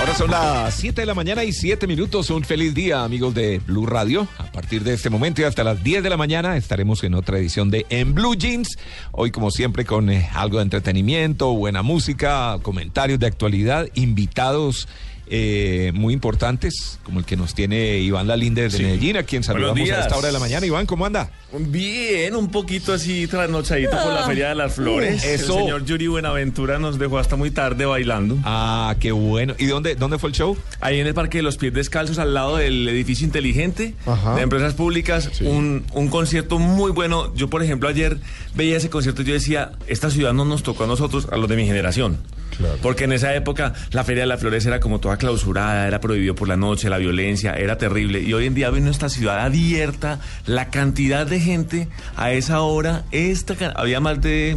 Ahora son las 7 de la mañana y 7 minutos. Un feliz día, amigos de Blue Radio. A partir de este momento y hasta las 10 de la mañana estaremos en otra edición de En Blue Jeans. Hoy, como siempre, con eh, algo de entretenimiento, buena música, comentarios de actualidad, invitados. eh, muy importantes, como el que nos tiene Iván Lalinde desde Medellín, a quien Buenos saludamos a días. esta hora de la mañana. Iván, ¿cómo anda? Bien, un poquito así trasnochadito por la Feria de las Flores. Ah, Eso. El señor Yuri Buenaventura nos dejó hasta muy tarde bailando. Ah, qué bueno. ¿Y dónde, dónde fue el show? Ahí en el Parque de los Pies Descalzos, al lado del edificio inteligente Ajá. de Empresas Públicas, un, un concierto muy bueno. Yo, por ejemplo, ayer veía ese concierto y yo decía, esta ciudad no nos tocó a nosotros, a los de mi generación. Porque en esa época la Feria de las Flores era como toda clausurada, era prohibido por la noche, la violencia, era terrible. Y hoy en día vino esta ciudad abierta, la cantidad de gente a esa hora, esta, ca- había más de...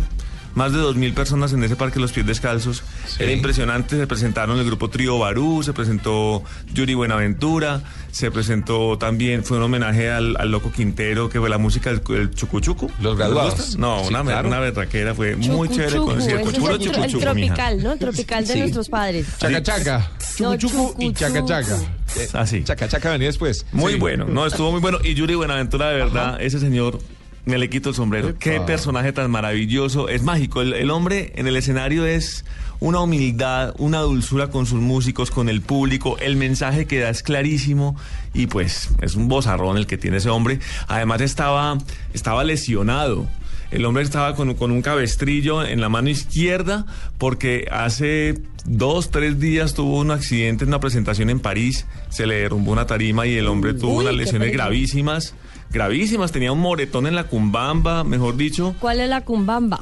Más de 2.000 personas en ese parque Los Pies Descalzos. Era impresionante. Se presentaron el grupo Trío Barú, se presentó Yuri Buenaventura, se presentó también, fue un homenaje al, al Loco Quintero, que fue la música del, del Chucuchuco. Los graduados. ¿Les gusta? No, Sí, una, claro. una berraquera, fue muy Chucu, chévere el chucu, concierto. ese Puro es el, chucu, el chucu, mija. tropical, ¿no? El tropical de Sí. nuestros padres. Chaca chaca. No, Chucu y chucu, chaca chaca. chucu. Eh, Así. Chaca chaca venía después. Muy Sí. bueno, no, estuvo muy bueno. Y Yuri Buenaventura, de verdad, ese señor, me le quito el sombrero. Qué personaje tan maravilloso, es mágico. El, el hombre en el escenario es una humildad, una dulzura con sus músicos, con el público. El mensaje que da es clarísimo y pues es un bozarrón el que tiene ese hombre. Además estaba, estaba lesionado. El hombre estaba con, con un cabestrillo en la mano izquierda porque hace dos, tres días tuvo un accidente en una presentación en París. Se le derrumbó una tarima y el hombre tuvo Uy, unas qué lesiones pena. gravísimas. Gravísimas, tenía un moretón en la cumbamba, mejor dicho, ¿Cuál es la cumbamba?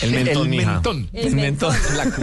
el mentón, El mija. mentón. El, El mentón.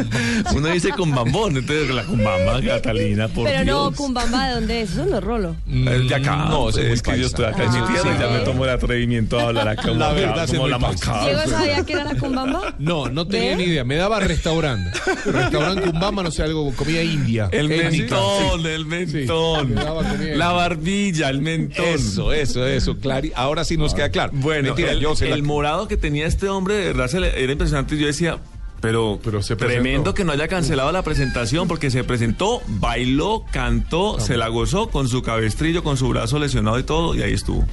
Uno dice cumbambón, entonces la cumbamba, Catalina, Ah, por Pero Dios. no, cumbamba, ¿de dónde es? Eso no es rolo. El de acá, pues, No, soy muy es que yo paisa. estoy acá en mi Ah, tierra y ya sí. me tomo el atrevimiento a hablar acá como La acá, verdad, soy como muy la paisa. mascada. ¿Diego sabía que era la cumbamba? No, no tenía ¿Ve? ni idea. Me daba restaurante. Restaurante Cumbamba, no sé, algo, comida india. El étnica. mentón, el Sí, mentón. me daba comida. La barbilla, el mentón. Eso, eso, eso, claro. Ahora sí nos queda claro. Bueno, Mentira, el, yo sé la- el morado que tenía este hombre, de verdad, se le- era impresionante. Yo decía, pero, Pero se presentó. tremendo que no haya cancelado la presentación porque se presentó, bailó, cantó, se la gozó con su cabestrillo, con su brazo lesionado y todo, y ahí estuvo.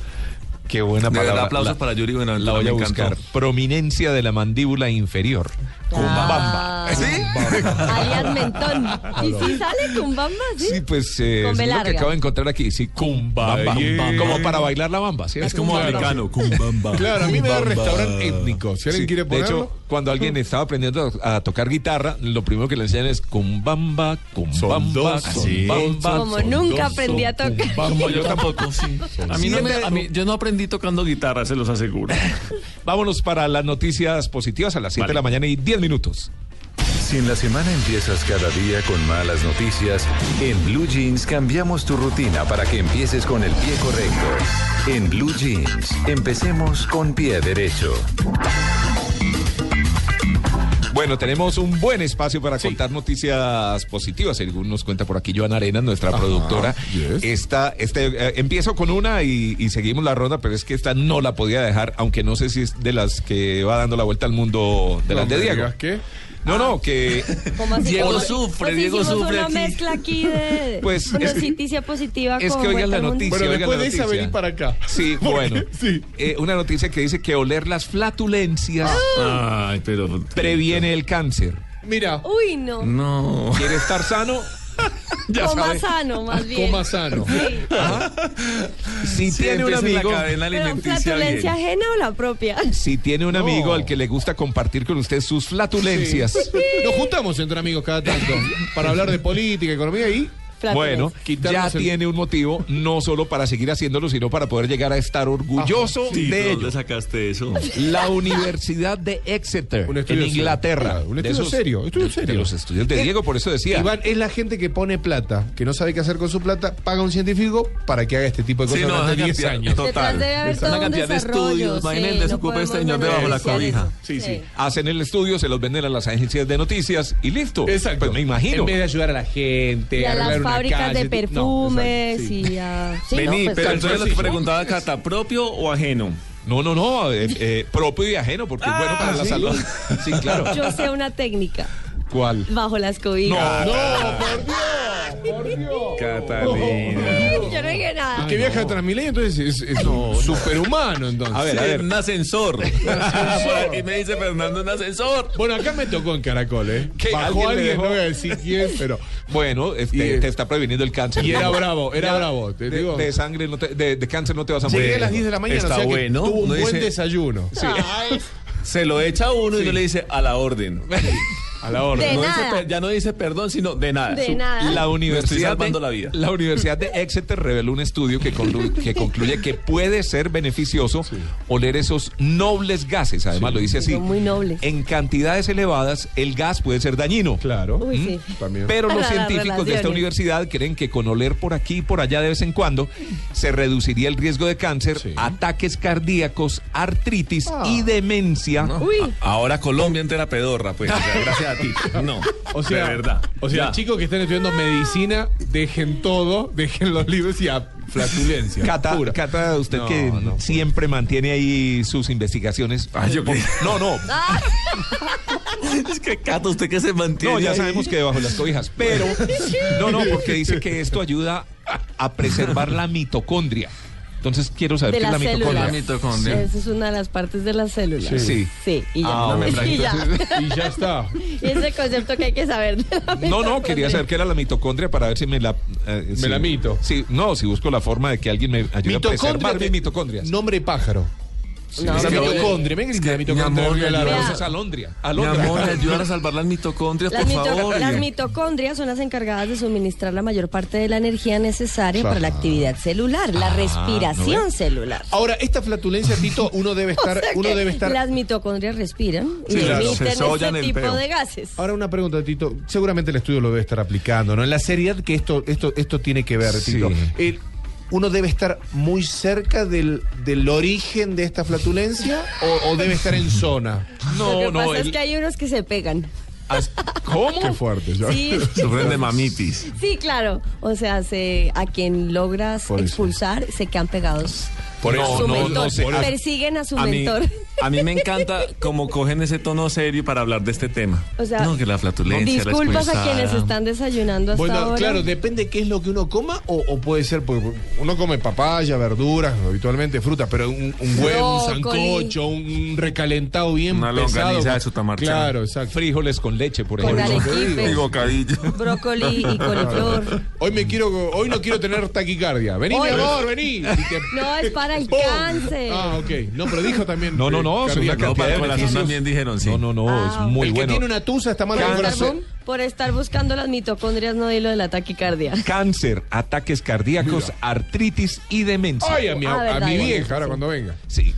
Qué buena De palabra. verdad, aplausos La- para Yuri Buenaventura. La voy a me encantó. buscar. Prominencia de la mandíbula inferior. Cumbamba. Ah. Alias mentón. ¿Y si sale cumbamba? Sí. Sí, pues eh, Con es lo que B larga. acabo de encontrar aquí. Sí, cumbamba. Cumbamba. Como para bailar la bamba, ¿cierto? Es como americano, cumbamba. Claro, a mí me da Cumbamba. restaurante étnico. Si alguien Sí, quiere de ponerlo. hecho, cuando alguien estaba aprendiendo a, a tocar guitarra, lo primero que le enseñan es cumbamba, cumbamba, así. cumbamba. Como nunca aprendí a tocar. Como yo tampoco, sí. A mí no me- a mí- yo no aprendí tocando guitarra, se los aseguro. Vámonos para las noticias positivas a las 7 Vale. de la mañana y 10 minutos. Si en la semana empiezas cada día con malas noticias, en Blue Jeans cambiamos tu rutina para que empieces con el pie correcto. En Blue Jeans, empecemos con pie derecho. Bueno, tenemos un buen espacio para contar noticias positivas. Según nos cuenta por aquí Joana Arenas, nuestra productora. Ah, yes. Esta, este, eh, empiezo con una y, y seguimos la ronda, pero es que esta no la podía dejar, aunque no sé si es de las que va dando la vuelta al mundo de No las de me Diego. digas que- No, no, que ¿Cómo así? Diego ¿Cómo? sufre, Pues Diego hicimos sufre una aquí. mezcla aquí de Pues, una es que- noticia positiva es con que oigan Vuelta la al Mundo. noticia. Bueno, oiga después la de esa noticia. vení para acá. sí, Porque- bueno. Sí. Eh, una noticia que dice que oler las flatulencias Ah. Ay, pero. previene el cáncer. Mira, Uy, no. No. ¿Quiere estar sano? Ya Coma sabe. sano, más bien. Ah, Coma sano. Ah. Sí. Si tiene un empieza en amigo, la cadena ¿Pero alimenticia bien. flatulencia ajena o la propia? si tiene un amigo al que le gusta compartir con usted sus flatulencias. Nos juntamos entre amigos cada tanto para hablar de política, economía y Flatulencia. Bueno, ya Quitarnos el- tiene un motivo no solo para seguir haciéndolo, sino para poder llegar a estar orgulloso Sí, ¿de de dónde ello. sacaste eso? La Universidad de Exeter, Un estudio en serio. Inglaterra. Claro, un De estudio esos- serio, estudio de- De serio. los estudios de Eh, Diego, por eso decía. Iván es la gente que pone plata, que no sabe qué hacer con su plata, paga a un científico para que haga este tipo de cosas Sí, no, durante una 10 cantidad- años. Total. Detrás debe haber Una todo un cantidad de desarrollo, estudios, sí, imagínense, no ocupa podemos este señor debajo de la menospreciar cobija. eso. sí. Hacen el estudio, se los venden a las agencias de noticias y listo. Pues me imagino. En vez de ayudar a la gente, Y a arreglar las una fábricas calle, de no, exacto, perfumes sí. y a... Sí, no, Vení, pero pues, claro. entonces lo que preguntaba Cata, ¿propio o ajeno? No, no, no, eh, eh, propio y ajeno, porque es bueno para la ¿sí? salud. Ah. Sí, claro. Yo sé una técnica. ¿Cuál? Bajo las cobijas. No, por Dios, por Dios. Catalina. Yo no dije nada. Que viaja tras Milenia, entonces es, es un superhumano, entonces. A ver, a ver. Un ascensor. Y me dice Fernando, un ascensor. Bueno, acá me tocó en Caracol, ¿eh? ¿Qué? ¿Alguien Bajó le alguien, dejó? no voy a decir quién, pero... Bueno, este, Y- te está previniendo el cáncer. Y era Vamos. bravo, era Ya, bravo, te de, digo. de sangre, no te- de, de cáncer no te vas a morir. Llegué a las 10 de la mañana, Está o sea que bueno, tuvo un no buen dice- desayuno. Ah. Se lo echa a uno y no le dice a la orden. A la hora. De No dice nada. per- ya no dice perdón, sino de nada. De Su- nada. La Me estoy universidad, salvando de, la vida. la Universidad de Exeter reveló un estudio que, conclu- que concluye que puede ser beneficioso oler esos nobles gases. Además, lo dice así. Son muy nobles. En cantidades elevadas, el gas puede ser dañino. Mm. Claro. Uy, sí. También. Pero los Las científicos de esta relaciones. universidad creen que con oler por aquí y por allá de vez en cuando se reduciría el riesgo de cáncer, Sí. ataques cardíacos, artritis y demencia. Uy. A- Ahora Colombia entera pedorra, pues. o sea, gracias a ti. No. O sea, de verdad. O sea, Ya. chicos que están estudiando medicina, dejen todo, dejen los libros y a flatulencia. Cata, pura. Cata, usted No, que no. pues. siempre mantiene ahí sus investigaciones. Ah, ¿yo qué? No, no, Es que Cata, usted que se mantiene. no, ya ahí. sabemos que debajo de las cobijas, pero no, no, porque dice que esto ayuda a preservar la mitocondria. Entonces quiero saber De qué es la las mitocondria. células. Esa es una de las partes de las células. Sí. Sí, y ya. Ah, hombre, y ya. Y ya está. Ese concepto que hay que saber. de la No, no, mitocondria. quería saber qué era la mitocondria para ver si me la... eh, si- la mito. Sí, no, si busco la forma de que alguien me ayude a preservar mis mitocondrias. Nombre de pájaro. No, la que- mitocondria, me grita la mi mitocondria. amor, mira la- ayuda. Entonces, alondria, Mi alondra. amor, ayudar a salvar las mitocondrias, Las, por mito- favor. las mitocondrias son las encargadas de suministrar la mayor parte de la energía necesaria para la actividad celular, Ah, Ah, la respiración celular. Ahora, esta flatulencia, Tito, uno debe estar, O sea uno que debe estar. Las mitocondrias respiran y Sí, claro. emiten Se sollan este el tipo peo. de gases. Ahora una pregunta, Tito. Seguramente el estudio lo debe estar aplicando, ¿no? En la seriedad que esto, esto, esto tiene que ver, Sí. Tito. El- ¿Uno debe estar muy cerca del, del origen de esta flatulencia o, o debe estar en zona? Lo que No, no, pasa es el- que hay unos que se pegan. as- ¿cómo? Qué fuerte, yo. Sí, Sufren de mamitis. sí, claro. O sea, se, a quien logras Por eso. expulsar se quedan pegados. Por a eso, su no, mentor. no sé. Ah, Persiguen a su A mí, mentor. a mí me encanta cómo cogen ese tono serio para hablar de este tema. O sea, no, que la flatulencia. la Disculpas a expulsada. quienes están desayunando hasta Bueno, ahora. claro, depende qué es lo que uno coma o, o puede ser, porque uno come papaya, verduras, habitualmente frutas, pero un, un huevo, un Brócoli. sancocho, un recalentado bien Una pesado. longaniza de Sutamarchán. Claro, exacto. Frijoles con leche, por Con ejemplo. arequipe, Y bocadillo. brócoli y coliflor. Hoy me quiero, hoy no quiero tener taquicardia. Vení, Hoy. mi amor, vení. Y te- No, es para el ¡Pum! cáncer. Ah, ok. No, pero dijo también. No, no, eh, no, es cardíaca. una No, cantidad para de el corazón beneficios. también dije, no, sí. No, no, no, Ah. es muy El que bueno. tiene una tusa está mal Por del estar, corazón. bu- por estar buscando las mitocondrias, no di lo de la taquicardia. Cáncer, ataques cardíacos, artritis y demencia. Ay, a mi, Ah, a verdad, mi igual, vieja, ahora cuando venga. Sí.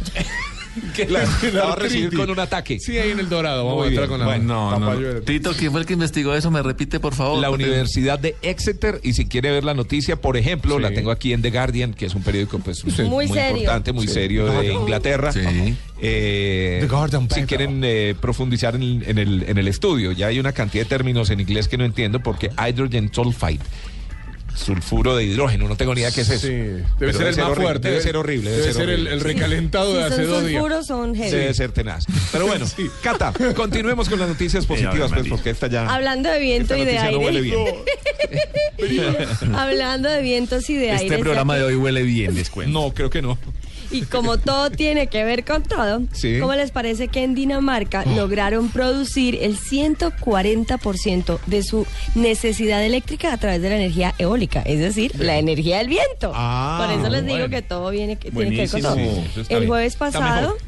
que la, la va a recibir artritis. con un ataque. Sí, ahí en el dorado. Vamos Muy a entrar bien. con la Bueno, No, no, papayuela. no. Tito, ¿quién fue el que investigó eso? Me repite, por favor. la porque- Universidad de Exeter y si quiere ver la noticia, por ejemplo, la tengo aquí en The Guardian, que es un periódico pues, muy, Muy serio. importante, muy serio de Inglaterra. Sí. Eh, The Guardian, si pero- quieren eh, profundizar en, en el, en el estudio, ya hay una cantidad de términos en inglés que no entiendo porque hydrogen sulfide sulfuro de hidrógeno. No tengo ni idea qué es eso. Sí, debe Pero ser el más horrible, fuerte. Debe ser horrible. Debe, ser, el, horrible. el recalentado de si hace son dos días. sulfuros, son heavy. Debe ser tenaz. Pero bueno, Sí. Cata, continuemos con las noticias positivas, María. pues, porque esta ya. Hablando de viento esta y de noticia no aire. huele bien. Hablando de vientos y de aire. Este ¿sabe? programa de hoy huele bien, les cuento. No, creo que no. Y como todo tiene que ver con todo, Sí. ¿cómo les parece que en Dinamarca lograron producir el 140% de su necesidad eléctrica a través de la energía eólica, es decir, la energía del viento? Ah, Por eso les bueno. digo que todo viene, que tiene que ver con Buenísimo. todo. Sí, eso está el bien. jueves Está pasado... mejor.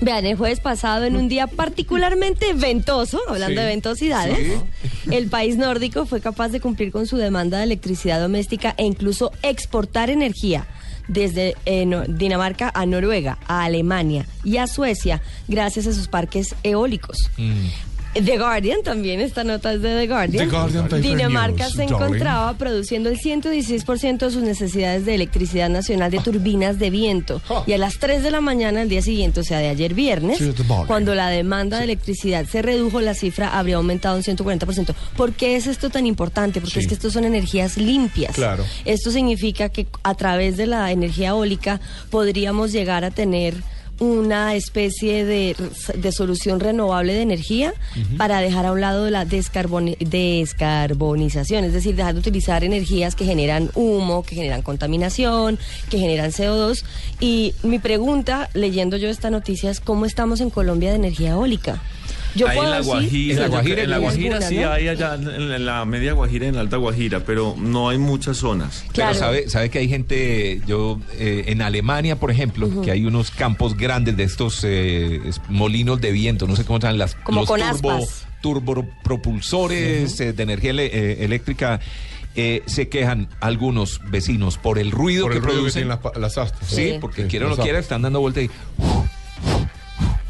Vean, el jueves pasado, en un día particularmente ventoso, hablando de ventosidades, el país nórdico fue capaz de cumplir con su demanda de electricidad doméstica e incluso exportar energía desde eh, no- Dinamarca a Noruega, a Alemania y a Suecia gracias a sus parques eólicos. The Guardian, también esta nota es de The Guardian. The Guardian Paper Dinamarca News, se darling. encontraba produciendo el 116% de sus necesidades de electricidad nacional de turbinas de viento. Y a las 3 de la mañana del día siguiente, o sea, de ayer viernes, Sí, The Guardian. cuando la demanda de electricidad se redujo, la cifra habría aumentado un 140%. ¿Por qué es esto tan importante? Porque es que estos son energías limpias. Claro. Esto significa que a través de la energía eólica podríamos llegar a tener una especie de, de solución renovable de energía para dejar a un lado la descarboni- descarbonización, es decir, dejar de utilizar energías que generan humo, que generan contaminación, que generan CO2. Y mi pregunta, leyendo yo esta noticia, es cómo estamos en Colombia de energía eólica. Yo Ahí en puedo la decir- Guajira, En la yo Guajira, creo- en la hay Guajira algunas, sí ¿no? hay allá, en en la media Guajira, en la alta Guajira, pero no hay muchas zonas. Claro. Pero sabe, sabe que hay gente, yo eh, en Alemania, por ejemplo, que hay unos campos grandes de estos eh, es- molinos de viento, no sé cómo están las Como los con aspas. turbopropulsores eh, de energía ele- eh, eléctrica. eh, se quejan algunos vecinos por el ruido Por que el ruido que producen. tienen las, pa- las astas. Sí, Sí. porque Sí, quiera o no los quiera, árboles. están dando vuelta y...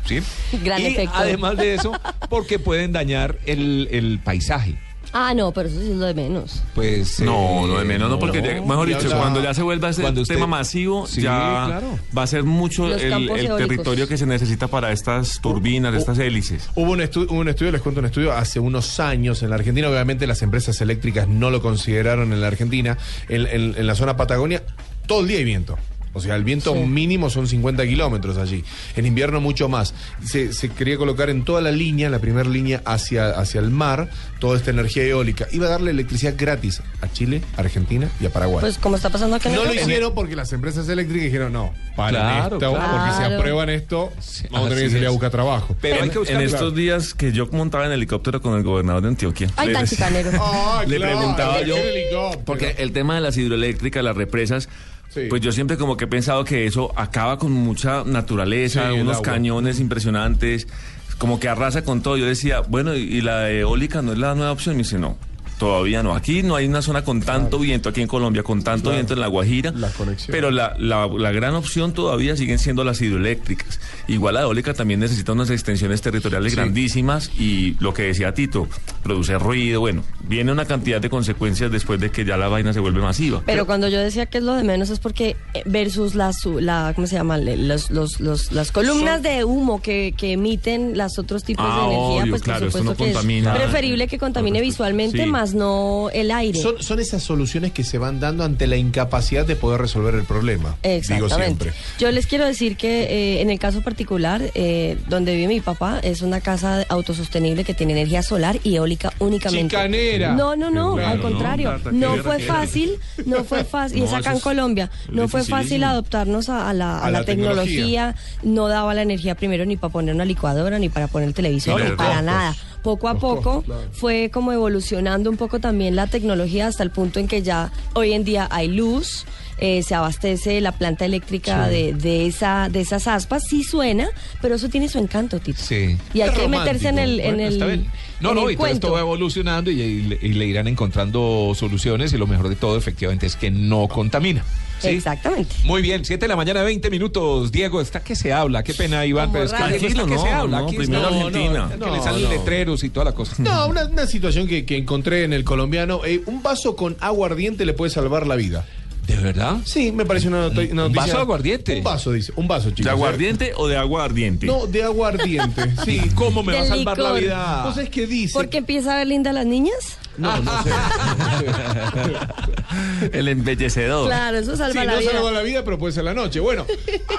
¿Sí? Gran y efecto. además de eso, porque pueden dañar el, el paisaje. Ah, no, pero eso sí es lo de menos. Pues... No, eh, no de menos, no, porque ya- mejor ya dicho, la- cuando ya se vuelva ese cuando usted- tema masivo, Sí, ya claro. va a ser mucho Los el, campos el eólicos. territorio que se necesita para estas Oh, turbinas, estas hélices. Hubo un, estu- un estudio, les cuento un estudio, hace unos años en la Argentina, obviamente las empresas eléctricas no lo consideraron en la Argentina, en, en- en la zona Patagonia, todo el día hay viento. O sea, el viento mínimo son 50 kilómetros allí. En invierno mucho más. Se, se quería colocar en toda la línea, la primera línea hacia, hacia el mar, toda esta energía eólica. Iba a darle electricidad gratis a Chile, a Argentina y a Paraguay. Pues como está pasando acá en no el lo país. hicieron porque las empresas eléctricas dijeron, no, para Claro, esto, claro. porque si Claro. aprueban esto, Sí, vamos a así tener que salir a es. buscar trabajo. Pero hay que en buscar... estos días que yo montaba en helicóptero con el gobernador de Antioquia. Ay, tan les- chicanero. Ah, Ay, Le preguntaba el yo, helicóptero. Porque el tema de las hidroeléctricas, las represas, Sí. pues yo siempre como que he pensado que eso acaba con mucha naturaleza, Sí, el unos agua. cañones impresionantes, como que arrasa con todo. Yo decía, bueno, ¿y- y la eólica no es la nueva opción? Y me dice, no. Todavía no. Aquí no hay una zona con tanto viento, aquí en Colombia, con tanto viento en La Guajira. La conexión. Pero la, la- la gran opción todavía siguen siendo las hidroeléctricas. Igual la eólica también necesita unas extensiones territoriales grandísimas y lo que decía Tito, produce ruido. Bueno, viene una cantidad de consecuencias después de que ya la vaina se vuelve masiva. Pero cuando yo decía que es lo de menos es porque eh, versus la, su- la ¿cómo se llama? Le- Los, los, los- las columnas de humo que, que emiten los otros tipos Ah, de energía, obvio, pues claro, por esto supuesto no que contamina. es preferible que contamine Con respecto- visualmente, sí. más no el aire. Son, son esas soluciones que se van dando ante la incapacidad de poder resolver el problema. Digo Exactamente. siempre. Yo les quiero decir que eh, en el caso particular, eh, donde vive mi papá, es una casa autosostenible que tiene energía solar y eólica únicamente. Chicanera. No, no, no, Claro, al no, contrario. Marta, qué No, guerra fue que- fácil, no fue fácil, y No, es acá eso en es- Colombia, es no fue fácil dificilísimo. adoptarnos a, a la, a A la la tecnología. tecnología. no daba la energía primero ni para poner una licuadora, ni para poner el televisor, Ni ni los para costos. nada. Poco a Los poco costos, claro. fue como evolucionando un poco también la tecnología hasta el punto en que ya hoy en día hay luz, eh, se abastece la planta eléctrica de, de esa, de esas aspas, sí suena, pero eso tiene su encanto, Tito. Sí. Y hay Es que meterse en romántico. el, en Bueno, el, está bien. No, en no, el y todo cuento. esto va evolucionando y, y le- y le irán encontrando soluciones y lo mejor de todo efectivamente es que no contamina. ¿sí? Exactamente. Muy bien, 7 de la mañana, 20 minutos. Diego, está que se habla. Qué pena, Iván, Como pero es que, radio. Diego, está que Tranquilo, se no, habla. no, Aquí primero está- Argentina. no, que le salen letreros y toda la cosa. No, una, una situación que, que encontré en el colombiano. eh, un vaso con agua ardiente le puede salvar la vida. ¿De verdad? Sí, me parece una, noti- una noticia. ¿Un vaso de aguardiente? Un vaso, dice. Un vaso, chicos. ¿eh? ¿De aguardiente o de agua ardiente? No, de aguardiente. sí. ¿Cómo me va a Del salvar la licor. vida? Entonces, ¿qué Pues dice? Porque empieza a ver linda a las niñas. No, no sé. El embellecedor. Claro, eso Sí, salva la no vida. salvo la vida, pero puede ser la noche. Bueno,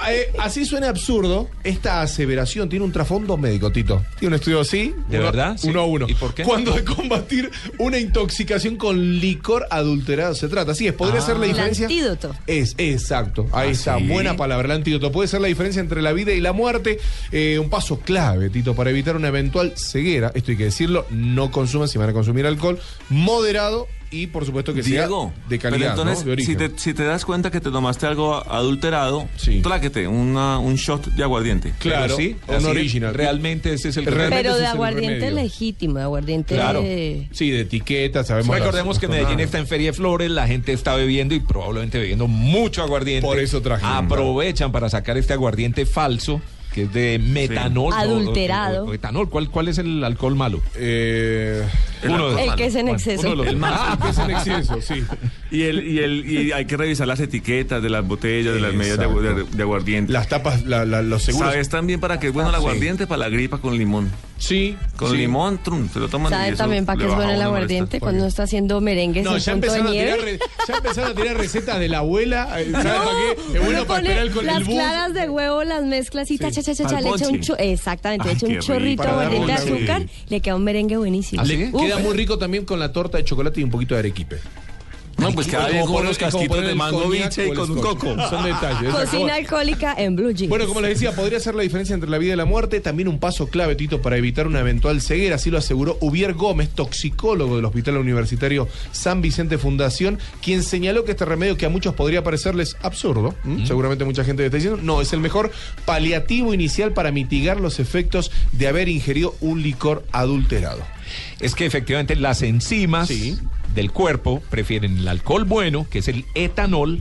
eh, así suena absurdo. Esta aseveración tiene un trasfondo médico, Tito. Tiene un estudio así. ¿De uno- verdad? Sí. Uno a uno. ¿Y por qué? Cuando de combatir una intoxicación con licor adulterado se trata. Así es, podría ser la Ah, El diferencia. antídoto. Es, exacto. Ahí Ah, está, sí. buena palabra, el antídoto. Puede ser la diferencia entre la vida y la muerte. Eh, un paso clave, Tito, para evitar una eventual ceguera. Esto hay que decirlo. No consuman, si van a consumir alcohol, moderado y, por supuesto, que Diego, sea de calidad. pero entonces, ¿no? De origen. si, te, si te das cuenta que te tomaste algo adulterado, Sí. tráquete una, un shot de aguardiente. Claro, Pero sí, un así, original. Realmente ese es el Realmente real- ese Pero es de el aguardiente remedio. legítimo, de aguardiente. Claro. eh, Sí, de etiqueta, sabemos. Recordemos las- que Medellín está en Feria de Flores, la gente está bebiendo y probablemente bebiendo mucho aguardiente. Por eso traje. Aprovechan para sacar este aguardiente falso, que es de metanol. Sí. o- o- Adulterado. o- o etanol. ¿Cuál, ¿Cuál es el alcohol malo? Eh, El Uno de los alcohol. El malos. que es en Bueno, exceso. uno de los El malos. ah, que es en exceso, sí. Y, el, y, el, y hay que revisar las etiquetas de las botellas, de las medidas de, agu- de- de aguardiente. Las tapas, la- la- los seguros. Ah, ¿Sabes también para qué es bueno el aguardiente? Para la gripa con limón. Sí. Con sí. limón, trum, se lo toman y ¿Sabe eso también para le qué es baja bueno el una molestia. aguardiente cuando uno está haciendo merengues No, en ya punto de empezaron, a tirar, nieve? re- ya empezaron a tirar recetas de la abuela. eh, ¿Sabes para qué? Es Uno bueno para pone esperar el, con las el bus. claras de huevo, las mezclas y ta, cha, cha, cha, cha, Al le echa un ponche. cho- exactamente, le Ay, echa qué un rico. chorrito Para darle aguardiente de un azúcar, sí. le queda un merengue buenísimo. ¿Ah, sí? Uf, Queda muy rico también con la torta de chocolate y un poquito de arequipe. No, pues cada Como vez con poner- unos como casquitos poner de el mango coñac biche y el con un scotch. coco. Son detalles. Cocina exacto. alcohólica en blue jeans. Bueno, como les decía, podría ser la diferencia entre la vida y la muerte. También un paso clave, Tito, para evitar una eventual ceguera. Así lo aseguró Ubier Gómez, toxicólogo del Hospital Universitario San Vicente Fundación, quien señaló que este remedio que a muchos podría parecerles absurdo, ¿m? ¿Mm? seguramente mucha gente le está diciendo, no, es el mejor paliativo inicial para mitigar los efectos de haber ingerido un licor adulterado. Es que efectivamente las enzimas Sí. del cuerpo prefieren el alcohol bueno, que es el etanol,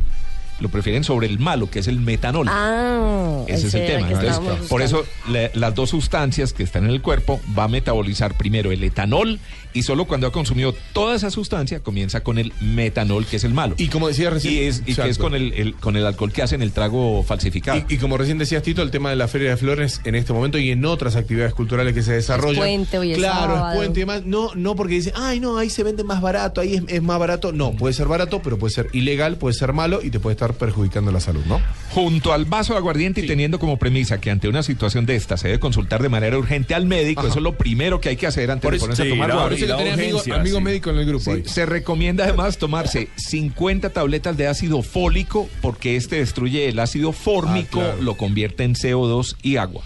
lo prefieren sobre el malo, que es el metanol. Ah, Ese es el era tema. que Entonces, estábamos por eso buscando. la- las dos sustancias que están en el cuerpo va a metabolizar primero el etanol y solo cuando ha consumido toda esa sustancia comienza con el metanol, que es el malo. Y como decía recién, Y es, y que es Exacto. con el, el- con el alcohol que hacen el trago falsificado. Y, y como recién decías, Tito, el tema de la Feria de Flores en este momento y en otras actividades culturales que se desarrollan. puente, hoy es Claro, es sábado. puente y demás. No, no porque dicen, ay, no, ahí se vende más barato, ahí es, es más barato. No, puede ser barato, pero puede ser ilegal, puede ser malo y te puede estar perjudicando la salud, ¿no? Junto al vaso de aguardiente y teniendo como premisa que ante una situación de esta se debe consultar de manera urgente al médico, eso es lo primero que hay que hacer antes Por de eso- ponerse sí, a tomar la- guaro. por eso que tenía amigo- amigo médico en el grupo. Sí, se recomienda además tomarse 50 tabletas de ácido fólico porque este destruye el ácido fórmico, Ah, claro. lo convierte en CO2 y agua.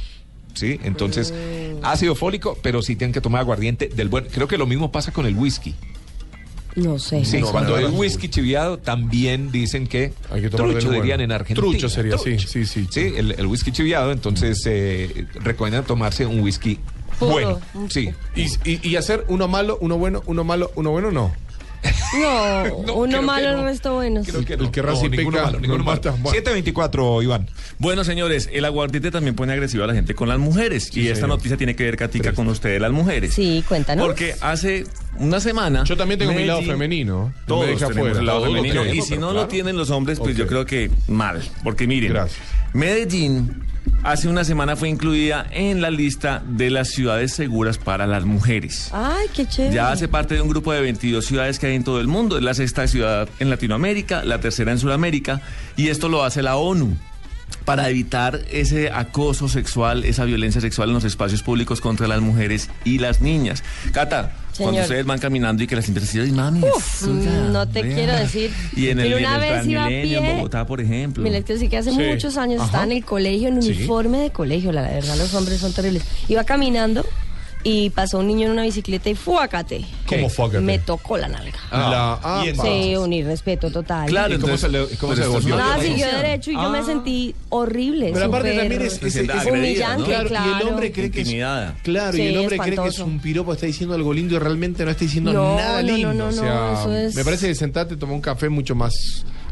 ¿Sí? Entonces, ácido fólico, pero sí tienen que tomar aguardiente del buen. Creo que lo mismo pasa con el whisky. No sé. Sí, No, cuando vale, hay vale. whisky chiviado, también dicen que, Hay que tomar trucho, del bueno. dirían en Argentina. Trucho sería, sí, sí, sí. Sí, el, el whisky chiviado, entonces eh, recomiendan tomarse un whisky Puro. bueno. Sí. Y, y- y hacer uno malo, uno bueno, uno malo, uno bueno, no. No, No, creo uno que malo, no. el resto bueno. Creo que El no. que No, Racing ninguno peca, malo, ninguno no malo. mata. Bueno. 724, Iván. Bueno, señores, el aguardiente también pone agresiva a la gente con las mujeres. y esta señor. noticia tiene que ver, Catica, con ustedes, las mujeres. Sí, cuéntanos. Porque hace una semana. Yo también tengo mi lado Medellín- femenino. No Todos me deja tenemos fuera. el lado Todos lo femenino. Y tenemos, si pero no lo claro. tienen los hombres, pues yo Ok. creo que mal. Porque miren, Gracias. Medellín hace una semana fue incluida en la lista de las ciudades seguras para las mujeres. Ay, qué chévere. Ya hace parte de un grupo de 22 ciudades que hay en todo el mundo. Es la sexta ciudad en Latinoamérica, la tercera en Sudamérica, y esto lo hace la ONU para evitar ese acoso sexual, esa violencia sexual en los espacios públicos contra las mujeres y las niñas. Cata, cuando Señor. ustedes van caminando y que las interceden, ay, mami, Uf, no te quiero decir. Y en el, Pero y en una el vez iba a Transmilenio, en pie. Bogotá, por ejemplo. Mi lector sí que hace Mm. Sí. muchos años estaba en el colegio, en Sí. uniforme de colegio, la la verdad, los hombres son terribles. Iba caminando y pasó un niño en una bicicleta y fuácate. ¿Cómo fuácate? Me tocó la nalga. La Ah, y APA. Sí, un irrespeto total. Claro, ¿Y cómo entonces, se le- cómo pero se esto es devolvió? una No, Nada, siguió violencia. derecho y yo me Ah. sentí horrible. Pero aparte súper también es, es- Se sienta es- agredida, ¿no? humillante, claro, claro. y el hombre cree que es, Intimidada. claro, y Sí, el hombre cree que es espantoso. un piropo, está diciendo algo lindo y realmente no está diciendo No, nada no, no, lindo. no, o no, sea, eso es- me parece que sentarte y tomar un café mucho más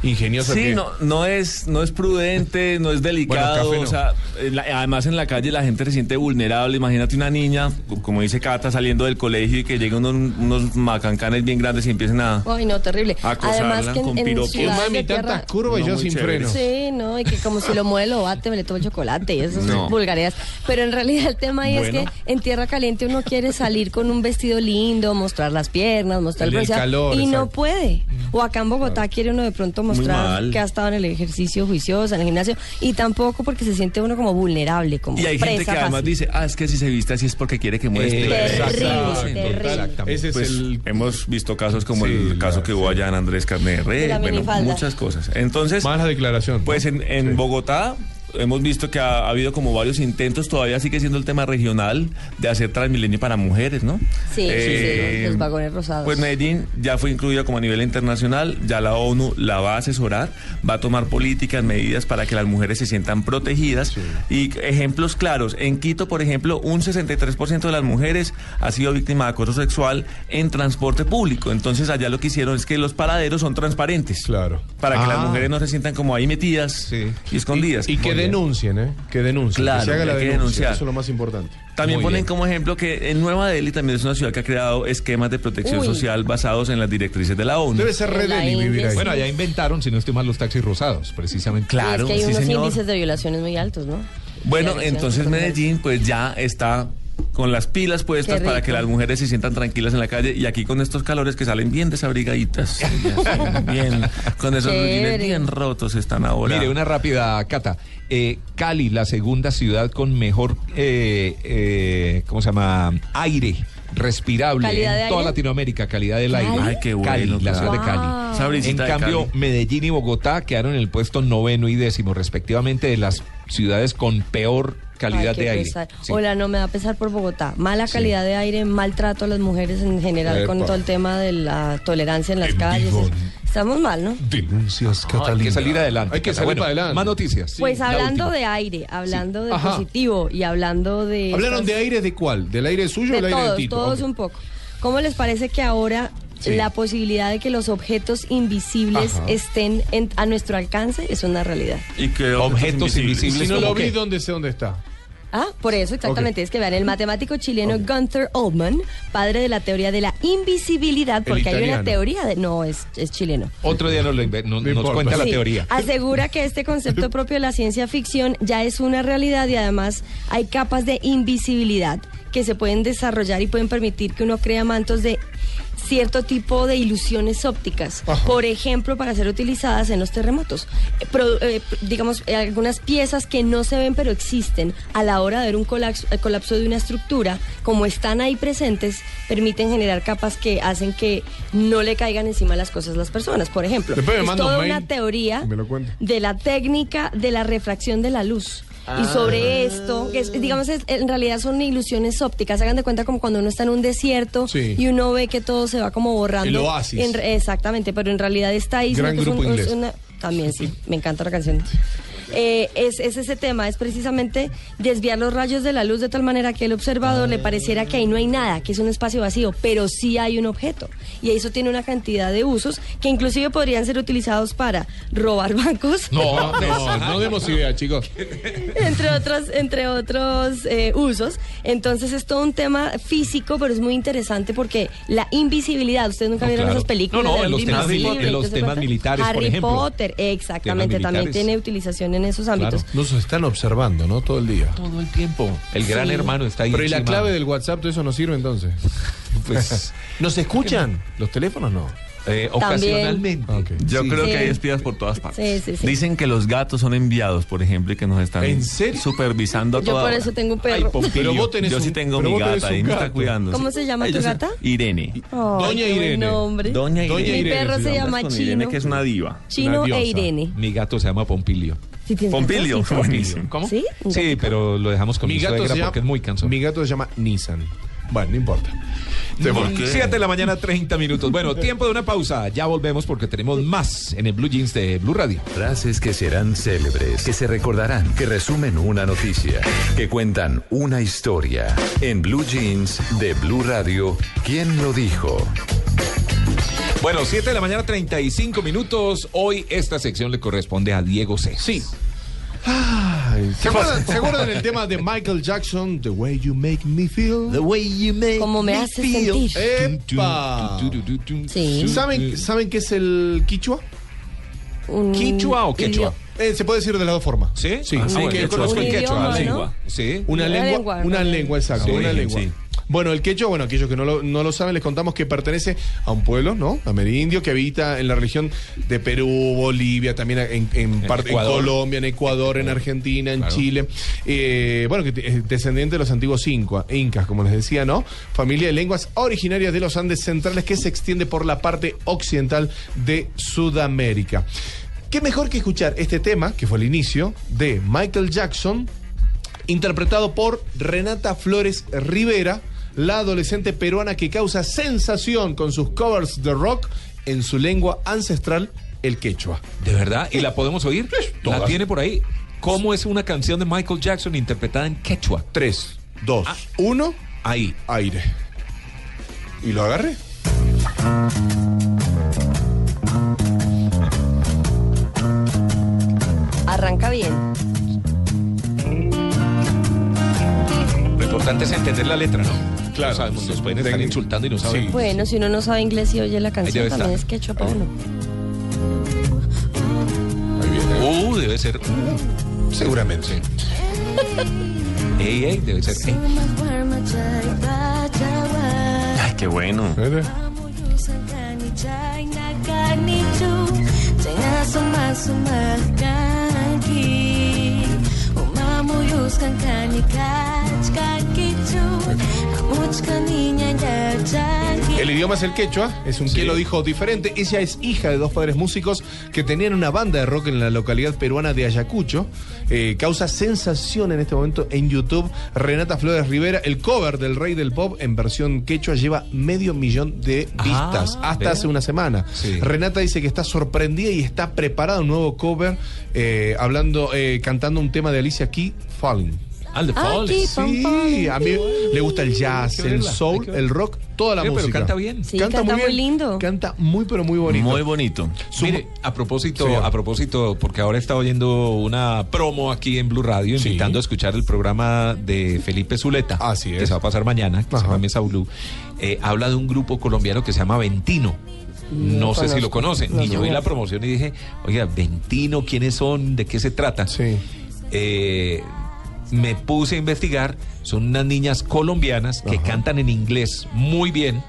ingeniosa Sí, que- no, no, es, no es prudente, no es delicado. Bueno, o café sea, eh, la- además en la calle la gente se siente vulnerable. Imagínate una niña, co- como dice Cata, saliendo del colegio y que lleguen unos, unos macancanes bien grandes y empiecen a... Ay, no, terrible. Acosarla Además que con en, en piropos. Y ciudades mami, de tantas tierra... curvas y No, yo muy sin chévere. frenos. Sí, no, y que como si lo mueve lo bate, me le tomo el chocolate y esas No. vulgaridades. Pero en realidad el tema ahí Bueno. es que en tierra caliente uno quiere salir con un vestido lindo, mostrar las piernas, mostrar El del brazo, calor, y no exacto. puede. O acá en Bogotá quiere uno de pronto mostrar mal. que ha estado en el ejercicio juicioso, en el gimnasio, y tampoco porque se siente uno como vulnerable, como Y hay gente que presa además fácil. dice, ah, es que si se viste así es porque quiere que muestre. Terrible, Exactamente. terrible. Ese es Pues el hemos visto casos como Sí, el caso la- que hubo allá en Andrés Carne de Rey, De la bueno, minifalda. muchas cosas. Entonces, mala declaración. pues en, en Bogotá hemos visto que ha, ha habido como varios intentos, todavía sigue siendo el tema regional de hacer Transmilenio para mujeres, ¿no? Sí, sí, sí, los vagones rosados. Eh, Pues Medellín ya fue incluida como a nivel internacional, ya la ONU la va a asesorar, va a tomar políticas, medidas para que las mujeres se sientan protegidas. Y ejemplos claros, en Quito, por ejemplo, un 63% de las mujeres ha sido víctima de acoso sexual en transporte público. Entonces allá lo que hicieron es que los paraderos son transparentes. Claro. Para que las Ah. mujeres no se sientan como ahí metidas Sí. y escondidas. Y, y que denuncien, ¿eh? Que denuncien. Claro, que se haga la hay que denuncia. denunciar. Eso es lo más importante. También Muy ponen bien. como ejemplo que en Nueva Delhi también es una ciudad que ha creado esquemas de protección Uy. social basados en las directrices de la ONU. Debe ser re La deli vivir India ahí. es Bueno, allá inventaron, si no estoy mal, los taxis rosados, precisamente. Y Claro, es que hay sí, unos señor. índices de violaciones muy altos, ¿no? Bueno, Violaciones entonces por mujeres. Medellín pues ya está con las pilas puestas Qué para rico. que las mujeres se sientan tranquilas en la calle y aquí con estos calores que salen bien desabrigaditas, ellas, bien, con esos Chévere. rulines bien rotos están ahora. Mire, una rápida, Cata. Eh, Cali, la segunda ciudad con mejor, eh, eh, ¿cómo se llama? Aire respirable ¿Calidad de en toda aire? Latinoamérica, calidad del ¿Cali? aire. Ay, qué bueno, Cali, la claro. ciudad de Wow. Cali. En Sabricita de cambio, Cali. Medellín y Bogotá quedaron en el puesto noveno y décimo, respectivamente, de las ciudades con peor calidad Ay, qué de aire. pesar. Sí. Hola, no me da pesar por Bogotá. Mala Sí. calidad de aire, maltrato a las mujeres en general con Epa. todo el tema de la tolerancia en las calles. vivo. Estamos mal, ¿no? Denuncias, No, hay que salir adelante. Hay que Cata. salir Bueno, para adelante. Más noticias. pues La hablando última. de aire, hablando de Ajá. positivo y hablando de... ¿Hablaron estas- de aire de cuál? ¿Del aire suyo o de el aire todos, de Tito? todos Ok. un poco. ¿Cómo les parece que ahora Sí. la posibilidad de que los objetos invisibles Ajá. estén en- a nuestro alcance es una realidad? y que Objetos invisibles. Si no ¿Cómo lo vi, qué? ¿dónde sé dónde está? Ah, por eso exactamente. Ok. Es que vean, el matemático chileno Gunther Oldman, padre de la teoría de la invisibilidad, porque hay una italiano. teoría de... No, es, es chileno. Otro día nos, lo inve- no- No nos importa. cuenta la Sí, teoría. Asegura que este concepto propio de la ciencia ficción ya es una realidad y además hay capas de invisibilidad que se pueden desarrollar y pueden permitir que uno crea mantos de cierto tipo de ilusiones ópticas, Ajá. por ejemplo, para ser utilizadas en los terremotos. Eh, pro- eh, pr- digamos, eh, algunas piezas que no se ven pero existen a la hora de ver un colapso, el colapso de una estructura, como están ahí presentes, permiten generar capas que hacen que no le caigan encima las cosas a las personas, por ejemplo. Después me Es manda un toda mail una teoría y me lo cuenta. de la técnica de la refracción de la luz. Y Ah. sobre esto, que es- digamos, es- en realidad son ilusiones ópticas. Hagan de cuenta como cuando uno está en un desierto Sí. y uno ve que todo se va como borrando. El oasis. En re- exactamente, pero en realidad está ahí. Gran sino que es grupo un- es inglés. una- también sí, me encanta la canción. Eh, es, es ese tema, es precisamente desviar los rayos de la luz de tal manera que el observador le pareciera que ahí no hay nada, que es un espacio vacío, pero sí hay un objeto. Y eso tiene una cantidad de usos que inclusive podrían ser utilizados para robar bancos. No, no, no demos idea, chicos. entre otros, entre otros eh, usos. Entonces es todo un tema físico, pero es muy interesante porque la invisibilidad, ustedes nunca No, vieron claro. esas películas. No, no, de en los hombre temas de- invisible, en los entonces, temas militares, por Harry ejemplo. Potter, exactamente, Temas también militares. tiene utilización en esos ámbitos. Nos están observando, ¿no? Todo el día. Todo el tiempo. El gran Sí. hermano está ahí. Pero ¿y la encima. clave del WhatsApp, todo eso no sirve entonces? Pues, ¿Nos escuchan? ¿Los teléfonos no? eh, También. ocasionalmente. Ok. Yo Sí. creo Sí. que hay espías por todas partes. Sí, sí, sí. Dicen que los gatos son enviados, por ejemplo, y que nos están ¿En serio? supervisando a Yo toda por hora. eso tengo un perro. Pero vos tenés Yo sí un- tengo pero mi vos tenés gata un ahí, me está gato. cuidando. ¿Cómo sí. se llama tu Ella gata? Irene. Ay, Doña qué buen Irene. nombre. Doña Irene. Doña Mi Irene perro se se llama. llama Con Irene, Chino. que es una diva. Chino Una e diosa. Irene. Mi gato se llama Pompilio. ¿Sí tienes gato? Pompilio, Sí. buenísimo. ¿Cómo? ¿Sí? ¿Un Sí, gatito? pero lo dejamos con mi, Mi gato, suegra se llama, porque es muy cansón. mi gato se llama Nissan. Bueno, no importa. Se fue. Mm, Siete de la mañana, 30 minutos. Bueno, tiempo de una pausa. Ya volvemos porque tenemos más en el Blue Jeans de Blue Radio. Frases que serán célebres, que se recordarán, que resumen una noticia, que cuentan una historia. En Blue Jeans de Blue Radio, ¿quién lo dijo? Bueno, 7 de la mañana, 35 minutos. Hoy esta sección le corresponde a Diego C. Sí. Ay, ¿Se acuerdan, ¿Se acuerdan del tema de Michael Jackson? The way you make me feel. Como me hace sentir. ¡Epa! Sí. ¿Saben, ¿Saben qué es el quichua? Un- ¿Quichua o quechua? Eh, se puede decir de las dos formas. ¿Sí? Sí, Ah, sí, bueno, que yo quechua, conozco el sí. quechua. idioma, sí. ¿no? Sí. Una Una lengua, lengua, una ¿no? lengua, exacto, Sí, una lengua. sí. Bueno, el quechua, bueno, aquellos que no lo, no lo saben, les contamos que pertenece a un pueblo, ¿no? Amerindio, que habita en la región de Perú, Bolivia, también en, en parte- en Ecuador. Colombia, en Ecuador, en Argentina, en Claro. Chile. Eh, bueno, que te- es descendiente de los antiguos incua- incas, como les decía, ¿no? Familia de lenguas originarias de los Andes centrales que se extiende por la parte occidental de Sudamérica. ¿Qué mejor que escuchar este tema, que fue el inicio, de Michael Jackson, interpretado por Renata Flores Rivera, la adolescente peruana que causa sensación con sus covers de rock en su lengua ancestral, el quechua. ¿De verdad? ¿Y la podemos oír? La todas. tiene por ahí. ¿Cómo es una canción de Michael Jackson interpretada en quechua? Tres, dos, Ah. uno, Ahí. aire. ¿Y lo agarré? Arranca bien. Lo importante es entender la letra, ¿no? Claro. No sabemos, nos pueden estar Sí. insultando y no saben. Bueno, si uno no sabe inglés y oye la debe canción, estar. también es quechua Ah. para uno. Ahí viene. Uh, debe ser. uh, seguramente. Ey, ey, debe ser. ey. Ay, qué bueno. ¿Viste? El idioma es el quechua, es un quien lo dijo diferente. Ella es hija de dos padres músicos que tenían una banda de rock en la localidad peruana de Ayacucho. Eh, causa sensación en este momento en YouTube. Renata Flores Rivera, el cover del Rey del Pop en versión quechua lleva medio millón de Ah, vistas hasta vea. hace una semana. Sí. Renata dice que está sorprendida y está preparada un nuevo cover eh, hablando, eh, cantando un tema de Alicia Key, Falling. Al Ah, de Paul. Aquí, Sí. pa- Ah, Pam, Sí, pam. a mí le gusta el jazz, Hay que el verla, hay soul, que verla. el rock, toda la Oye, música. pero canta bien. Sí, canta muy lindo. Canta muy, pero muy bonito. Muy bonito. Su- Mire, a propósito, Señor. a propósito, porque ahora está oyendo una promo aquí en Blue Radio, Sí. invitando a escuchar el programa de Felipe Zuleta, Así que es. se va a pasar mañana, que se Ajá. llama Mesa Blue. Eh, habla de un grupo colombiano que se llama Ventino. No, sé si lo conocen. y yo vi la promoción y dije, oiga, Ventino, ¿quiénes son? ¿De qué se trata? Sí. Eh, me puse a investigar. Son unas niñas colombianas que cantan en inglés muy bien.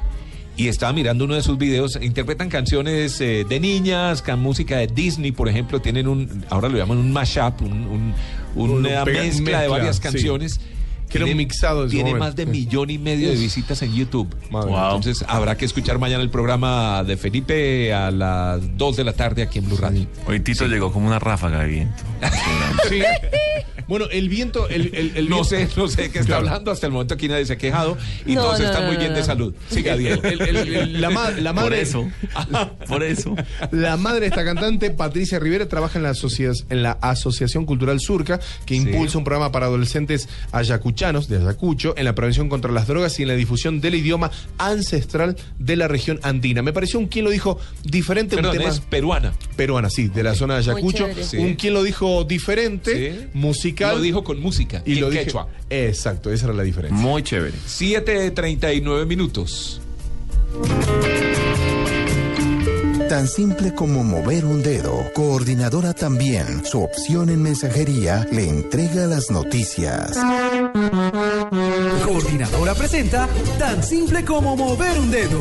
Y estaba mirando uno de sus videos. Interpretan canciones eh, de niñas, can música de Disney, por ejemplo. Tienen un, ahora lo llaman un mashup, un- un- una Un mezcla, pega- de mezcla, varias sí. canciones. Que era un Tiene- mixado en su Tiene momento. más de Sí. millón y medio de visitas en YouTube. Madre. Wow. Entonces habrá que escuchar mañana el programa de Felipe a las 2 de la tarde aquí en Blue Radio. Hoy Tito llegó como una ráfaga de viento. Sí. Bueno, el viento, el, el- el No viento- sé, no sé de qué está Claro. hablando. Hasta el momento aquí nadie se ha quejado y No, todos no, están no, muy no, bien de no. salud. Siga, Diego. El- el- el- la, ma- la Por madre, Ah, eso. Por eso. la madre de esta cantante, Patricia Rivera, trabaja en la, asocia- en la Asociación Cultural Surca, que impulsa un programa para adolescentes ayacuchanos de Ayacucho en la prevención contra las drogas y en la difusión del idioma ancestral de la región andina. Me pareció un quien lo dijo diferente un Perdón, tema es peruana. peruana, sí, de la zona de Muy Ayacucho. chévere. Sí. Un quien lo dijo diferente, Sí. musical. Lo dijo con música. y en lo quechua. dijo. Exacto, esa era la diferencia. Muy chévere. 7.39 minutos. Tan simple como mover un dedo, coordinadora también, su opción en mensajería le entrega las noticias. Coordinadora presenta tan simple como mover un dedo.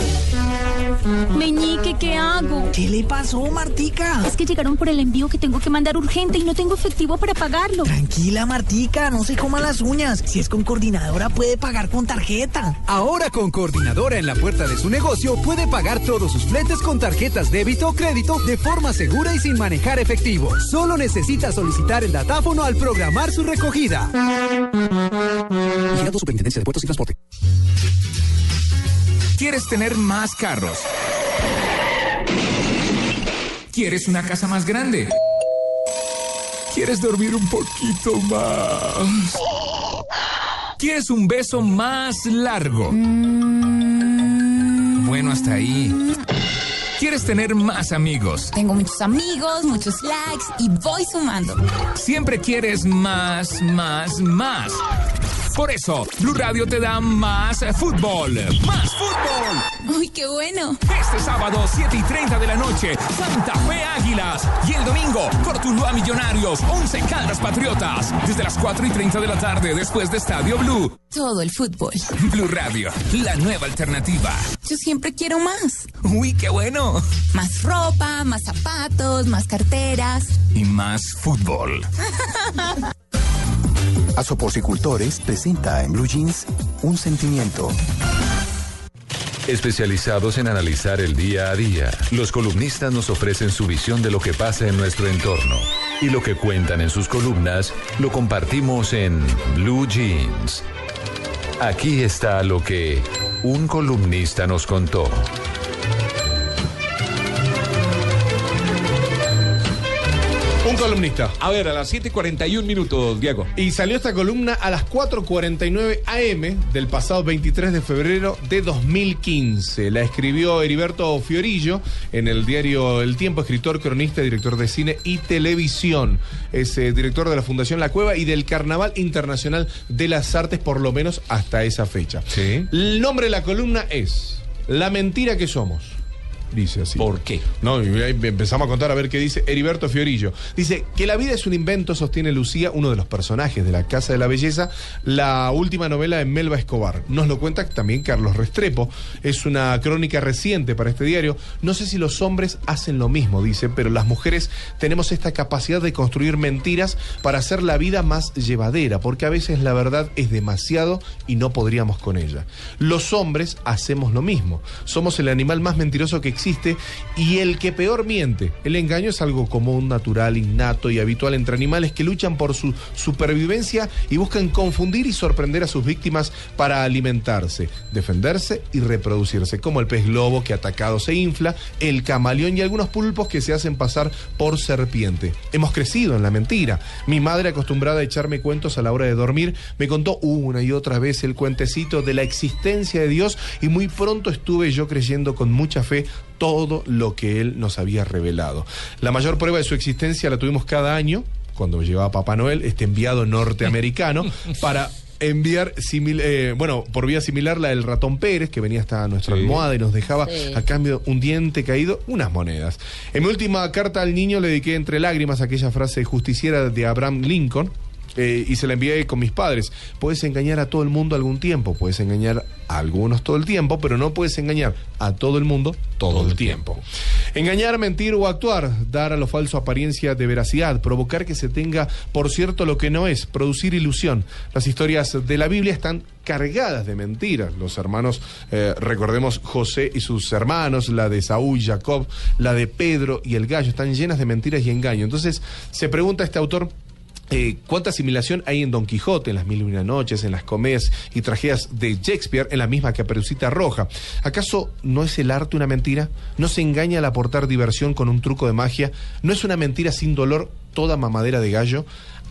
Meñique, ¿qué hago? ¿Qué le pasó, Martica? Es que llegaron por el envío que tengo que mandar urgente y no tengo efectivo para pagarlo. Tranquila, Martica, no se coma las uñas. Si es con coordinadora, puede pagar con tarjeta. Ahora con coordinadora en la puerta de su negocio, puede pagar todos sus fletes con tarjetas débito o crédito de forma segura y sin manejar efectivo. Solo necesita solicitar el datáfono al programar su recogida. Vigilado Superintendencia de Puertos y Transporte. ¿Quieres tener más carros? ¿Quieres una casa más grande? ¿Quieres dormir un poquito más? ¿Quieres un beso más largo? Bueno, hasta ahí. ¿Quieres tener más amigos? Tengo muchos amigos, muchos likes y voy sumando. Siempre quieres más, más, más. Por eso, Blue Radio te da más eh, fútbol. Más fútbol. ¡Uy, qué bueno! Este sábado, 7 y 30 de la noche, Santa Fe Águilas. Y el domingo, Cortuluá Millonarios, 11 Caldas Patriotas. Desde las 4 y 30 de la tarde, después de Estadio Blue. Todo el fútbol. Blue Radio, la nueva alternativa. Yo siempre quiero más. ¡Uy, qué bueno! Más ropa, más zapatos, más carteras. Y más fútbol. A Soposicultores presenta en Blue Jeans un sentimiento. Especializados en analizar el día a día, los columnistas nos ofrecen su visión de lo que pasa en nuestro entorno. Y lo que cuentan en sus columnas lo compartimos en Blue Jeans. Aquí está lo que un columnista nos contó. Un columnista. A ver, a las 7 y 41 minutos, Diego. Y salió esta columna a las 4.49 am del pasado 23 de febrero de 2015. La escribió Heriberto Fiorillo en el diario El Tiempo, escritor, cronista, director de cine y televisión. Es eh, director de la Fundación La Cueva y del Carnaval Internacional de las Artes, por lo menos hasta esa fecha. El nombre de la columna es La mentira que somos. Dice así. ¿Por qué? No, y ahí em, empezamos a contar a ver qué dice Heriberto Fiorillo. Dice que la vida es un invento, sostiene Lucía, uno de los personajes de La Casa de la Belleza, la última novela de Melba Escobar. Nos lo cuenta también Carlos Restrepo. Es una crónica reciente para este diario. No sé si los hombres hacen lo mismo, dice, pero las mujeres tenemos esta capacidad de construir mentiras para hacer la vida más llevadera, porque a veces la verdad es demasiado y no podríamos con ella. Los hombres hacemos lo mismo. Somos el animal más mentiroso que existe y el que peor miente. El engaño es algo común, natural, innato y habitual entre animales que luchan por su supervivencia y buscan confundir y sorprender a sus víctimas para alimentarse, defenderse y reproducirse, como el pez globo que atacado se infla, el camaleón y algunos pulpos que se hacen pasar por serpiente. Hemos crecido en la mentira. Mi madre acostumbrada a echarme cuentos a la hora de dormir me contó una y otra vez el cuentecito de la existencia de Dios y muy pronto estuve yo creyendo con mucha fe todo lo que él nos había revelado. La mayor prueba de su existencia la tuvimos cada año, cuando llevaba Papá Noel, este enviado norteamericano, para enviar, simil- eh, bueno, por vía similar la del ratón Pérez, que venía hasta nuestra Sí. almohada y nos dejaba Sí. a cambio un diente caído, unas monedas. En mi última carta al niño le dediqué entre lágrimas aquella frase justiciera de Abraham Lincoln. eh, y se la envié con mis padres. Puedes engañar a todo el mundo algún tiempo, puedes engañar a algunos todo el tiempo, pero no puedes engañar a todo el mundo todo, el tiempo. Engañar, mentir o actuar, dar a lo falso apariencia de veracidad, provocar que se tenga por cierto lo que no es, producir ilusión. Las historias de la Biblia están cargadas de mentiras. Los hermanos, eh, recordemos José y sus hermanos, la de Saúl, Jacob, la de Pedro y el gallo, están llenas de mentiras y engaño. Entonces se pregunta este autor eh, ¿Cuánta asimilación hay en Don Quijote, en las Mil y Una Noches, en las comedias y tragedias de Shakespeare, en la misma Caperucita Roja? ¿Acaso no es el arte una mentira? ¿No se engaña al aportar diversión con un truco de magia? ¿No es una mentira sin dolor toda mamadera de gallo?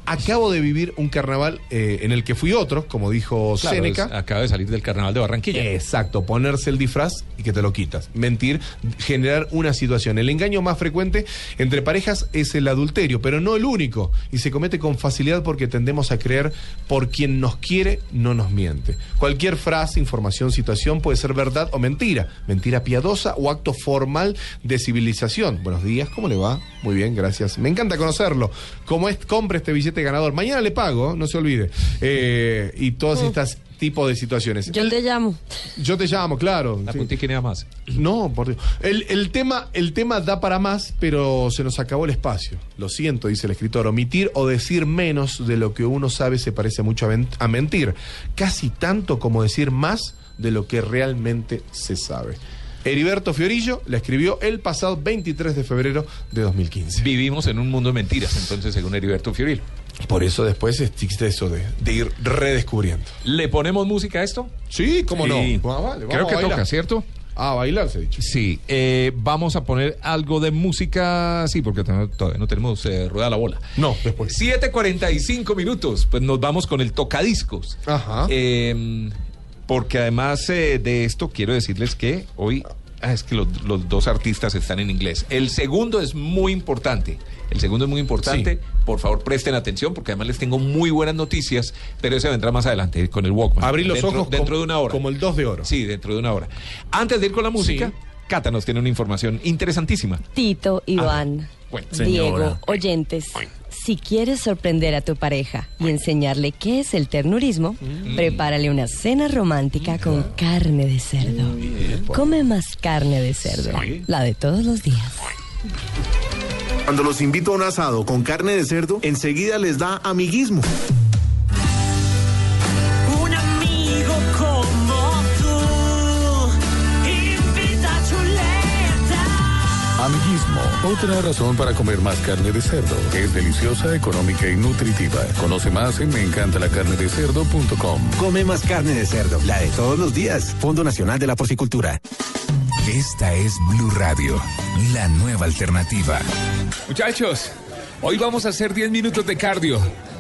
Acabo de vivir un carnaval eh, en el que fui otro, como dijo Claro, Séneca. es- acaba de salir del carnaval de Barranquilla. Exacto, ponerse el disfraz y que te lo quitas. Mentir, generar una situación. El engaño más frecuente entre parejas es el adulterio, pero no el único. Y se comete con facilidad porque tendemos a creer por quien nos quiere no nos miente. Cualquier frase, información, situación puede ser verdad o mentira. Mentira piadosa o acto formal de civilización. Buenos días, ¿cómo le va? Muy bien, gracias. Me encanta conocerlo. Como es, compre este billete ganador. Mañana le pago, no se olvide. Eh, y todas estas tipos de situaciones. Oh. Yo te llamo. Yo te llamo, claro. La más. No, por Dios. El, el tema, el tema da para más, pero se nos acabó el espacio. Lo siento, dice el escritor. Omitir o decir menos de lo que uno sabe se parece mucho a, ven- a mentir. Casi tanto como decir más de lo que realmente se sabe. Heriberto Fiorillo la escribió el pasado 23 de febrero de 2015. Vivimos en un mundo de mentiras, entonces, según Heriberto Fioril. Por eso después existe eso de, de ir redescubriendo. ¿Le ponemos música a esto? Sí, cómo no. Sí. Ah, vale, vamos Creo a que bailar. toca, ¿cierto? A bailar, se ha dicho. Sí, eh, vamos a poner algo de música, sí, porque to- todavía no tenemos eh, rueda la bola. No, después. 7.45 minutos, pues nos vamos con el tocadiscos. Em, Ajá. Eh, porque además eh, de esto, quiero decirles que hoy Ah, es que los, los dos artistas están en inglés. El segundo es muy importante. El segundo es muy importante. Por favor, presten atención porque además les tengo muy buenas noticias, pero ese vendrá más adelante con el Walkman. Abrí los Dentro- ojos dentro como- de una hora. como el 2 de oro. Sí, dentro de una hora. Antes de ir con la música, Cata nos tiene una información interesantísima. Ah. Tito, Iván, bueno, Diego, señora. oyentes, si quieres sorprender a tu pareja y enseñarle qué es el ternurismo, Mm. prepárale una cena romántica con carne de cerdo. Come más carne de cerdo, la de todos los días. Cuando los invito a un asado con carne de cerdo, enseguida les da amiguismo. Un amigo como tú invita a chuleta. Amiguismo, otra razón para comer más carne de cerdo. Es deliciosa, económica y nutritiva. Conoce más en meencantalacarnedecerdo.com. Come más carne de cerdo, la de todos los días. Fondo Nacional de la Porcicultura. Esta es Blue Radio, la nueva alternativa. Muchachos, hoy vamos a hacer 10 minutos de cardio,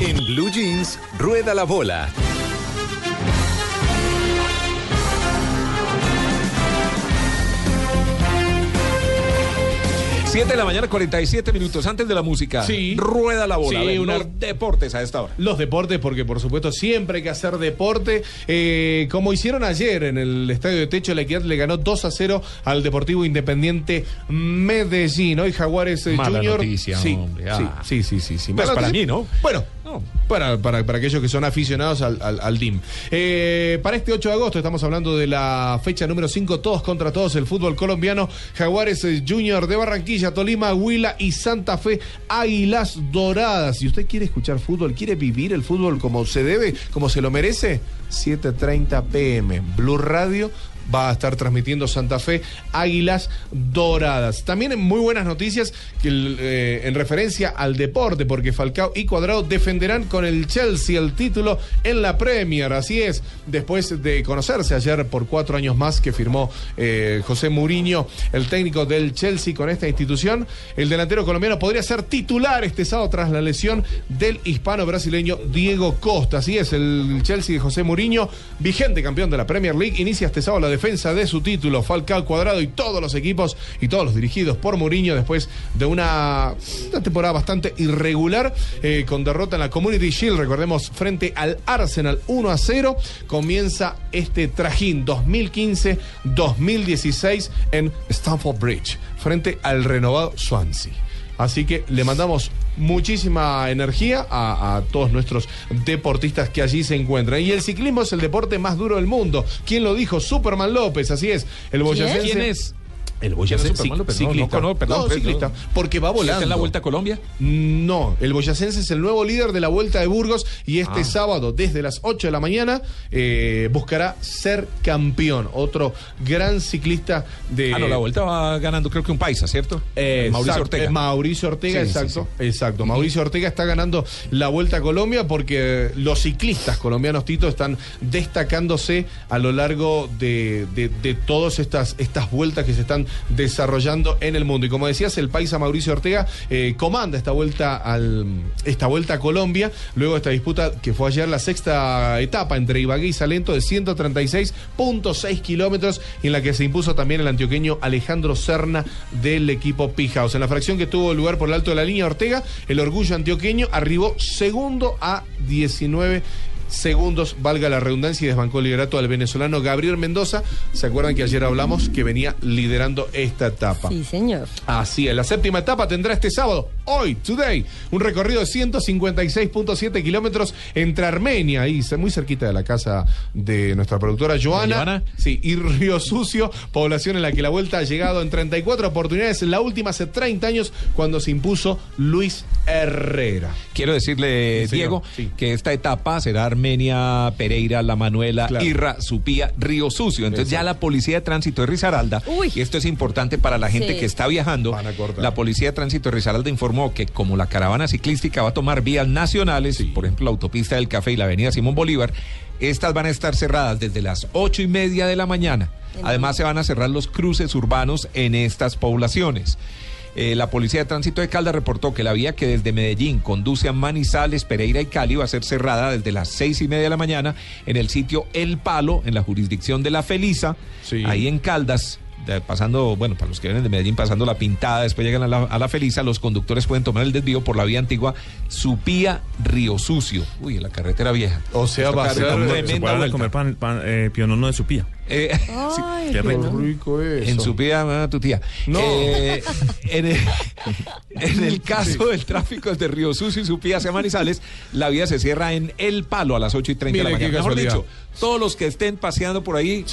En Blue Jeans, rueda la bola. Siete de la mañana, 47 minutos antes de la música. Sí. Rueda la bola. Sí, A ver, una- los deportes a esta hora. Los deportes, porque por supuesto siempre hay que hacer deporte. Eh, como hicieron ayer en el Estadio de Techo, la Equidad le ganó 2 a 0 al Deportivo Independiente Medellín. Hoy Jaguares eh, Mala Junior. noticia, sí, hombre, sí, ah. sí, sí, sí, sí. Pues Mala para noticia. mí, ¿no? Bueno, Para, para, para aquellos que son aficionados al, al, al DIM. Eh, para este 8 de agosto estamos hablando de la fecha número 5, todos contra todos, el fútbol colombiano. Jaguares eh, Junior de Barranquilla, Tolima, Huila y Santa Fe, Águilas Doradas. Si usted quiere escuchar fútbol, quiere vivir el fútbol como se debe, como se lo merece, 7.30 pm, Blue Radio. Va a estar transmitiendo Santa Fe Águilas Doradas. También muy buenas noticias que el, eh, en referencia al deporte, porque Falcao y Cuadrado defenderán con el Chelsea el título en la Premier. Así es, después de conocerse ayer por cuatro años más que firmó eh, José Mourinho, el técnico del Chelsea con esta institución, el delantero colombiano podría ser titular este sábado tras la lesión del hispano brasileño Diego Costa. Así es, el Chelsea de José Mourinho, vigente campeón de la Premier League, inicia este sábado la defensa de su título, Falcao Cuadrado y todos los equipos y todos los dirigidos por Mourinho después de una, una temporada bastante irregular eh, con derrota en la Community Shield, recordemos, frente al Arsenal 1 a 0, comienza este trajín 2015-2016 en Stamford Bridge, frente al renovado Swansea. Así que le mandamos muchísima energía a, a todos nuestros deportistas que allí se encuentran. Y el ciclismo es el deporte más duro del mundo. ¿Quién lo dijo? Superman López, así es. El boyacense. ¿Quién es? El boyacense ¿Quién es Superman López? No, ciclista. no, no, perdón, pues, ciclista, no. porque va ¿Sí está en volando. la Vuelta a Colombia? No, el boyacense es el nuevo líder de la Vuelta de Burgos y este Ah. sábado, desde las 8 de la mañana, eh, buscará ser campeón. Otro gran ciclista de... Ah, no, la vuelta va ganando, creo que un paisa, ¿cierto? Exacto, Mauricio Ortega. eh, Mauricio Ortega, Sí, sí, exacto. Exacto. Mauricio Ortega está ganando la Vuelta a Colombia porque eh, los ciclistas colombianos, Tito, están destacándose a lo largo de, de- de todas estas, estas vueltas que se están desarrollando en el mundo. Y como decías, el paisa Mauricio Ortega eh, comanda esta vuelta, al, esta vuelta a Colombia, luego de esta disputa que fue ayer la sexta etapa entre Ibagué y Salento de 136.6 kilómetros, en la que se impuso también el antioqueño Alejandro Serna del equipo Pijaos. En la fracción que tuvo lugar por el alto de la línea Ortega, el orgullo antioqueño arribó segundo a 19 segundos, valga la redundancia, y desbancó el liderato al venezolano Gabriel Mendoza. ¿Se acuerdan que ayer hablamos que venía liderando esta etapa? Sí, señor. Así es, la séptima etapa tendrá este sábado, hoy, today, un recorrido de 156.7 kilómetros entre Armenia, ahí se- muy cerquita de la casa de nuestra productora Joana, Sí, y Río Sucio, población en la que la vuelta ha llegado en 34 oportunidades, la última hace 30 años cuando se impuso Luis Herrera. Quiero decirle, Sí, señor, Diego, que esta etapa será Armenia. Armenia, Pereira, La Manuela, Claro. Irra, Supía, Río Sucio. Entonces ya la policía de tránsito de Risaralda, y esto es importante para la gente Sí. que está viajando, la policía de tránsito de Risaralda informó que como la caravana ciclística va a tomar vías nacionales, por ejemplo la autopista del Café y la avenida Simón Bolívar, estas van a estar cerradas desde las ocho y media de la mañana. Además se van a cerrar los cruces urbanos en estas poblaciones. Eh, la Policía de Tránsito de Caldas reportó que la vía que desde Medellín conduce a Manizales, Pereira y Cali va a ser cerrada desde las seis y media de la mañana en el sitio El Palo, en la jurisdicción de La Feliza, ahí en Caldas. de- Pasando, bueno, para los que vienen de Medellín, pasando la pintada, después llegan a la, a la Feliza, los conductores pueden tomar el desvío por la vía antigua Supía Río Sucio. Uy, en la carretera vieja. O sea, va a ser Se pueden comer pan, pan, eh, pionono de su pía. Eh, sí. qué rico. pues, En su pía, mamá, tu tía. Eh, en, el, en el caso del tráfico de Río Sucio y su pía hacia Manizales, la vía se cierra en El Palo a las 8 y 30 de la Mire qué mañana. Mejor casualidad. dicho, todos los que estén paseando por ahí,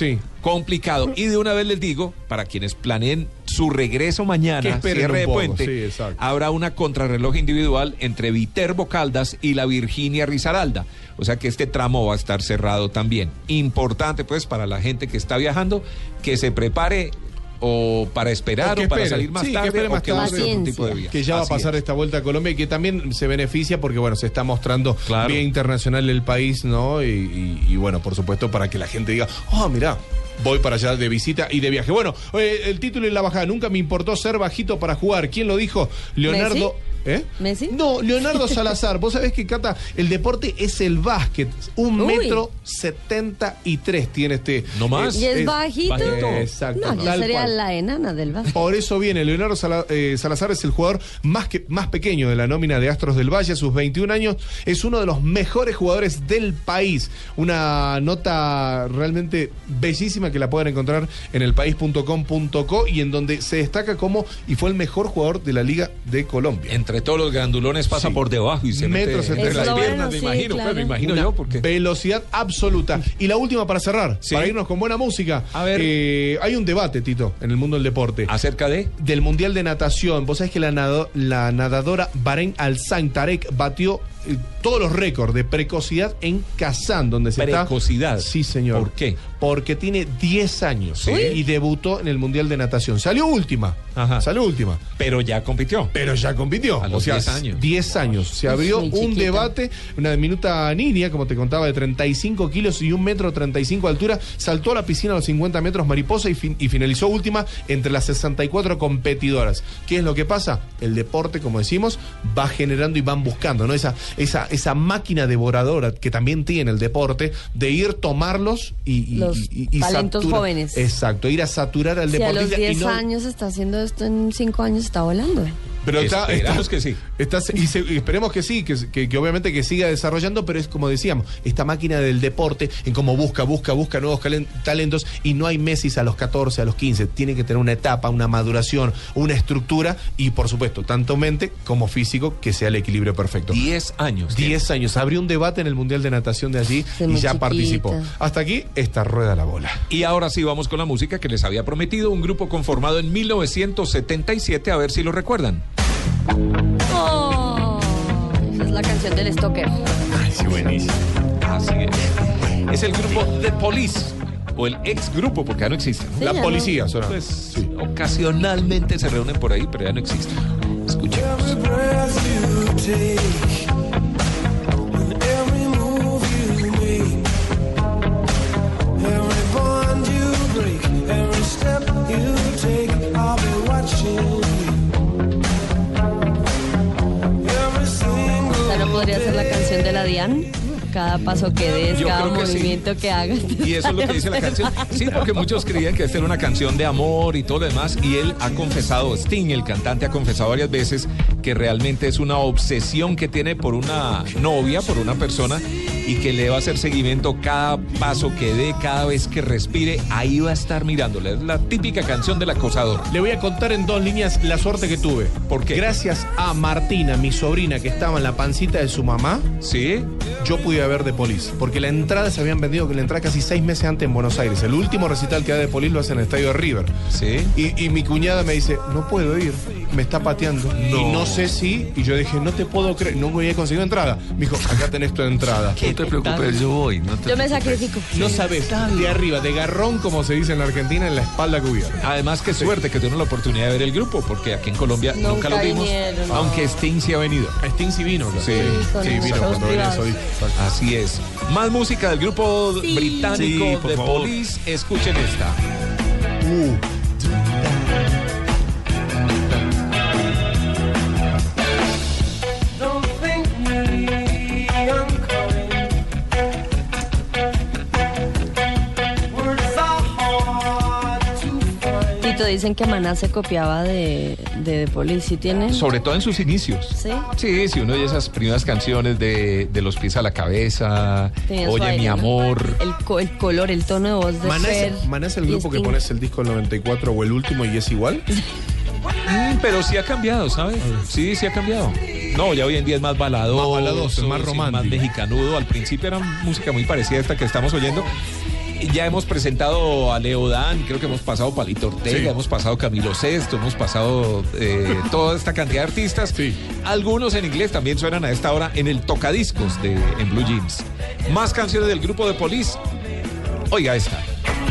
complicado. Y de una vez les digo, para quienes planeen su regreso Que mañana, esperen cierre un de poco, puente, sí, exacto. habrá una contrarreloj individual entre Viterbo Caldas y la Virginia Rizaralda. O sea que este tramo va a estar cerrado también. Importante pues para la gente que está viajando que se prepare o para esperar o, que para espere. salir más Sí, que tarde espere o más que busque tarde. otro tipo de vía. Que ya va a Así pasar esta vuelta a Colombia y que también se beneficia porque, bueno, se está mostrando vía internacional el país, ¿no? Y, y- y, bueno, por supuesto, para que la gente diga, oh, mirá, voy para allá de visita y de viaje. Bueno, eh, el título y la bajada, nunca me importó ser bajito para jugar. ¿Quién lo dijo? Leonardo... ¿Eh? No, Leonardo Salazar. Vos sabés que, Cata, el deporte es el básquet. Un Uy. metro setenta y tres tiene este... No ¿Y es bajito? Exacto. No, yo tal sería cual. la enana del básquet. Por eso viene, Leonardo Sala- eh, Salazar es el jugador más, que, más pequeño de la nómina de Astros del Valle, a sus 21 años, es uno de los mejores jugadores del país. Una nota realmente bellísima que la pueden encontrar en elpaís.com.co y en donde se destaca como y fue el mejor jugador de la Liga de Colombia. Entre todos los grandulones pasa por debajo y se Metros mete entre setenta. las piernas, me imagino, pues, me imagino yo. porque... Velocidad absoluta. Y la última para cerrar, para irnos con buena música. A ver. hay un debate, Tito, en el mundo del deporte. ¿Acerca de? Del Mundial de Natación. Vos sabés que la, nado- la nadadora Bahrein Al-Sain Tarek batió eh, todos los récords de precocidad en Kazán, donde se está... Precocidad. Sí, señor. ¿Por qué? Porque tiene 10 años Sí. y debutó en el Mundial de Natación. Salió última. Salió última. Pero ya compitió. Pero ya compitió. A o los sea, 10 años. 10 años. Se Es abrió muy un chiquita. debate, una diminuta niña, como te contaba, de 35 kilos y un metro 35 de altura, saltó a la piscina a los 50 metros mariposa y, fin- y finalizó última entre las 64 competidoras. ¿Qué es lo que pasa? El deporte, como decimos, va generando y van buscando, ¿no? Esa, esa, esa máquina devoradora que también tiene el deporte de ir tomarlos y, y- Los y- y- y talentos satura- jóvenes. Exacto, ir a saturar al Si a los deportista y 10 no años está haciendo esto, en 5 años está volando. pero está, Esperamos que sí. y, se- y esperemos que sí, que, que- que obviamente que siga desarrollando, pero es como decíamos, esta máquina del deporte en cómo busca, busca, busca nuevos calen- talentos y no hay Messi a los 14, a los 15. Tiene que tener una etapa, una maduración, una estructura y, por supuesto, tanto mente como físico que sea el equilibrio perfecto. 10 años. 10 años. Abrió un debate en el Mundial de Natación de allí y muy ya chiquita. participó. Hasta aquí, esta rueda la bola. Y ahora sí vamos con la música que les había prometido un grupo conformado en 1977, a ver si lo recuerdan. Oh, esa es la canción del Stoker. Sí, buenísimo. Así es. Es el grupo The Police. O el ex grupo, porque ya no existe. ¿no? Sí, La ya no. policía, suena. Pues, Ocasionalmente se reúnen por ahí, pero ya no existe. Escuchemos. ¿Esa no podría ser la canción de la Diane? Cada paso que des, Yo cada creo que sí. movimiento que hagas. te Y eso es lo que dice la sale canción. Sí, porque muchos creían que esta era una canción de amor y todo lo demás. Y él ha confesado, Sting, el cantante, ha confesado varias veces que realmente es una obsesión que tiene por una novia, por una persona, y que le va a hacer seguimiento cada paso que dé, cada vez que respire. Ahí va a estar mirándola. Es la típica canción del acosador. Le voy a contar en dos líneas la suerte que tuve. porque Gracias a Martina, mi sobrina, que estaba en la pancita de su mamá. Sí. Yo pude ver de Polis. Porque la entrada se habían vendido, que la entrada casi seis meses antes en Buenos Aires. El último recital que da de Polis lo hace en el estadio de River. Sí. Y, y mi cuñada me dice, no puedo ir. me está pateando. Y no sé si. Y yo dije, no te puedo creer. No voy a conseguir entrada. Me dijo, acá tenés tu entrada. No te preocupes, yo voy. No te Yo me sacrifico. No sabes, de arriba, de garrón, como se dice en la Argentina, en la espalda cubierta. Además, qué suerte que tuvieron la oportunidad de ver el grupo, porque aquí en Colombia nunca, Nunca lo vimos, vinieron. aunque Sting sí ha venido. Sting sí vino, Sí, Sí, con los shows privados. hoy. Así es. Más música del grupo Sí. británico Sí, por de favor. Police. Escuchen esta. Don't think me, I'm coming. Words are hard to find. Tito, dicen que Maná se copiaba de, de, Police. ¿Sí tienen? Sobre todo en sus inicios. ¿Sí? Sí, sí, uno de esas primeras canciones de, de Los Pies a la Cabeza, Tenían su Oye aire, mi ¿no? amor. El, co- el color, el tono de voz de Maná Fer. es, Maná es el grupo que Sting. pones el disco del 94 o el último y es igual. Mm, pero sí ha cambiado, ¿sabes? Sí, sí ha cambiado. No, ya hoy en día es más baladoso, Más baladoso, más sí, romántico. más mexicanudo. Al principio era música muy parecida a esta que estamos oyendo. Y Ya hemos presentado a Leo Dan, creo que hemos pasado Palito Ortega, Sí. hemos pasado Camilo Sesto, hemos pasado eh, toda esta cantidad de artistas. Algunos en inglés también suenan a esta hora en el tocadiscos de en Blue Jeans. Más canciones del grupo de Police. Oiga esta. Esta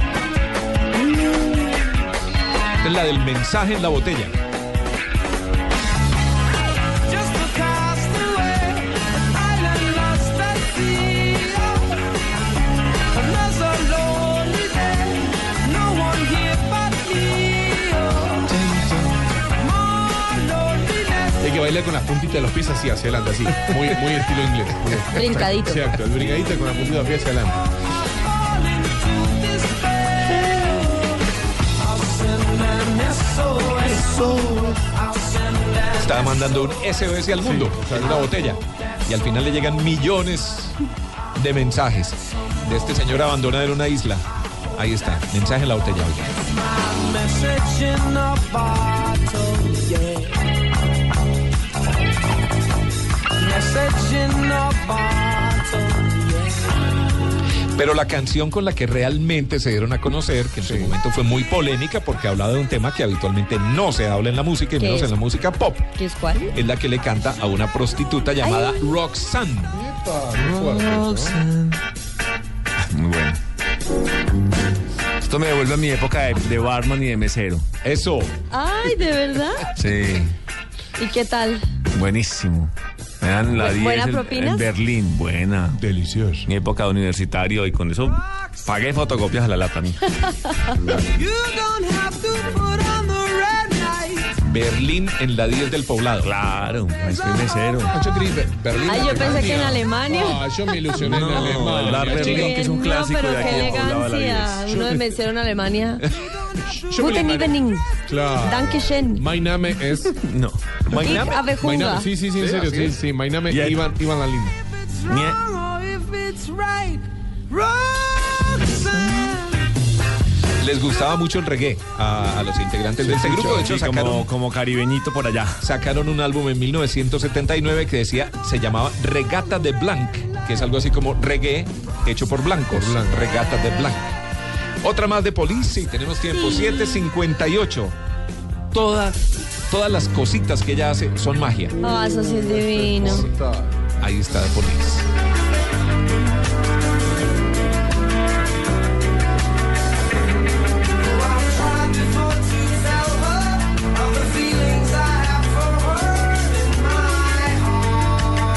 Es la del mensaje en la botella. Just a castaway, island lost at sea. Another lonely day, no one here but me. More loneliness. Hay que bailar con las puntitas de los pies así hacia adelante, así. Muy, muy estilo inglés. Muy- Brincadito. Exacto, el brincadito con la puntita de los pies hacia adelante. I'll send an SOS. I'll send an Está mandando un SOS al mundo en una botella. Y al final le llegan millones de mensajes de este señor abandonado en una isla. Ahí está, mensaje en la botella. oiga. message in a bottle, yeah. Message in a bottle, yeah. Pero la canción con la que realmente se dieron a conocer, que en su momento fue muy polémica porque hablaba de un tema que habitualmente no se habla en la música, y ¿Qué menos es? en la música pop, ¿Qué es cuál? es la que le canta a una prostituta llamada Roxanne. Muy bueno. Esto me devuelve a mi época de, de barman y de mesero. Eso. Ay, ¿de verdad? Sí, ¿Y qué tal? buenísimo. Me dan la Bu- 10 ¿buena en- propinas? en Berlín. Buena. Delicioso. Mi época de universitario y con eso pagué fotocopias a la lata. mija. You don't have to put on the red light. Berlín en la 10 del poblado. Claro, ahí soy mesero. yo creí Ber- Berlín. Ay, yo pensé que en Alemania. Ah, yo me ilusioné en No, Alemania. la Berlín, chico. que es un clásico no, pero de aquí qué de Poblado de la elegancia. Vida. Uno de mesero en Alemania. Yo me Guten lo imagino. Evening. Claro. Dankeschön. My name es. No. Ich name- habe my name- Hunger. Sí, sí, sí, en serio. así Sí, es. sí. My name Y es ahí- Iván, Iván Lalín. Nie- Wrong or if it's right. Roxanne. Les gustaba mucho el reggae a, a los integrantes de este grupo. De hecho, Sí, sacaron como, como caribeñito por allá. sacaron un álbum en 1979 que decía, se llamaba Regata de Blanc, que es algo así como reggae hecho por blancos. Regata de Blanc. Otra más de Police, sí, tenemos tiempo. 758. Todas, todas las cositas que ella hace son magia. Ah, eso sí es divino. Ahí está de Police. I've tried before to tell her all the feelings I have for her in my heart.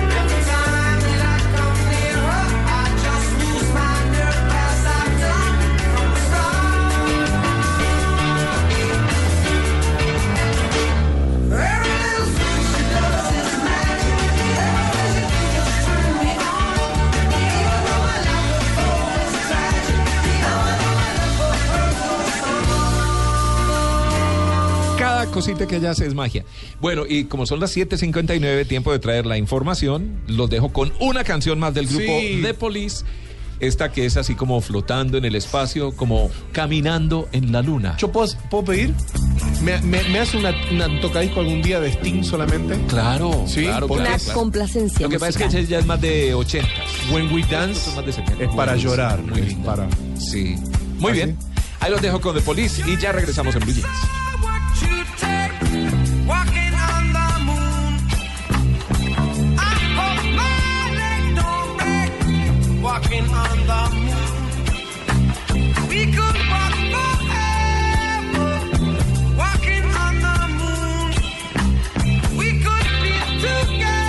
Every time that I come near her, I just lose my nerve as I've done from the start. Every little thing she does is magic. Everything she does turns me on. Even though my love before was tragic, now I know my love for her goes Cada cosita que ella hace es magia. Bueno, y como son las 7.59, tiempo de traer la información, los dejo con una canción más del grupo Sí. The Police. Esta que es así como flotando en el espacio, como caminando en la luna. ¿Yo puedo, puedo pedir? ¿Me, me, me hace una, una tocadisco algún día de Sting solamente? Claro, Sí, claro, porque- claro, Una claro. complacencia. Lo que pasa es que musical. ella ya es más de 80. When We Esto Dance es más de 70. es para Muy llorar. bien. es para... Sí. Muy ¿Ah, bien. sí? Ahí los dejo con The Police y ya regresamos en Blue Jeans. Walking on the moon. I hope my leg don't break. Walking on the moon. We could walk forever. Walking on the moon. We could be together.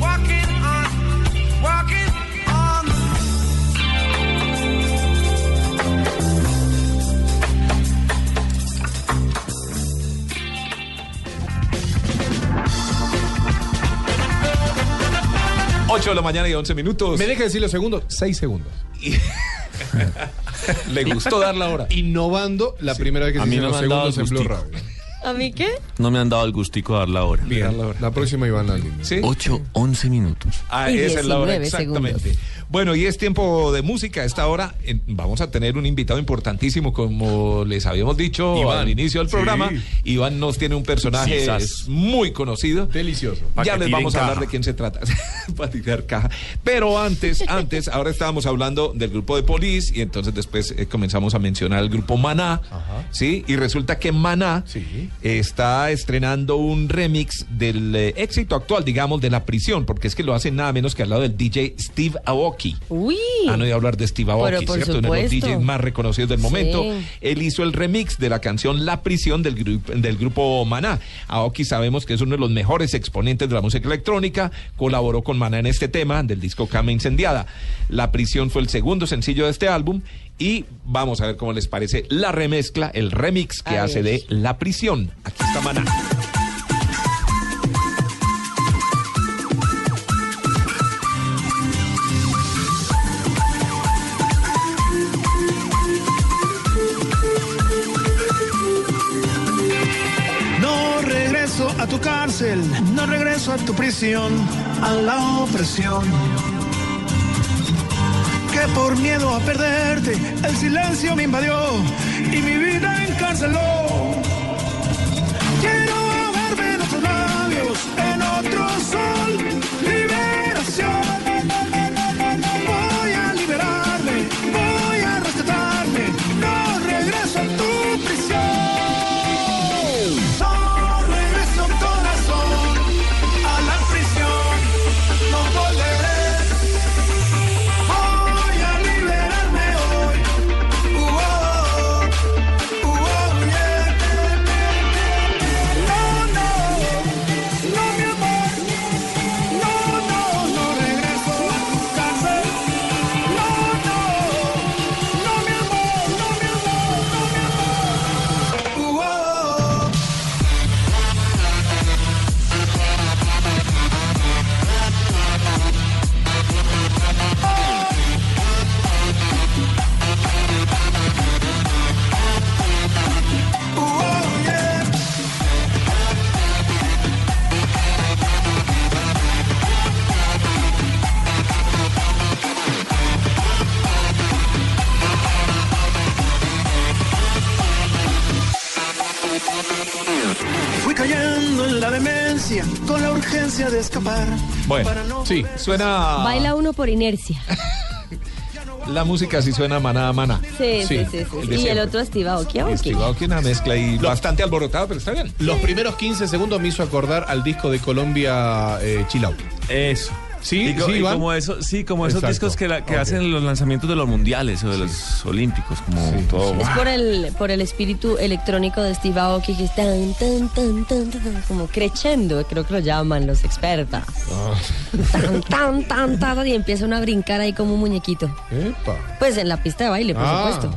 Walking on, walking on the Ocho de la mañana y 11 minutos. Me deja decir los segundos, 6 segundos. Le gustó dar la hora. Innovando la primera vez que A se mí hicieron no los me han dado segundos en Blue el Radio. ¿A mí qué? No me han dado el gustico de dar la hora. Bien, la próxima Iván Lalín. ¿Sí? 8, 11 minutos. Ah, Y esa es la hora, 19 exactamente. Bueno, y es tiempo de música. A esta hora eh, vamos a tener un invitado importantísimo, como les habíamos dicho Iván. al inicio del Sí. programa. Iván nos tiene un personaje Sisas. muy conocido. Delicioso. Pa' Ya que les tiren vamos a hablar caja. de quién se trata. Para tirar caja. Pero antes, antes, ahora estábamos hablando del grupo de Police y entonces después eh, comenzamos a mencionar el grupo Maná. ¿sí? Y resulta que Maná está estrenando un remix del eh, éxito actual, digamos, de La Prisión, porque es que lo hacen nada menos que al lado del DJ Steve Aoki. Ah, Uy. Han oído hablar de Steve Aoki, Pero por ¿cierto? Uno de los supuesto. DJs más reconocidos del momento. Sí. Él hizo el remix de la canción La Prisión del, grup- del grupo Maná. Aoki sabemos que es uno de los mejores exponentes de la música electrónica. Colaboró con Maná en este tema del disco Cama Incendiada. La Prisión fue el segundo sencillo de este álbum. Y vamos a ver cómo les parece la remezcla, el remix que A hace ver. de La Prisión. Aquí está Maná. No regreso a tu cárcel, no regreso a tu prisión, a la opresión. Que por miedo a perderte, el silencio me invadió y mi vida encarceló. Quiero ahogarme en otros labios, en otro sol, liberación. Voy a liberarme, voy a rescatarme, no regreso a tu prisión. No regreso corazón a la prisión, no volveré. Voy a liberarme hoy. Uh, oh, uh, oh, yeah. No, no, no, mi amor. No, no, no regreso a tu cárcel. No, no. Fui cayendo en la demencia con la urgencia de escapar. Bueno, sí, suena... Ah. Baila uno por inercia. La música sí suena maná a maná. Sí, sí, sí. sí. el de Y el siempre. otro es Steve Aoki. Steve Aoki, una mezcla y bastante alborotada, pero está bien. Los primeros 15 segundos me hizo acordar al disco de Colombia eh, Chill Out. Eso. Sí, Y co- sí, y Iván. como eso, sí, como esos Exacto. discos que, la- que Ok. hacen los lanzamientos de los mundiales o de los olímpicos, como todo. Es ¡guau! por el, por el espíritu electrónico de Steve Aoki que es tan, tan, tan, tan, tan, tan, como creciendo, creo que lo llaman los expertas. Tan, tan, tan, tan, tan, y empieza uno a brincar ahí como un muñequito. Epa. Pues en la pista de baile, por Ah. supuesto.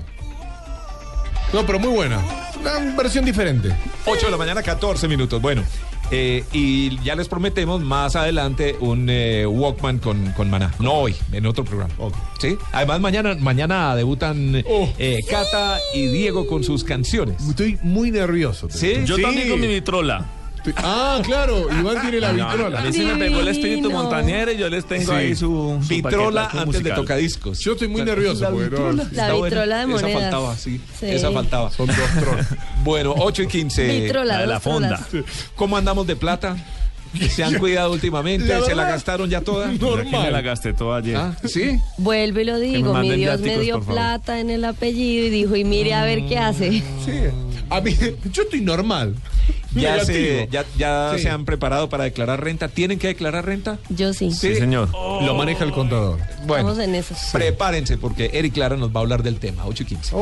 No, pero muy buena. Una versión diferente. 8 de la mañana, 14 minutos. Bueno, eh, y ya les prometemos más adelante un eh, Walkman con, con Maná. No hoy, en otro programa. ¿Sí? Además, mañana, mañana debutan eh, Cata y Diego con sus canciones. Oh. Estoy muy nervioso. ¿Sí? Yo Sí. también con mi vitrola. Ah, claro, Iván tiene la No, vitrola. a mí se me pegó el espíritu Divino. montañero y yo les tengo Sí. ahí su, su Vitrola paquetazo antes de musical. tocadiscos. Yo estoy muy nervioso, La porque no- vitrola. La Está buena. vitrola de monedas. Esa faltaba, sí. Sí. Esa faltaba. Son dos trolas. Bueno, 8 y 15. Vitrola, La de la dos fonda. ¿Cómo andamos de plata? Se han cuidado últimamente, La se la verdad, gastaron ya toda. normal. me la gasté toda ayer. Ah, ¿Sí? Vuelvo y lo digo, mi manden Dios me látigos, dio por favor. plata en el apellido y dijo, y mire a ver qué hace. Mm. A mí, yo estoy normal. Ya, Negativo. se, ya, ya Sí. se han preparado para declarar renta. ¿Tienen que declarar renta? Yo sí. señor. Oh. Lo maneja el contador. Bueno, Estamos en eso. prepárense porque Eric Clara nos va a hablar del tema. 8 y 15.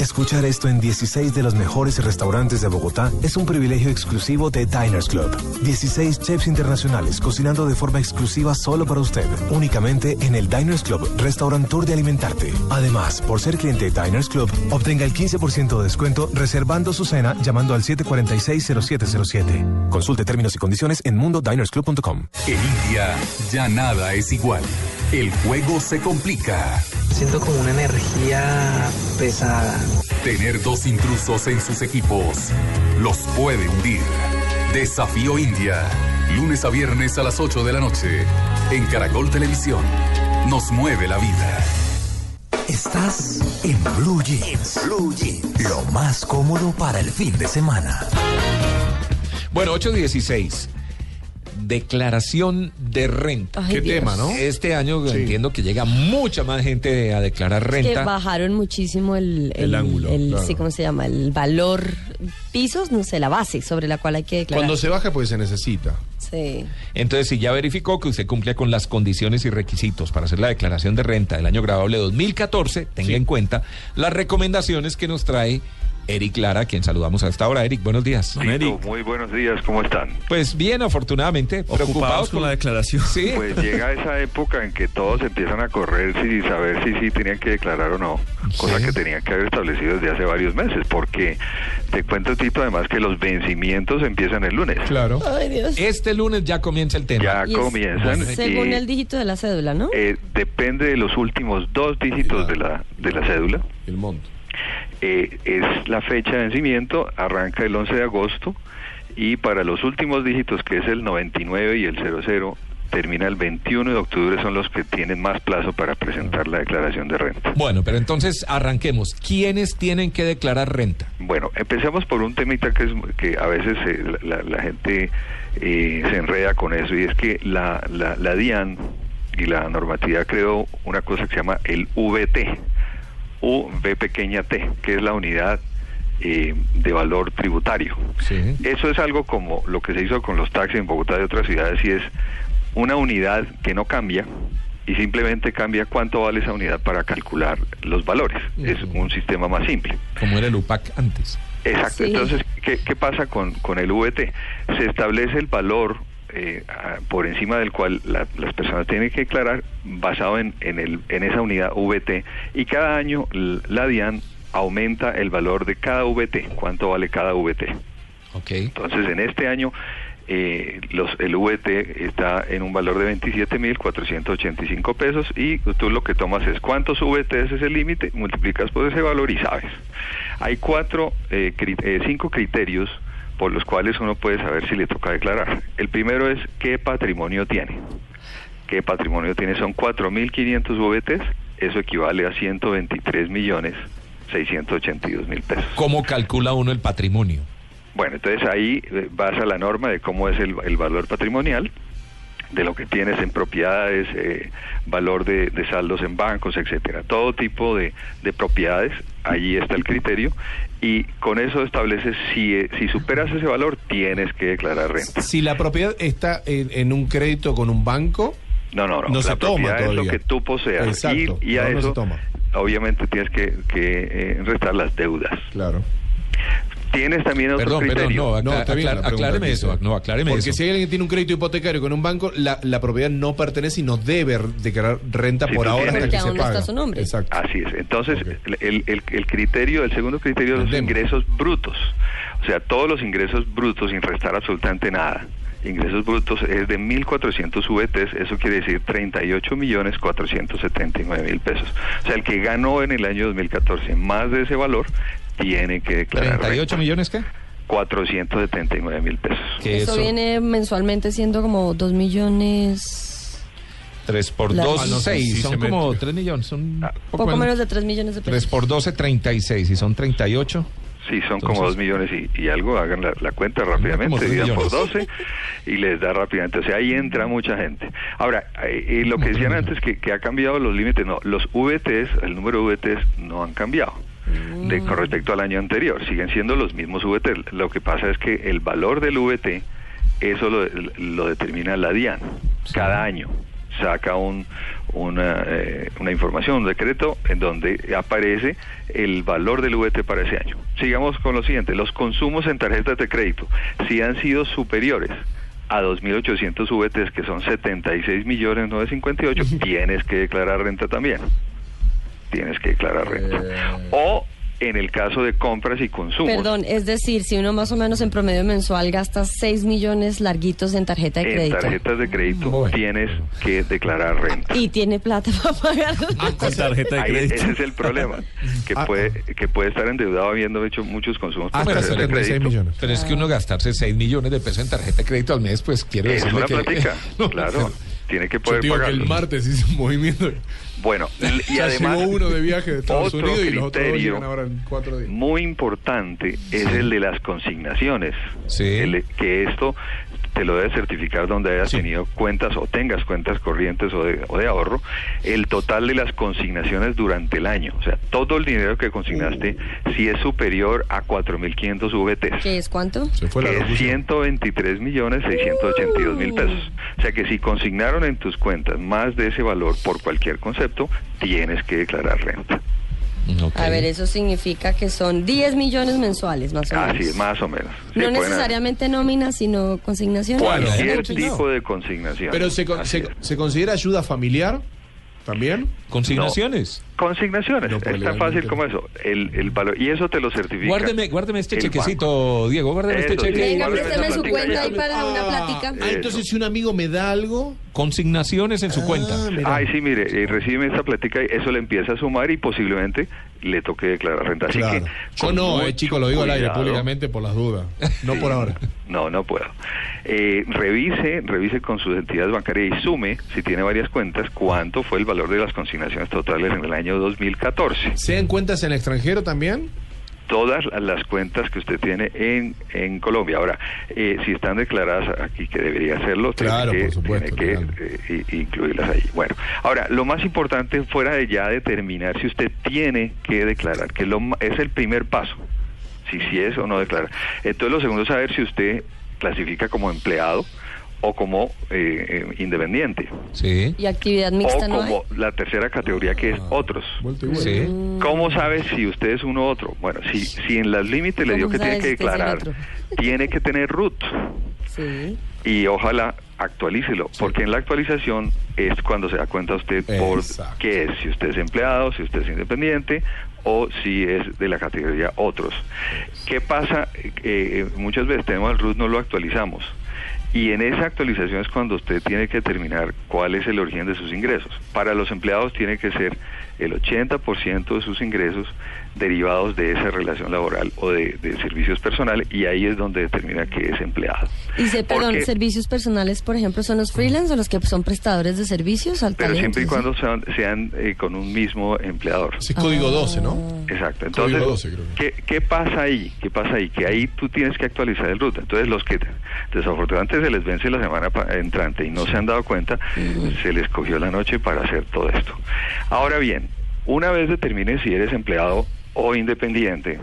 Escuchar esto en 16 de los mejores restaurantes de Bogotá es un privilegio exclusivo de Diners Club. 16 chefs internacionales cocinando de forma exclusiva solo para usted, únicamente en el Diners Club Restaurant Tour de Alimentarte. Además, por ser cliente de Diners Club, obtenga el 15% de descuento reservando su cena llamando al 746-0707. Consulte términos y condiciones en mundodinersclub.com. En India ya nada es igual. El juego se complica. Siento como una energía pesada. Tener dos intrusos en sus equipos los puede hundir. Desafío India. Lunes a viernes a las 8 de la noche. En Caracol Televisión. Nos mueve la vida. Estás en Blue Jeans. Blue Jeans. Lo más cómodo para el fin de semana. Bueno, 8.16. Declaración de renta. Ay, Qué Dios. tema, ¿no? Este año entiendo que llega mucha más gente a declarar Que renta. bajaron muchísimo el, El ángulo, el- claro. sí, ¿cómo se llama? El valor pisos, no sé, la base sobre la cual hay que declarar. se baja, pues se necesita. Sí. Entonces, si ya verificó que usted cumplía con las condiciones y requisitos para hacer la declaración de renta del año grabable 2014, tenga en cuenta las recomendaciones que nos trae Eric Lara, a quien saludamos hasta ahora. Eric, buenos días. Tito, Muy buenos días, ¿cómo están? Pues bien, afortunadamente, preocupados con la declaración. Sí. Pues llega esa época en que todos empiezan a correr sin saber si sí tenían que declarar o no, cosa que tenían que haber establecido desde hace varios meses, porque te cuento, Tito, además que los vencimientos empiezan el lunes. Claro. Ay, Dios. Este lunes ya comienza el tema. Ya Y es comienzan. Según y, el dígito de la cédula, ¿no? eh, depende de los últimos dos dígitos de la, de la cédula. El monto. Eh, es la fecha de vencimiento, arranca el 11 de agosto y para los últimos dígitos, que es el 99 y el 00, termina el 21 de octubre, son los que tienen más plazo para presentar la declaración de renta. Bueno, pero entonces arranquemos. ¿Quiénes tienen que declarar renta? Bueno, empecemos por un temita que, es, que a veces eh, la, la- la gente eh, se enreda con eso y es que la, la, la DIAN y la normatividad creó una cosa que se llama el VT o V pequeña T, que es la unidad eh, de valor tributario. Eso es algo como lo que se hizo con los taxis en Bogotá y otras ciudades y es una unidad que no cambia y simplemente cambia cuánto vale esa unidad para calcular los valores. Es un sistema más simple. Como era el UPAC antes. Exacto. Sí. Entonces, ¿qué, qué pasa con, con el VT? Se establece el valor eh, a- por encima del cual la- las personas tienen que declarar basado en, en, el, en esa unidad VT y cada año l- la DIAN aumenta el valor de cada VT, cuánto vale cada VT. Entonces, en este año eh, los, el VT está en un valor de 27.485 pesos y tú lo que tomas es cuántos VTs es el límite, multiplicas por ese valor y sabes. Hay cuatro, eh, cri- eh, cinco criterios por los cuales uno puede saber si le toca declarar. El primero es qué patrimonio tiene. ¿Qué patrimonio tiene? Son 4.500 VTs, eso equivale a 123 millones 682 mil pesos. ¿Cómo calcula uno el patrimonio? Bueno, entonces ahí eh, vas a la norma de cómo es el, el valor patrimonial, de lo que tienes en propiedades, eh, valor de, de saldos en bancos, etcétera. Todo tipo de, de propiedades, allí está el criterio, y con eso estableces si, eh, si superas ese valor, tienes que declarar renta. Si la propiedad está en, en un crédito con un banco, No, no, no. No la se toma propiedad es lo todavía. que tú poseas. Exacto, Y, y a no, no se eso, toma. obviamente, tienes que, que, eh, restar las deudas. Claro. Tienes también otro Perdón, perdón, criterio. no, acla- está bien la aclar- pregunta acláreme que eso, hice. no, acláreme Porque eso. si hay alguien que tiene un crédito hipotecario con un banco, la, la propiedad no pertenece y no debe declarar renta Si por tú ahora hasta tienes- que Porque se aún no paga. está su nombre. Exacto. Así es. Entonces, el, el- el criterio, el segundo criterio son los ingresos brutos. O sea, todos los ingresos brutos sin restar absolutamente nada. Ingresos brutos es de 1.400 VTs, eso quiere decir 38.479.000 pesos. O sea, el que ganó en el año 2014 más de ese valor tiene que declarar ¿38 millones qué? 479.000 pesos. Eso viene mensualmente siendo como dos millones 3 por Las- 2, Ah, no, sí, 6. sí, son se como 3 millones. Son Ah, Poco menos de 3 millones de 3 pesos. por 12, 36. Y son 38. Sí, son como 2 millones y, y algo, hagan la, la cuenta rápidamente, tres dividan por millones. 12 y les da rápidamente. O sea, ahí entra mucha gente. Ahora, eh, eh, lo que decían antes que, que ha cambiado los límites, no, los VTs, el número de VTs no han cambiado de, con respecto al año anterior, siguen siendo los mismos VT. Lo que pasa es que el valor del VT, eso lo, lo determina la DIAN cada año. Saca un, una, eh, una información, un decreto en donde aparece el valor del VT para ese año. Sigamos con lo siguiente, los consumos en tarjetas de crédito, si han sido superiores a 2.800 VTs, que son 76 millones 958, tienes que declarar renta también. Tienes que declarar renta. O en el caso de compras y consumos. Perdón, es decir, si uno más o menos en promedio mensual gasta 6 millones larguitos en tarjeta de En crédito. tarjetas de crédito tienes que declarar renta. Y tiene plata para pagar. Con tarjeta de crédito. Ese es el problema, que puede, que puede estar endeudado habiendo hecho muchos consumos por Ah, tarjeta de crédito. millones. Pero es que uno gastarse 6 millones de pesos en tarjeta de crédito al mes, pues quiere Es decirle una que. plática, claro. Tiene que Yo poder te digo que pagarlo. el martes hice un movimiento. Bueno, y Ya además... llegó uno de viaje de Estados otro Unidos y los otros dos criterio llegan ahora en cuatro días. muy importante es el de las consignaciones. El- que esto te lo debes certificar donde hayas tenido cuentas o tengas cuentas corrientes o de, o de ahorro, el total de las consignaciones durante el año. O sea, todo el dinero que consignaste, Uh. si es superior a 4.500 VTs. ¿Qué es cuánto? que es 123 Eh, millones 682 mil pesos. Mm. O sea que si consignaron en tus cuentas más de ese valor por cualquier concepto, tienes que declarar renta. A ver, eso significa que son 10 millones mensuales, más o Ah, menos. Así, más o menos. Sí, no pueden haber necesariamente nóminas, sino consignaciones. Cualquier tipo de consignación. Pero se, con- se- se considera ayuda familiar también. Consignaciones. Consignaciones. es tan legalmente fácil como eso. El, el valor, y eso te lo certifica. Guárdeme, guárdeme este el chequecito, Diego. Guárdeme este Eso, sí, cheque. Venga, guárdeme présteme esa su platica cuenta ahí ya. para una plática. Ah, entonces si un amigo me da algo, Consignaciones en su cuenta. Ay, sí, mire, eh, recibe esta plática y eso le empieza a sumar y posiblemente le toque declarar renta. Así Claro. que, yo con no, eh, mucho chico, lo digo al aire cuidado. públicamente por las dudas. No por ahora. No, no puedo. Eh, revise, revise con sus entidades bancarias y sume, si tiene varias cuentas, cuánto fue el valor de las consignaciones totales en el año 2014. ¿Sean cuentas en el extranjero también? todas la- las cuentas que usted tiene en, en Colombia. Ahora, eh, si están declaradas aquí, que debería hacerlo, Claro, tiene que, por supuesto, tiene que, eh, i- incluirlas ahí. Bueno, ahora, lo más importante fuera de ya determinar si usted tiene que declarar, que es lo, ma- es el primer paso, si sí es o no declarar. Entonces, lo segundo es saber si usted clasifica como empleado o como eh, eh, independiente. Sí. Y actividad O mixta no hay. como la tercera categoría que es otros. Sí. ¿Cómo sabe si usted es uno u otro? Bueno, si, si en las límites le dio ¿Cómo que tiene sabes que si usted es el declarar, otro? tiene que tener RUT Sí. y ojalá actualícelo, porque en la actualización es cuando se da cuenta usted por qué es, si usted es empleado, si usted es independiente o si es de la categoría otros. ¿Qué pasa? Eh, muchas veces tenemos el RUT, no lo actualizamos. Y en esa actualización es cuando usted tiene que determinar cuál es el origen de sus ingresos. Para los empleados tiene que ser el 80% de sus ingresos derivados de esa relación laboral o de, de servicios personales y ahí es donde determina que es empleado. Y se, ¿Por perdón, qué? servicios personales, por ejemplo, son los freelance o los que son prestadores de servicios al Pero talento, siempre y ¿sí? cuando sean, sean, eh, con un mismo empleador. Es código 12, ¿no? Exacto. Código Entonces, 12 creo ¿qué, qué pasa ahí? ¿Qué pasa ahí? Que ahí tú tienes que actualizar el ruta. Entonces, los que desafortunadamente se les vence la semana pa- entrante y no se han dado cuenta, se les cogió la noche para hacer todo esto. Ahora bien, una vez determines si eres empleado o independiente,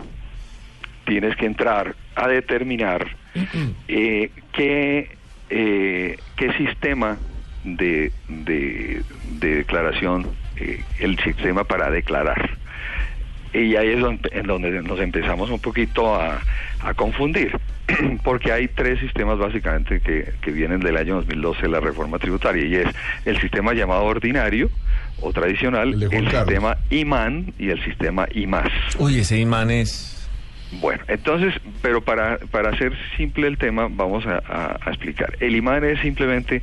tienes que entrar a determinar eh, qué, eh, qué sistema de, de- de declaración, eh, el sistema para declarar. Y ahí es donde, en donde nos empezamos un poquito a, a confundir, porque hay tres sistemas básicamente que, que vienen del año 2012 de la reforma tributaria, y es el sistema llamado ordinario o tradicional, el, sistema IMAN y el sistema IMAS. Uy, ese imán es. Bueno, entonces, pero para, para hacer simple el tema, vamos a, a- a explicar. El imán es simplemente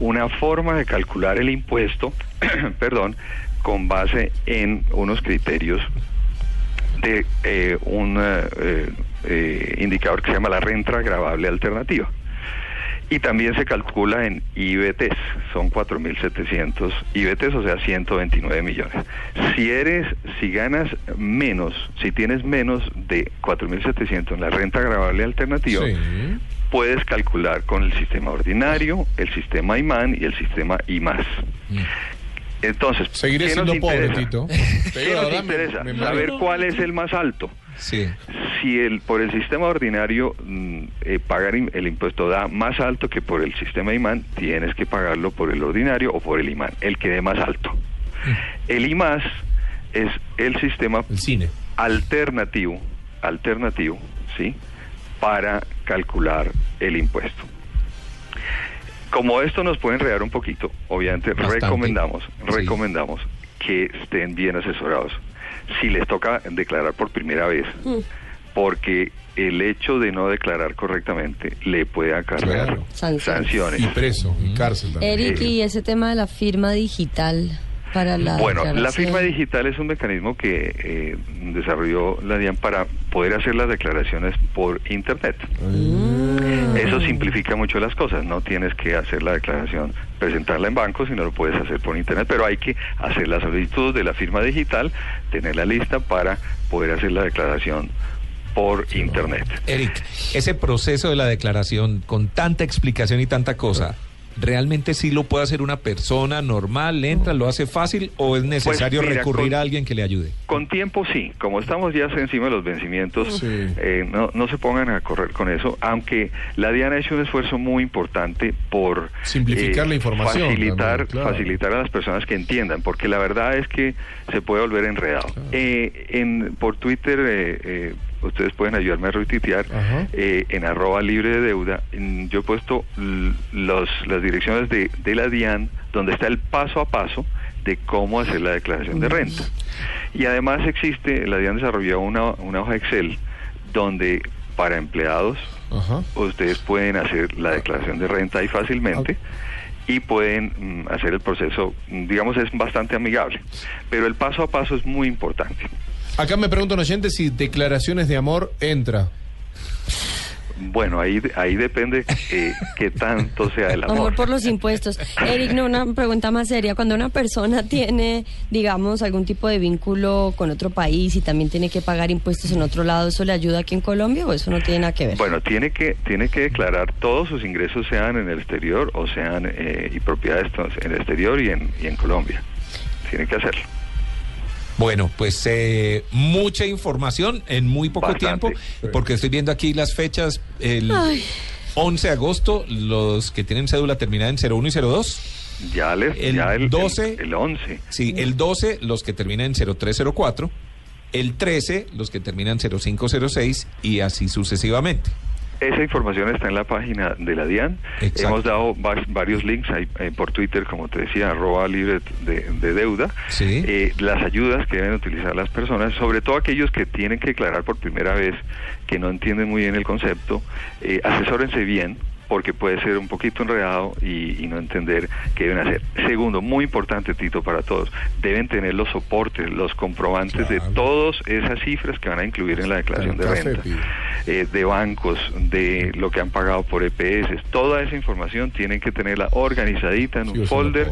una forma de calcular el impuesto, perdón, con base en unos criterios de eh, un eh, eh, eh, indicador que se llama la renta grabable alternativa. y también se calcula en IBTs, son 4.700 IBTs, o sea, 129 millones. Si eres, si ganas menos, si tienes menos de 4.700 en la renta grabable alternativa, puedes calcular con el sistema ordinario, el sistema IMAN y el sistema IMAS. Entonces, Mm. Seguiré ¿qué nos siendo pobre, interesa? Tito. Te ¿Qué digo la nos verdad, me- interesa? me Saber mareo. cuál es el más alto. Sí. Si el, por el sistema ordinario mm, eh, pagar im- el impuesto da más alto que por el sistema imán, tienes que pagarlo por el ordinario o por el imán, el que dé más alto. Mm. El IMAS es el sistema alternativo, alternativo, ¿sí? Para calcular el impuesto. Como esto nos puede enredar un poquito, obviamente Bastante. recomendamos, Sí. recomendamos que estén bien asesorados. Si les toca declarar por primera vez, porque el hecho de no declarar correctamente le puede acarrear sanciones. Y preso, y cárcel también. Eric, y ese tema de la firma digital para la. Bueno, la declaración. firma digital es un mecanismo que eh, desarrolló la DIAN para poder hacer las declaraciones por Internet. Mm. Eso simplifica mucho las cosas, no tienes que hacer la declaración, presentarla en banco, sino lo puedes hacer por Internet, pero hay que hacer la solicitud de la firma digital, tenerla lista para poder hacer la declaración por Internet. Eric, ese proceso de la declaración con tanta explicación y tanta cosa, ¿realmente sí lo puede hacer una persona normal? ¿Entra, lo hace fácil o es necesario Pues mira, recurrir con- a alguien que le ayude? Con tiempo sí, como estamos ya encima de los vencimientos, eh, no, no se pongan a correr con eso, aunque la DIAN ha hecho un esfuerzo muy importante por eh, Simplificar la información facilitar, también, claro. facilitar a las personas que entiendan, porque la verdad es que se puede volver enredado. Eh, en, por Twitter, eh, eh, ustedes pueden ayudarme a retuitear, eh, en arroba libre de deuda, en- yo he puesto l- los, las direcciones de, de la DIAN, donde está el paso a paso de cómo hacer la declaración de renta. Y además existe, la DIAN desarrolló una, una hoja Excel donde para empleados ustedes pueden hacer la declaración de renta ahí fácilmente y pueden mm, hacer el proceso, mm, digamos, es bastante amigable. Pero el paso a paso es muy importante. Acá me pregunta un oyente si declaraciones de amor entra. Bueno, ahí, ahí depende eh, qué tanto sea el amor. Amor por los impuestos. Eric, no, una pregunta más seria. Cuando una persona tiene, digamos, algún tipo de vínculo con otro país y también tiene que pagar impuestos en otro lado, ¿eso le ayuda aquí en Colombia o eso no tiene nada que ver? Bueno, tiene que tiene que declarar todos sus ingresos sean en el exterior o sean eh, y propiedades entonces, en el exterior y en, y en Colombia. Tiene que hacerlo. Bueno, pues eh, mucha información en muy poco tiempo, porque estoy viendo aquí las fechas, el Ay. 11 de agosto, los que tienen cédula terminada en 01 y 02. Ya les, el ya el- el- 12, el 11. Sí, el 12, los que terminan en 0304, el 13, los que terminan en 0506 y así sucesivamente. Esa información está en la página de la DIAN. Exacto. Hemos dado va- varios links ahí, eh, por Twitter, como te decía, arroba libre de, de deuda. Eh, las ayudas que deben utilizar las personas, sobre todo aquellos que tienen que declarar por primera vez, que no entienden muy bien el concepto, eh, asesórense bien porque puede ser un poquito enredado y, y no entender qué deben hacer. Segundo, muy importante, Tito, para todos, deben tener los soportes, los comprobantes de todas esas cifras que van a incluir Pues, en la declaración de renta eh, de bancos, de lo que han pagado por EPS, toda esa información tienen que tenerla organizadita en un folder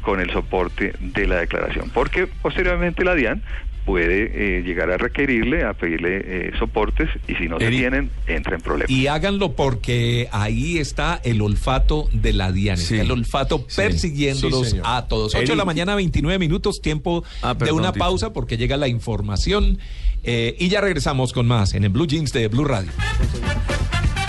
con el soporte de la declaración, porque posteriormente la DIAN puede eh, llegar a requerirle, a pedirle eh, soportes y si no se tienen, entra en problemas. Y háganlo porque ahí está el olfato de la Diana, está el olfato persiguiéndolos Sí, señor. a todos. 8 de la Eric. Ah, mañana, 29 minutos, tiempo de perdón, una Tito. pausa porque llega la información eh, y ya regresamos con más en el Blue Jeans de Blue Radio.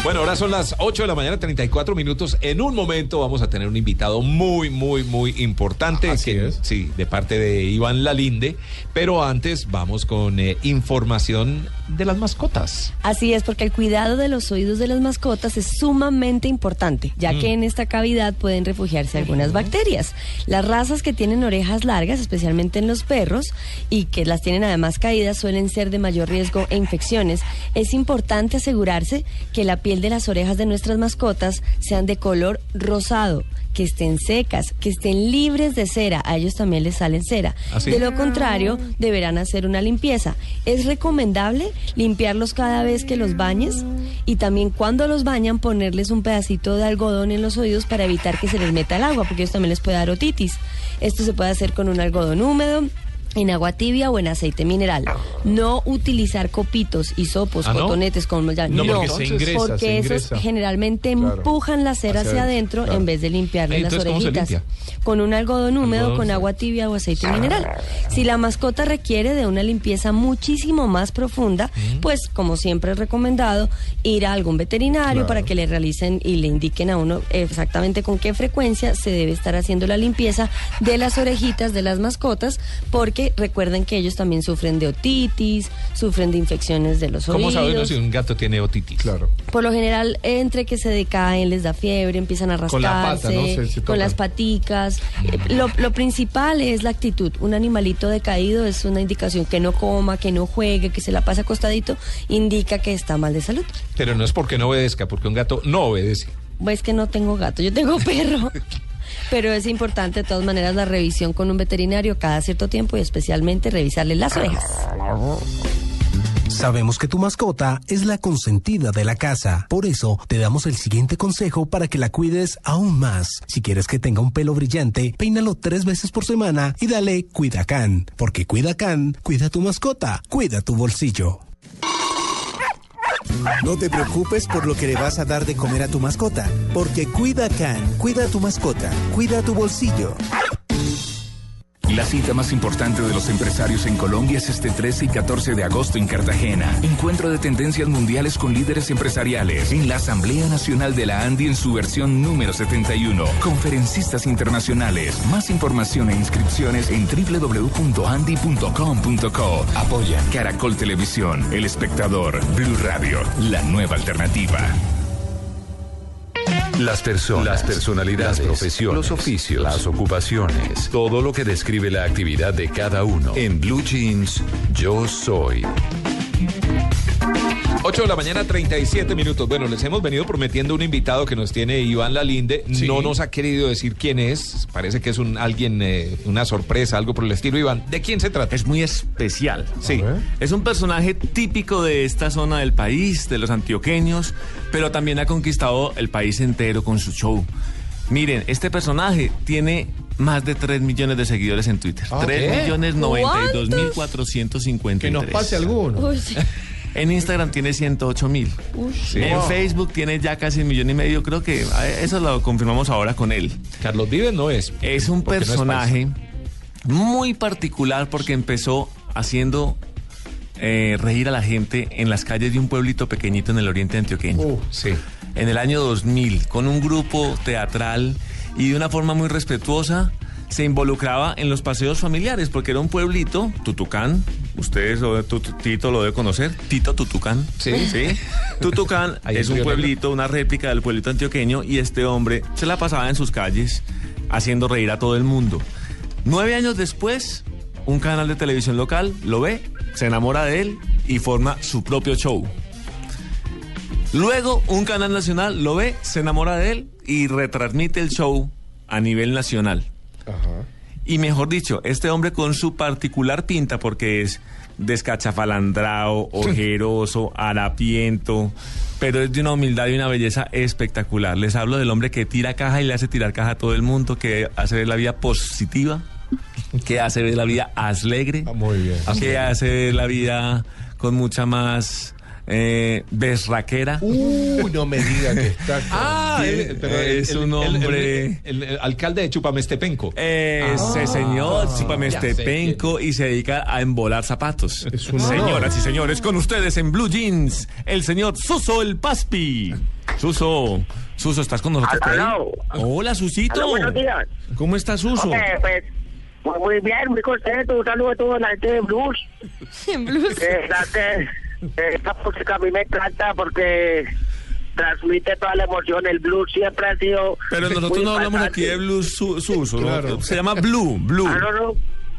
Bueno, ahora son las 8 de la mañana, 34 minutos. En un momento vamos a tener un invitado muy, muy, muy importante. que- Sí, de parte de Iván Lalinde. Pero antes vamos con eh, información de las mascotas. Así es, porque el cuidado de los oídos de las mascotas es sumamente importante, ya que en esta cavidad pueden refugiarse algunas bacterias. Las razas que tienen orejas largas, especialmente en los perros, y que las tienen además caídas, suelen ser de mayor riesgo e infecciones. Es importante asegurarse que la piel de las orejas de nuestras mascotas sean de color rosado que estén secas, que estén libres de cera, a ellos también les salen cera. ¿Ah, sí? De lo contrario, deberán hacer una limpieza. Es recomendable limpiarlos cada vez que los bañes y también cuando los bañan ponerles un pedacito de algodón en los oídos para evitar que se les meta el agua, porque eso también les puede dar otitis. Esto se puede hacer con un algodón húmedo. En agua tibia o en aceite mineral. No utilizar copitos, hisopos, ¿Ah, no? cotonetes, como lo llaman. No, porque se ingresa, se porque esos ingresa. generalmente Claro. empujan la cera Hacia hacia adentro, adentro claro. en vez de limpiarle Eh, las entonces, ¿cómo se orejitas. limpia? Con un algodón húmedo, Algodón, con sí. agua tibia o aceite mineral. Si la mascota requiere de una limpieza muchísimo más profunda, pues como siempre es recomendado, ir a algún veterinario Claro. para que le realicen y le indiquen a uno exactamente con qué frecuencia se debe estar haciendo la limpieza de las orejitas de las mascotas, porque recuerden que ellos también sufren de otitis, sufren de infecciones de los ¿Cómo oídos. sabe uno si un gato tiene otitis? Claro. Por lo general, entre que se decaen, les da fiebre, empiezan a rascarse, Con la pata, ¿no? Se- se con tocan. las paticas. Eh, Lo, lo principal es la actitud. Un animalito decaído es una indicación que no coma, que no juegue, que se la pase acostadito, indica que está mal de salud. Pero no es porque no obedezca, porque un gato no obedece. Pues que no tengo gato, yo tengo perro. Pero es importante de todas maneras la revisión con un veterinario cada cierto tiempo y especialmente revisarle las orejas. Sabemos que tu mascota es la consentida de la casa. Por eso te damos el siguiente consejo para que la cuides aún más. Si quieres que tenga un pelo brillante, peínalo tres veces por semana y dale Cuidacán. Porque Cuidacán cuida tu mascota, cuida tu bolsillo. No te preocupes por lo que le vas a dar de comer a tu mascota, porque Cuida Can, cuida a tu mascota, cuida tu bolsillo. La cita más importante de los empresarios en Colombia es este 13 y 14 de agosto en Cartagena. Encuentro de tendencias mundiales con líderes empresariales en la Asamblea Nacional de la ANDI en su versión número 71. Conferencistas internacionales. Más información e inscripciones en www.andi.com.co. Apoya Caracol Televisión, El Espectador, Blue Radio, la nueva alternativa. Las personas, las personalidades, las profesiones, los oficios, las ocupaciones, todo lo que describe la actividad de cada uno. En Blue Jeans, yo soy. 8 de la mañana, 37 minutos. Bueno, les hemos venido prometiendo un invitado que nos tiene Iván Lalinde. No nos ha querido decir quién es. Parece que es un alguien, eh, una sorpresa, algo por el estilo. Iván, ¿de quién se trata? Es muy especial. Sí. Es un personaje típico de esta zona del país, de los antioqueños, pero también ha conquistado el país entero con su show. Miren, este personaje tiene más de 3 millones de seguidores en Twitter. Ah, ¿qué? 3 millones 92 mil 453. Que nos pase alguno. En Instagram tiene 108 mil. En Wow. Facebook tiene ya casi un millón y medio. Creo que a- eso lo confirmamos ahora con él. Carlos Vives no es. Es un porque no es personaje muy particular porque empezó haciendo eh, reír a la gente en las calles de un pueblito pequeñito en el oriente antioqueño. Uh, sí. En el año 2000, con un grupo teatral y de una forma muy respetuosa, se involucraba en los paseos familiares porque era un pueblito, Tutucán. Ustedes, lo de Tut- Tito lo debe conocer, Tito Tutucán. Sí. Tutucán Ahí es en Río un Negro. pueblito, una réplica del pueblito antioqueño y este hombre se la pasaba en sus calles haciendo reír a todo el mundo. Nueve años después, un canal de televisión local lo ve, se enamora de él y forma su propio show. Luego, un canal nacional lo ve, se enamora de él y retransmite el show a nivel nacional. Y mejor dicho, este hombre con su particular pinta, porque es descachafalandrao, ojeroso, harapiento, pero es de una humildad y una belleza espectacular. Les hablo del hombre que tira caja y le hace tirar caja a todo el mundo, que hace ver la vida positiva, que hace ver la vida alegre, Ah, que hace ver la vida con mucha más eh, berraquera. Uh, no me diga que está. con- Tiene- él- pero eh, es un el- el- hombre- El, el alcalde de Chupamestepenco. Ese Ah. señor, Ya sé quién. Chupamestepenco, y se dedica a embolar zapatos. honor. Señoras y señores, con ustedes en Blue Jeans, el señor Suso el Paspi. Suso, Suso, ¿estás con nosotros? por ahí? Aló. Hola, Susito. Aló, buenos días. ¿Cómo estás, Suso? Ok, pues, muy, muy bien, muy contento. Un saludo a toda la gente de Blues. En Blues. De verdad que eh, esta música a mí me encanta porque transmite toda la emoción. El blues siempre ha sido. Pero nosotros muy no hablamos impactante. aquí de blues, Su- Suso. ¿no? Se llama Blue, Blue. Ah, no, no.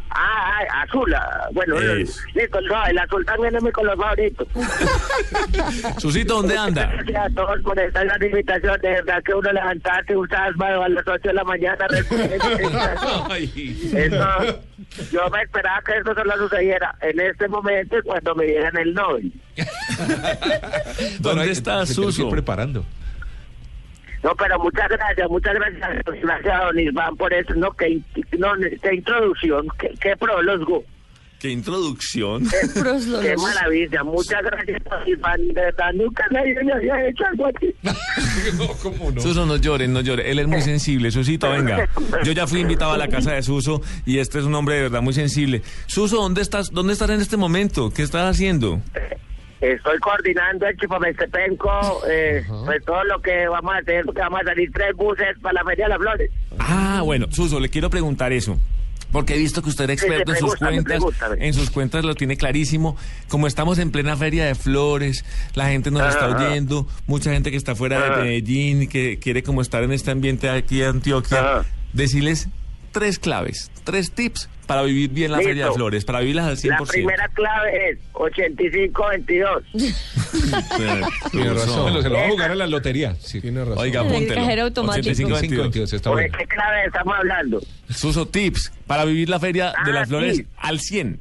Ah, ah, azul. ah, Bueno, Eso. listo, no, el azul también es mi color favorito. Susito, ¿dónde anda? Gracias a todos por esta gran invitación. De verdad que uno levantarse un sábado a las 8 de la mañana. Eso, yo me esperaba que eso solo sucediera en este momento y cuando me dieran el Nobel. ¿Dónde está Suso? preparando. No, pero muchas gracias, muchas gracias, gracias a don Isván por eso, no, que, no, qué introducción, qué, qué prólogo. Qué introducción. Qué maravilla, muchas gracias, don Isván, de verdad, nunca nadie me había hecho algo así. Suso, no llore, no llore. Él es Eh. muy sensible. Susito, venga. Yo ya fui invitado a la casa de Suso y este es un hombre de verdad muy sensible. Suso, ¿dónde estás, dónde estás en este momento? ¿Qué estás haciendo? Estoy coordinando el Chupamestepenco, eh, pues todo lo que vamos a hacer, porque vamos a salir tres buses para la Feria de las Flores. Ah, bueno, Suso, le quiero preguntar eso. Porque he visto que usted era Sí, sí, experto en sus pregúntame, cuentas. pregúntame. En sus cuentas lo tiene clarísimo. Como estamos en plena feria de flores, la gente nos está Ajá. oyendo, mucha gente que está fuera Ajá. de Medellín, que quiere como estar en este ambiente aquí de Antioquia. Decirles tres claves, tres tips para vivir bien la Listo. feria de flores, para vivirlas al 100%. La primera clave es 8522. Tiene razón. Bueno, se lo va a jugar a la lotería. Tiene razón. Oiga, En el apúntelo. cajero automático. 85-22, está ¿Por bueno. qué clave estamos hablando? Suso tips para vivir la feria de Ah, las flores sí. al 100.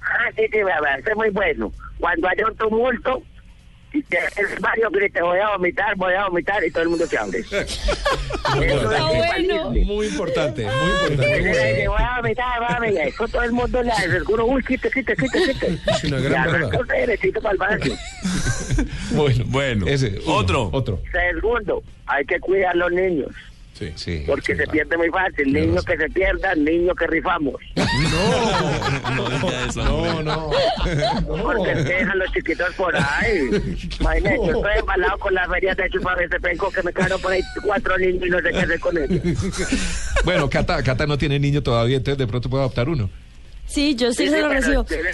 Ah, sí, sí, me parece muy bueno. Cuando haya un tumulto, y te el barrio grite, voy a vomitar, voy a vomitar, y todo el mundo se abre. Eso es infalible. Muy importante, muy Ese importante. de que Voy a vomitar, voy a vomitar, eso todo el mundo le hace, seguro, uy, quite, quite, quite, quite. Es una gran Y arranca verdad. un regresito para el barrio. Bueno, bueno. otro. Otro. Segundo, hay que cuidar a los niños. Sí, sí. Porque se pierde muy fácil. Niños que se pierdan, niños que rifamos. No, diga eso, hombre. Porque dejan los chiquitos por ahí. Imagínate, yo estoy embalado con las ferias de chupar ese penco que me quedaron por ahí cuatro niños y no sé qué hacer con ellos. Bueno, Cata, Cata no tiene niño todavía, entonces de pronto puede adoptar uno. Sí, yo sí, se lo pero- recibo. pero-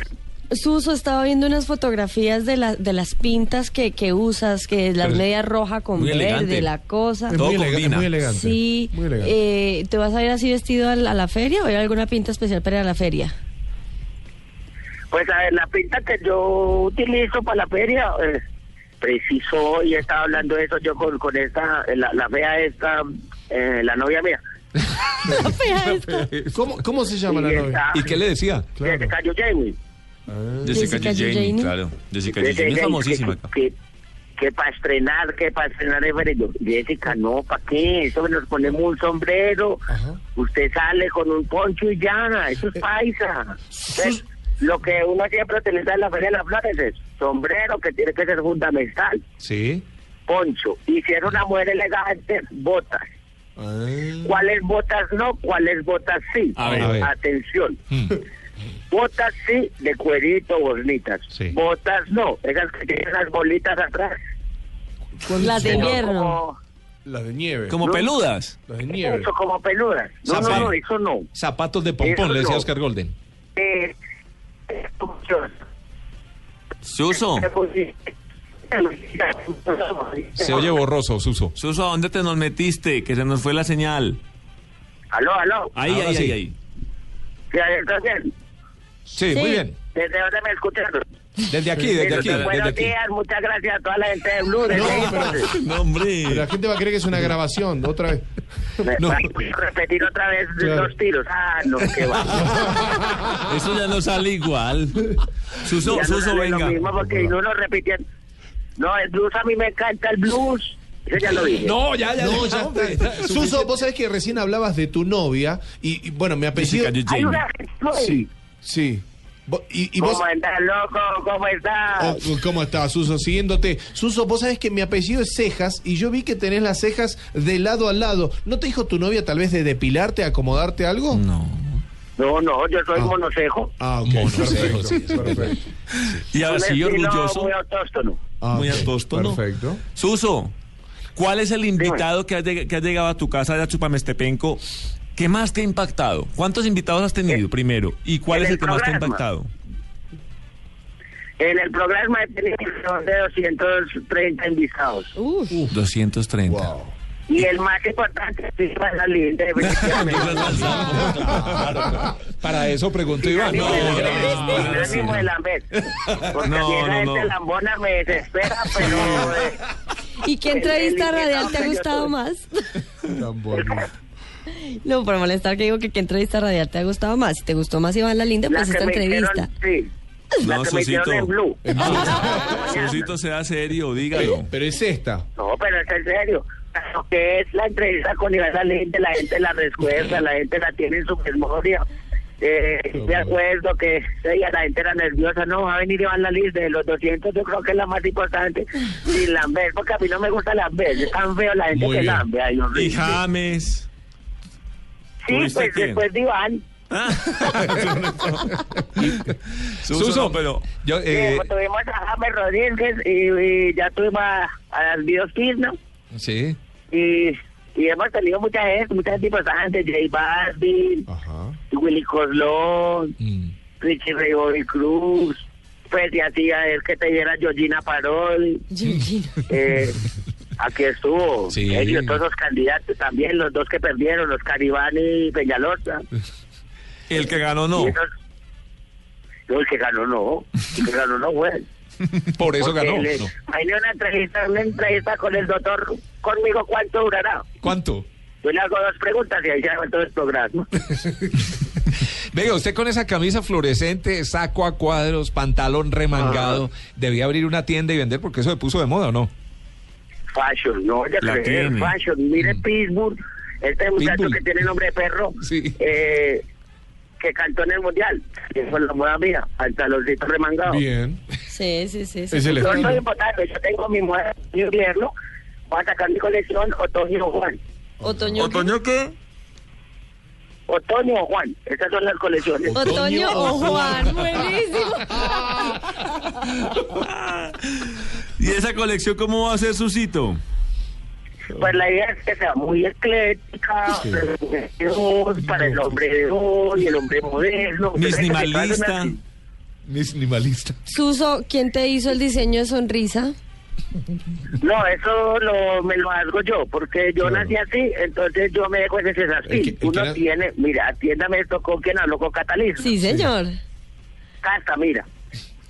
Suso, estaba viendo unas fotografías de, la- de las pintas que, que usas, que la Pero es media roja con muy verde, elegante. la cosa. Es Todo muy elegante, combina. muy elegante. Sí. Muy elegante. eh, ¿Te vas a ir así vestido a la, a la feria o hay alguna pinta especial para ir a la feria? Pues a ver, la pinta que yo utilizo para la feria, eh, preciso hoy estaba hablando de eso yo con, con esta, eh, la, la fea esta, eh, la novia mía. ¿Cómo, cómo se llama la novia? ¿Y qué le decía? Se cayó Jamie. Jessica Jessica Jane, Jane. claro. Jessica Ah. Jessica Jane es Jane, famosísima. Que, que para estrenar, que para estrenar es feria. Yo, Jessica, no, ¿para qué? Eso nos ponemos un sombrero, usted sale con un poncho y ya, eso es paisa. Entonces, lo que uno siempre utiliza en la Feria de las Flores es sombrero, que tiene que ser fundamental, Sí. poncho. Y si es una mujer elegante, botas. ¿Cuáles botas no? ¿Cuáles botas sí? A ver, a ver. Atención. Hmm. Botas sí de cuerito, bonitas. Botas no, esas que tienen las bolitas atrás. Las de Pero invierno. Las de nieve. Como No. peludas. Las de Como, nieve. eso, como peludas. No, no, Zapato. no, eso no. Zapatos de pompón, Eso le decía no. Oscar Golden. Eh, Suso, eh, pues, Se oye borroso, Suso. Suso, ¿a dónde te nos metiste? Que se nos fue la señal. Aló, aló. Ahí, ahí, ahí, ahí. ¿Ya está bien? Sí, muy bien. eh, ¿Desde dónde me escucharon? Desde aquí, desde Listo, aquí, Buenos desde aquí. días, muchas gracias a toda la gente de Blue. No, desde ahí, pero- entonces. No, hombre. Pero la gente va a creer que es una grabación, otra vez. Va a repetir otra vez Claro. los tiros. Ah, no, qué va. Eso ya no sale igual. Suso, Ya no Suso, sale venga. Lo mismo porque no lo repetían. No, el blues a mí me encanta el blues. Eso ya lo dije. No, ya está. Suso, vos sabés que recién hablabas de tu novia y, y, bueno, mi apellido. Jessica Hay una que soy. Sí, sí. Vo- Y, y vos, ¿Cómo estás, loco? ¿Cómo estás? Oh, ¿Cómo estás, Suso? Siguiéndote. Suso, vos sabés que mi apellido es Cejas y yo vi que tenés las cejas de lado a lado. ¿No te dijo tu novia tal vez de depilarte, acomodarte algo? No. No, no, yo soy monocejo. Ah, ok. Perfecto. perfecto. Y ahora Un sí, estilo orgulloso. Muy autóctono. Ah, Muy ok. autóctono. Perfecto. Suso, ¿cuál es el invitado que ha, lleg- que ha llegado a tu casa de Achupamestepenco que más te ha impactado? ¿Cuántos invitados has tenido primero? ¿Y cuál Eh, en es el el que más te ha programa. impactado? En el programa he tenido alrededor de 230 invitados. 230. Y el más importante es la linda, Para eso preguntó Iván. No, no, no, ánimo de Lambert. Porque No, si no, esa no. gente lambona me desespera, pero... eh, ¿Y qué el- entrevista el radial te ha invitado gustado soy yo. más? No, por molestar que digo que qué entrevista radial te ha gustado más. Si te gustó más Iván La Linda, La pues que esta me entrevista. hicieron, sí. La No, que me hicieron Susito. en Blue. Susito, sea serio, dígalo. Pero es esta. No, pero es en serio. Lo que es la entrevista con Iván la gente, la gente la recuerda, la gente la tiene en su memoria. Eh, de acuerdo que ella, la gente era nerviosa, no, va a venir Iván Lalín, de los 200 yo creo que es la más importante, y Lambert, porque a mí no me gusta Lambert, es tan feo la gente Muy que bien. Lambert, ay, Y horrible. James. Sí, ¿Tuviste pues quién? Ah. después de Iván, Suso, no, pero. Yo, eh, tuvimos a James Rodríguez y, y ya tuvimos a, a Alvido Kirno, Sí. y, y hemos tenido mucha gente, mucha gente importante, J Balvin, Willy Coslón, Mm. Richie Ray Bobby Cruz, pues y así a ver que te diera Georgina Parol, eh, aquí estuvo, Eh, Sí. ellos todos los candidatos también, los dos que perdieron, los Caribán y Peñalosa, El que ganó no. y esos, no, el que ganó no, el que ganó no fue. él. Por eso Porque ganó. le- No. Ahí le una entrevista, una entrevista con el doctor, conmigo cuánto durará. ¿Cuánto? Yo le hago dos preguntas y ahí se hago todo el programa. Venga, usted con esa camisa fluorescente, saco a cuadros, pantalón remangado, Ah. debía abrir una tienda y vender porque eso se puso de moda o no. Fashion, no, ya La creer, tiene. Mm. Fashion. Mire Pittsburgh, este muchacho Pitbull. que tiene nombre de perro, eh, que cantó en el Mundial, que fue la moda mía, pantaloncito remangado. Bien. Sí, sí, sí. sí. Yo soy importante, yo tengo mi moda de invierno, voy a sacar mi colección Otoño Juan. Otoño. ¿Otoño qué? Otoño o Juan, esas son las colecciones. Otoño o Juan, buenísimo. ¿Y esa colección cómo va a ser, Susito? Pues la idea es que sea muy ecléctica, para el hombre de hoy, para pues, el hombre de hoy, el hombre moderno. Minimalista. Mis animalista. Suso, ¿quién te hizo el diseño de sonrisa? No, eso lo, me lo hago yo, porque yo nací así, entonces yo me dejo ese Es sensación. que- es Uno que era- tiene, mira, atiéndame esto con quien habló con Catalina. Sí, señor. Casta, mira,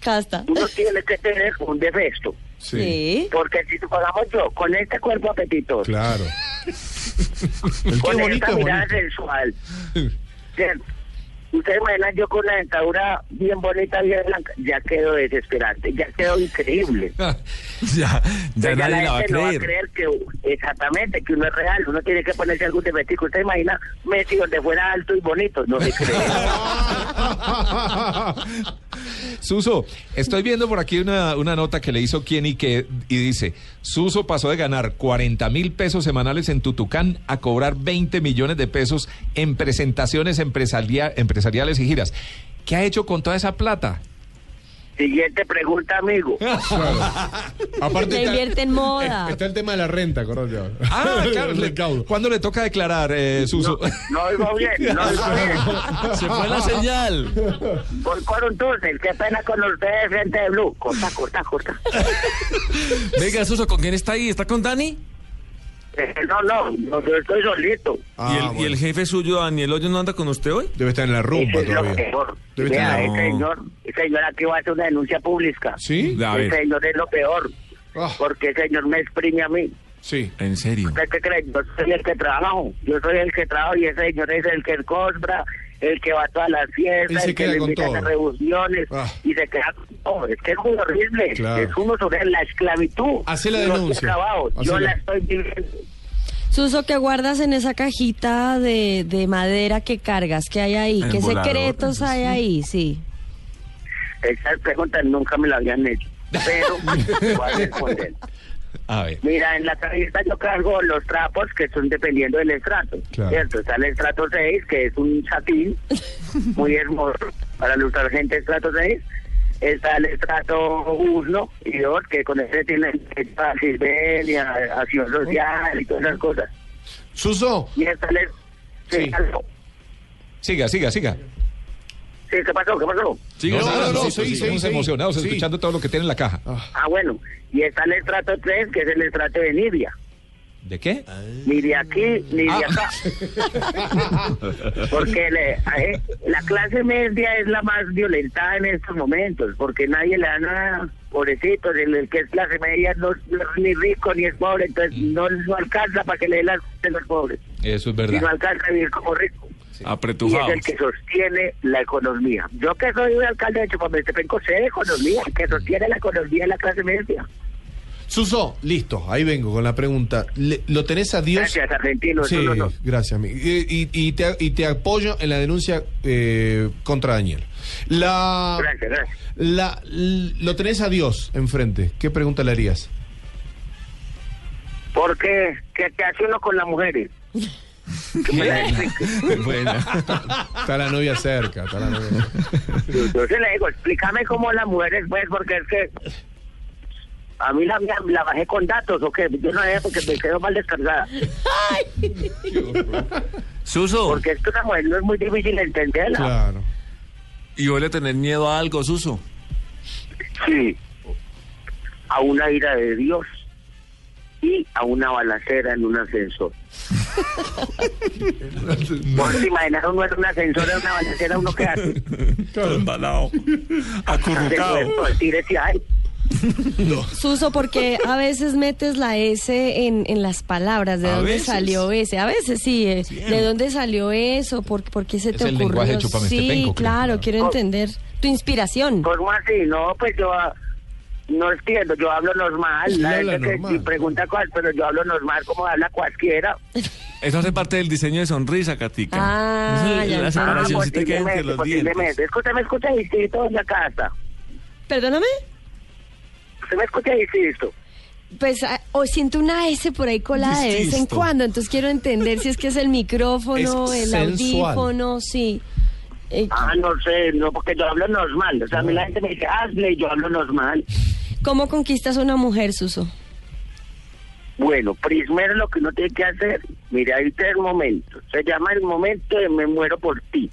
Casta. uno tiene que tener un defecto. Sí. Porque si pagamos yo con este cuerpo apetitoso, Claro. con qué bonito, esta mirada bonito. sensual, ¿cierto? Ustedes imaginan yo con una dentadura bien bonita, bien blanca, ya quedo desesperante, ya quedo increíble. Ya, ya Pues ya nadie la va a gente no creer. que exactamente que uno es real, uno tiene que ponerse algún defectico. Usted imagina Messi donde fuera alto y bonito, no se cree. Suso, estoy viendo por aquí una, una nota que le hizo quien y que y dice, Suso pasó de ganar 40 mil pesos semanales en Tutucán a cobrar 20 millones de pesos en presentaciones empresaria- empresariales y giras. ¿Qué ha hecho con toda esa plata? Siguiente pregunta, amigo. Aparte Se está- invierte en moda. Está el tema de la renta, correcto. Ah, claro, le- ¿Cuándo le toca declarar, eh, Suso? No oigo bien, no oigo bien. Se fue la señal. Por Coron Tunnel, qué pena con ustedes, frente de Blue. Corta, corta, corta. Venga, Suso, ¿con quién está ahí? ¿Está con Dani? Eh, No, no, no, yo estoy solito. ¿Y, el, y el jefe suyo, Daniel Hoyo, no anda con usted hoy? Ah, Debe estar en la Ese es lo peor. Vea, ese señor, ese señor aquí va a hacer una denuncia pública. ¿Sí? A El ver. señor es lo peor. Porque el señor me exprime a mí. Ah. Sí. En serio. ¿Usted qué cree? Yo soy el que trabajo. Yo soy el que trabajo y ese señor es el que compra, el que va a todas las Él fiestas, se el que queda le con invita a las todo. Ah. reuniones y se queda. Oh, es que es muy horrible. Claro. Es uno sobre la esclavitud. Hace la Los denuncia. esclavos. Yo Hace la- la estoy viviendo. Suso, ¿qué guardas en esa cajita de, de madera que cargas? ¿Qué hay ahí? El ¿Qué volador, secretos hay ahí? Sí. Esas preguntas nunca me las habían hecho. Pero voy a responder. A ver. Mira, en la tarjeta yo cargo los trapos que son dependiendo del estrato, Claro. ¿cierto? Está el estrato 6, que es un satín muy hermoso para luchar gente estrato 6. Está el estrato 1 y 2, que con ese tienen para Silvenia, acción social y todas esas cosas. Suso. Y está el... Sí. aló. Siga, siga, siga. Sí, ¿qué pasó? ¿Qué pasó? Siga, No, siga, no, no, Susito, sí, sí, estamos sí. emocionados Sí. escuchando todo lo que tiene en la caja. Ah, bueno. Y está el estrato 3, que es el estrato de Nidia. ¿De qué? Ah. ni de aquí ni de acá. Porque le- eh, la clase media es la más violentada en estos momentos, porque nadie le da nada, pobrecito, el, el que es clase media no es ni rico ni es pobre, entonces no, no alcanza para que le dé las de los pobres, Eso Mm. es y no verdad. alcanza a vivir como rico. Y es Apretujados. el que sostiene la economía. Yo que soy un alcalde de Chupametepenco sé de economía, el que sostiene la economía es la clase media. Suso, listo, ahí vengo con la pregunta. Le- ¿Lo tenés a Dios? Gracias, argentino, Sí, solo no. gracias. mi- Y, y- y te, y te apoyo en la denuncia eh, contra Daniel. La, Gracias, gracias. la- l- ¿Lo tenés a Dios enfrente? ¿Qué pregunta le harías? Porque, ¿qué, qué hace uno con las mujeres? Que me la explique. Bueno. está la novia cerca, está la novia. Yo se le digo, explícame cómo las mujeres, pues, porque es que a mí la, mía la bajé con datos, o qué, yo no sé, porque me quedo mal descansada. Suso. Porque es que una mujer no es muy difícil entenderla. ¿Y voy a tener miedo a algo, Suso? Sí. A una ira de Dios y a una balacera en un ascensor. ¿Vos te imaginas uno en un ascensor, en una balacera, uno que hace? Todo embalado. pues, Acurrucado. Tírese ahí. Suso, porque a veces metes la S en, en las palabras, ¿de A dónde veces. salió ese? A veces sí, eh, ¿de dónde salió eso? ¿Por, por qué se Es te el ocurrió? lenguaje de sí, Chupamestepenco, creo. claro, quiero entender tu inspiración. ¿Cómo así? No, pues yo ah, no entiendo, yo hablo normal. Sí, la habla gente que- normal. y pregunta cosas, pero yo hablo normal como habla cualquiera. Eso hace parte del diseño de sonrisa, Katica. Ah, Sí, la separación se te queda entre los dientes. posiblemente. Es que usted me escucha distinto en la casa. ¿Perdóname? Usted me escucha distinto. Pues ah, o siento una S por ahí colada de vez en Distinto. cuando, entonces quiero entender si es que es el micrófono, Es el sensual. audífono, sí. Eh, Ah, no sé, no, porque yo hablo normal. O sea, a mí la gente me dice, hazle, y yo hablo normal. ¿Cómo conquistas a una mujer, Suso? Bueno, primero lo que uno tiene que hacer, mira, hay tres momentos. Se llama el momento de me muero por ti.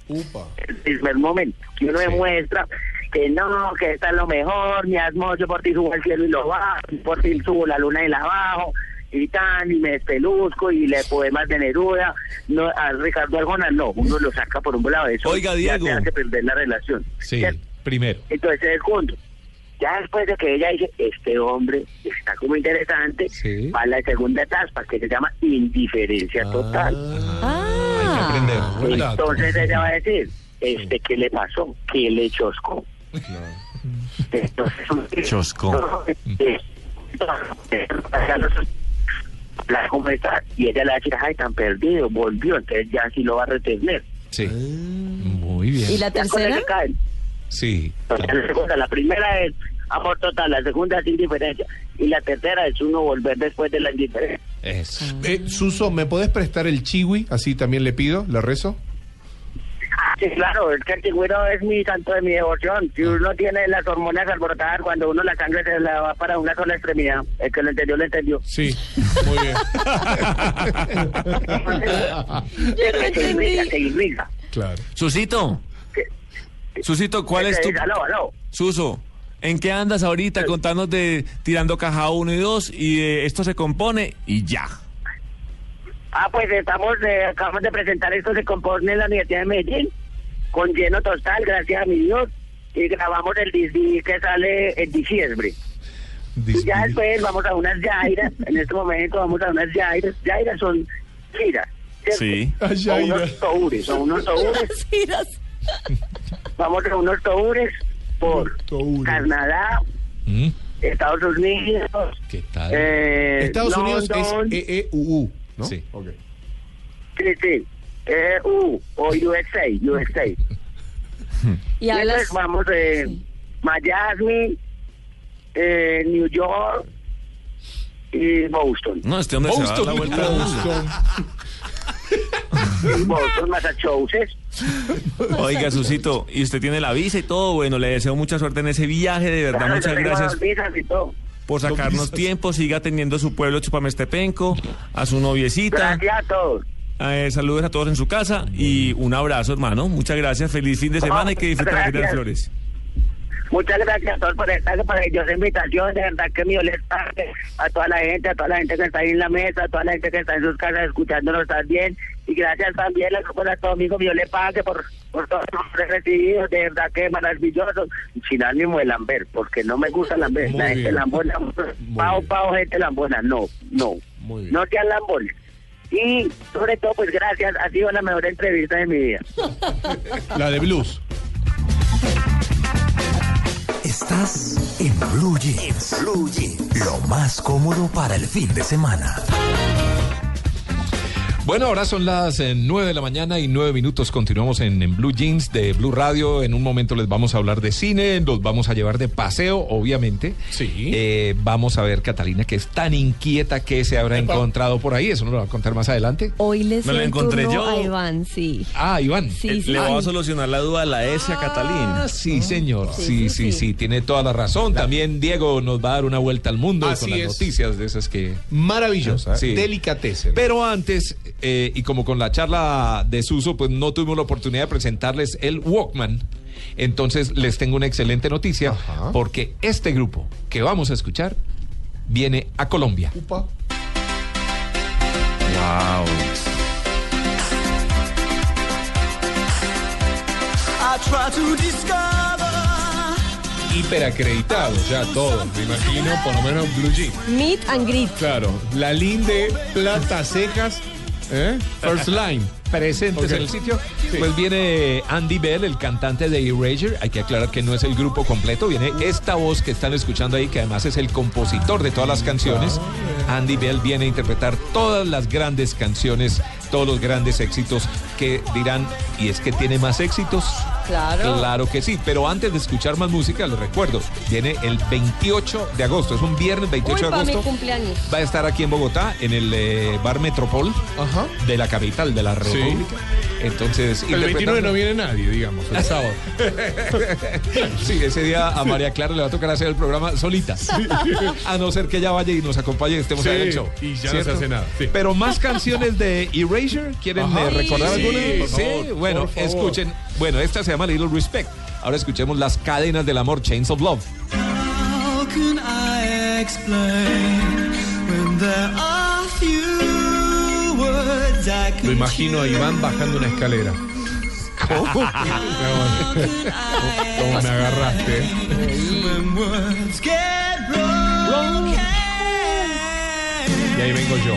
El primer momento, que uno demuestra que no, que está lo mejor, mi asmo, yo por ti subo al cielo y lo bajo, por ti subo la luna y la bajo, y tan, y me despeluzco, y le poemas de Neruda. No, a Ricardo Arjona no, uno lo saca por un volado de eso. Oiga, Diego. Ya te hace perder la relación. Sí, primero. Entonces, segundo, ya después de que ella dice, este hombre está como interesante, va a la segunda etapa, que se llama indiferencia Ah. total. Entonces ella va a decir, este, ¿qué le pasó? ¿Qué le choscó? Entonces, Choscó. la ¿cómo está? Y ella le va a decir, ay, tan perdido, volvió, entonces ya sí lo va a retener. Sí. Muy bien. ¿Y la tercera? Sí. la segunda, la primera es amor total, la segunda es indiferencia y la tercera es uno volver después de la indiferencia. Eh, Suso, ¿me podés prestar el chiwi? Así también le pido, le rezo. Ah, Sí, claro, es que el tigüiro es mi santo de mi devoción. Si uno tiene las hormonas alborotadas, cuando uno la sangre se la va para una sola extremidad, el que lo entendió, lo entendió. Sí, muy bien. se irriga, se irriga. Claro. Susito. Susito, ¿cuál ¿Qué es tu. diga? Aló, aló. Suso, ¿en qué andas ahorita? Contanos de tirando caja 1 y 2 y de esto se compone y ya. Ah, pues estamos, eh, acabamos de presentar esto, se compone en la Universidad de Medellín, con lleno total, gracias a mi Dios, y grabamos el disc que sale en diciembre. Y ya después vamos a unas yairas, en este momento vamos a unas yairas, yairas son giras, Sí. Ah, son unos toures, son unos toures. vamos a unos toures por Canadá, Mm, Estados Unidos, ¿Qué tal? Eh, Estados Unidos es E London. EEUU, ¿no? Sí. sí, sí, eh, U, o USA, USA. Y hablas... Entonces, pues vamos eh, Miami, eh, New York y Boston. No, este hombre se va a dar la vuelta a Boston. Y Boston, Massachusetts. Oiga, Susito, y usted tiene la visa y todo. Bueno, le deseo mucha suerte en ese viaje, de verdad, Claro, muchas yo tengo gracias. las visas y todo. por sacarnos tiempo, siga teniendo su pueblo Chupamestepenco, a su noviecita. Eh, Gracias a todos. saludos a todos en su casa y un abrazo, hermano. Muchas gracias, feliz fin de semana y que disfruten la Feria de las gracias. Flores. Muchas gracias a todos por esta maravillosa invitación. De verdad que mi dolor parte a toda la gente, a toda la gente que está ahí en la mesa, a toda la gente que está en sus casas escuchándonos también. Y gracias también a todos los amigos, mi dolor pague por, por todos los hombres recibidos. De verdad que maravilloso. Sin ánimo de lamber, porque no me gusta lamber. Muy La gente bien. lambona, pao, pao, gente lambona. No, no. No sean lambones. Y sobre todo, pues gracias. Ha sido la mejor entrevista de mi vida. La de blues. Estás en Blue Jeans. Blue Jeans. Lo más cómodo para el fin de semana. Bueno, ahora son las eh, 9 de la mañana y 9 minutos. Continuamos en, en Blue Jeans de Blue Radio. En un momento les vamos a hablar de cine, los vamos a llevar de paseo, obviamente. Sí. vamos a ver Catalina, que es tan inquieta que se habrá encontrado por ahí. Eso nos lo va a contar más adelante. Hoy les Me lo encontré yo. a Iván, sí. Ah, Iván. Sí, Eh, sí. le voy a solucionar la duda a la S a Catalina. Ah, sí, señor. Sí sí, sí, Tiene toda la razón. También Diego nos va a dar una vuelta al mundo Así con las es. noticias de esas que. Maravillosa. Sí. Delicateza. Pero antes, eh, y como con la charla de Suso, pues no tuvimos la oportunidad de presentarles el Walkman. Entonces les tengo una excelente noticia, porque este grupo que vamos a escuchar viene a Colombia. I try to discover Hiperacreditado ya todo, me imagino, por lo menos Blue Jeans. Meet and greet. Claro, la linde plata cejas, ¿eh? First Line. Presentes Ok. en el sitio. Sí. Pues viene Andy Bell, el cantante de Erasure. Hay que aclarar que no es el grupo completo. Viene esta voz que están escuchando ahí, que además es el compositor de todas las canciones. Andy Bell viene a interpretar todas las grandes canciones, todos los grandes éxitos que dirán, y es que tiene más éxitos. Claro. Claro que sí, pero antes de escuchar más música, les recuerdo, viene el 28 de agosto, es un viernes 28 Uy, de para mi agosto. cumpleaños. Va a estar aquí en Bogotá, en el eh, bar Metropol de la capital de la República. Entonces, El 29 no interpretando- viene nadie, digamos, el sábado. Sí, ese día a María Clara le va a tocar hacer el programa solita. A no ser que ella vaya y nos acompañe y estemos Sí, ahí en el show. y ya no se hace nada, sí. Pero más canciones de Erasure, ¿quieren Ajá. eh, recordar Sí, alguna? por favor, sí, bueno, por favor. escuchen. Bueno, esta se llama Little Respect. Ahora escuchemos las cadenas del amor, Chains of Love. How can I explain when there are few words I Lo can imagino a Iván bajando una escalera. ¿Cómo? ¿Cómo me agarraste? when words get broken? Y ahí vengo yo.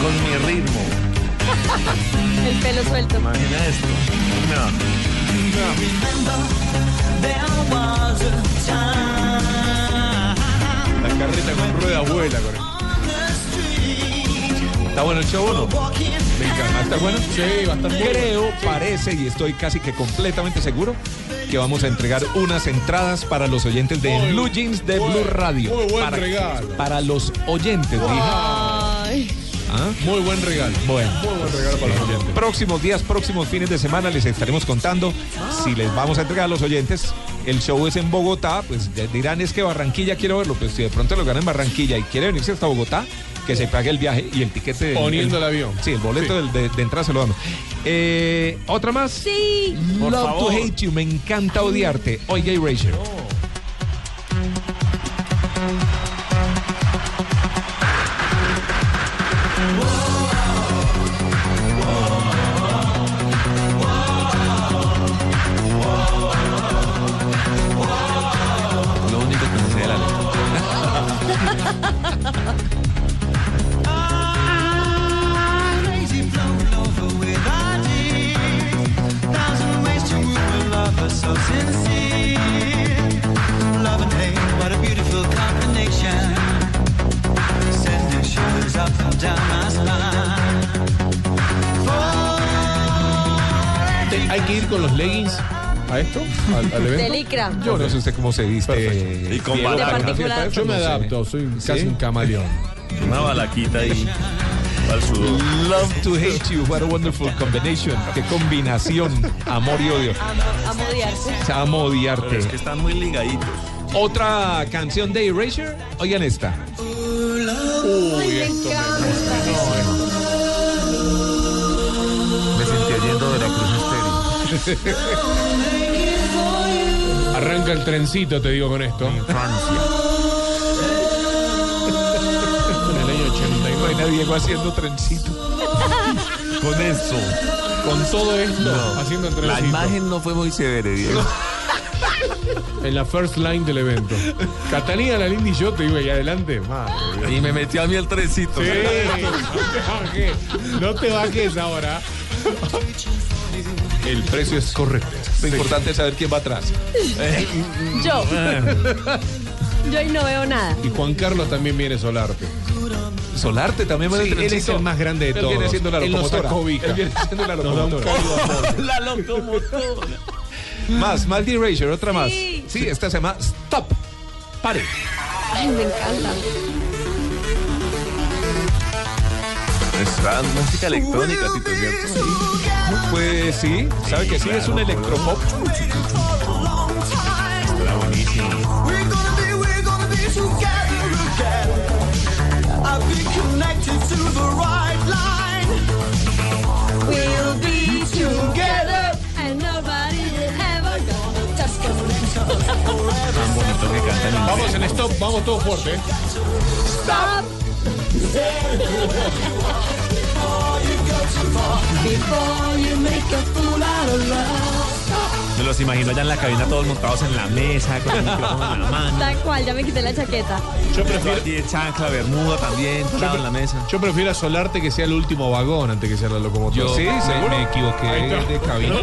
Con mi ritmo. El pelo suelto. Imagina esto. There was a time La carreta con rueda vuela con él. ¿Está bueno el show o no? Me encanta. ¿Está bueno? Sí, va a estar bueno. Creo, parece y estoy casi que completamente seguro que vamos a entregar unas entradas para los oyentes de Muy- Blue Jeans de muy- Blue Radio. muy buen para, regalo. Para los oyentes, dije. ¿Ah? Muy buen regalo. Bueno. Muy buen regalo para los oyentes. Próximos días, próximos fines de semana les estaremos contando si les vamos a entregar a los oyentes. El show es en Bogotá, pues de- dirán es que Barranquilla quiero verlo, pues si de pronto lo ganan en Barranquilla y quiere venirse hasta Bogotá, que se pague el viaje y el tiquete. Poniendo el avión. Sí, el boleto del- de, de entrada se lo damos. Eh, ¿Otra más? Sí. Love to hate you, me encanta odiarte. Oiga Erasure. Lo único que me sé de la letra. Crazy flown over with ideas. Thousand ways to woo a lover so sincere. Love and hate, what a beautiful combination. Sending shivers up and down my spine. Te- Hay que ir con los leggings a esto, al, al De evento. licra. Yo no sé usted cómo se viste. Y con Diego, bata. para De una particular. fiesta de Yo estas, me no sé. adapto, soy ¿Sí? casi un camaleón. Una balaquita ahí. Al sudor. Love to hate you, what a wonderful combination. Qué combinación, amor y odio. Amo odiarse. Chamo odiarte. Pero es que están muy ligaditos. Otra canción de Erasure, oigan esta. Ay, me encanta. Me sentí oyendo de la cruz estéreo. Arranca el trencito, te digo con esto. En el año 89 nadie va haciendo trencito. eh. Con eso. Con todo esto, haciendo el La trencito. imagen no fue muy severa, Diego. En la first line del evento. Catalina, la linda y yo te digo, y adelante. Madre Y me metió a mí el trencito. Sí, no te bajes, no te bajes ahora. El precio es correcto. Lo importante es saber quién va atrás. Yo. Yo ahí no veo nada. Y Juan Carlos también viene Solarte. Solarte también va Sí, en el él trencito. es el más grande de Él todos. viene siendo la Él nos locomotora. acobica. Él viene siendo la Nos da un locomotora. La locomotora. Más, más de Erasure, otra más. Sí. Sí, esta se llama Stop. Pare. Ay, me encanta. Nuestra música electrónica, Tito, ¿cierto? Pues sí, sabe que sí, es un electropop. Era buenísimo. We'll be together. And nobody ever gonna touch Tan bonito que cantan en Vamos en stop, vamos todo fuerte. ¿eh? Stop. Before you make a fool out of love. Me los imagino allá en la cabina todos montados en la mesa, con el micrófono en la mano. Tal cual, ya me quité la chaqueta. Yo Yo prefiero, aquí de chancla, bermuda también, yo, tirado en la mesa. pre- yo prefiero a Solarte que sea el último vagón antes que sea la locomotora. Yo me- me equivoqué de cabina.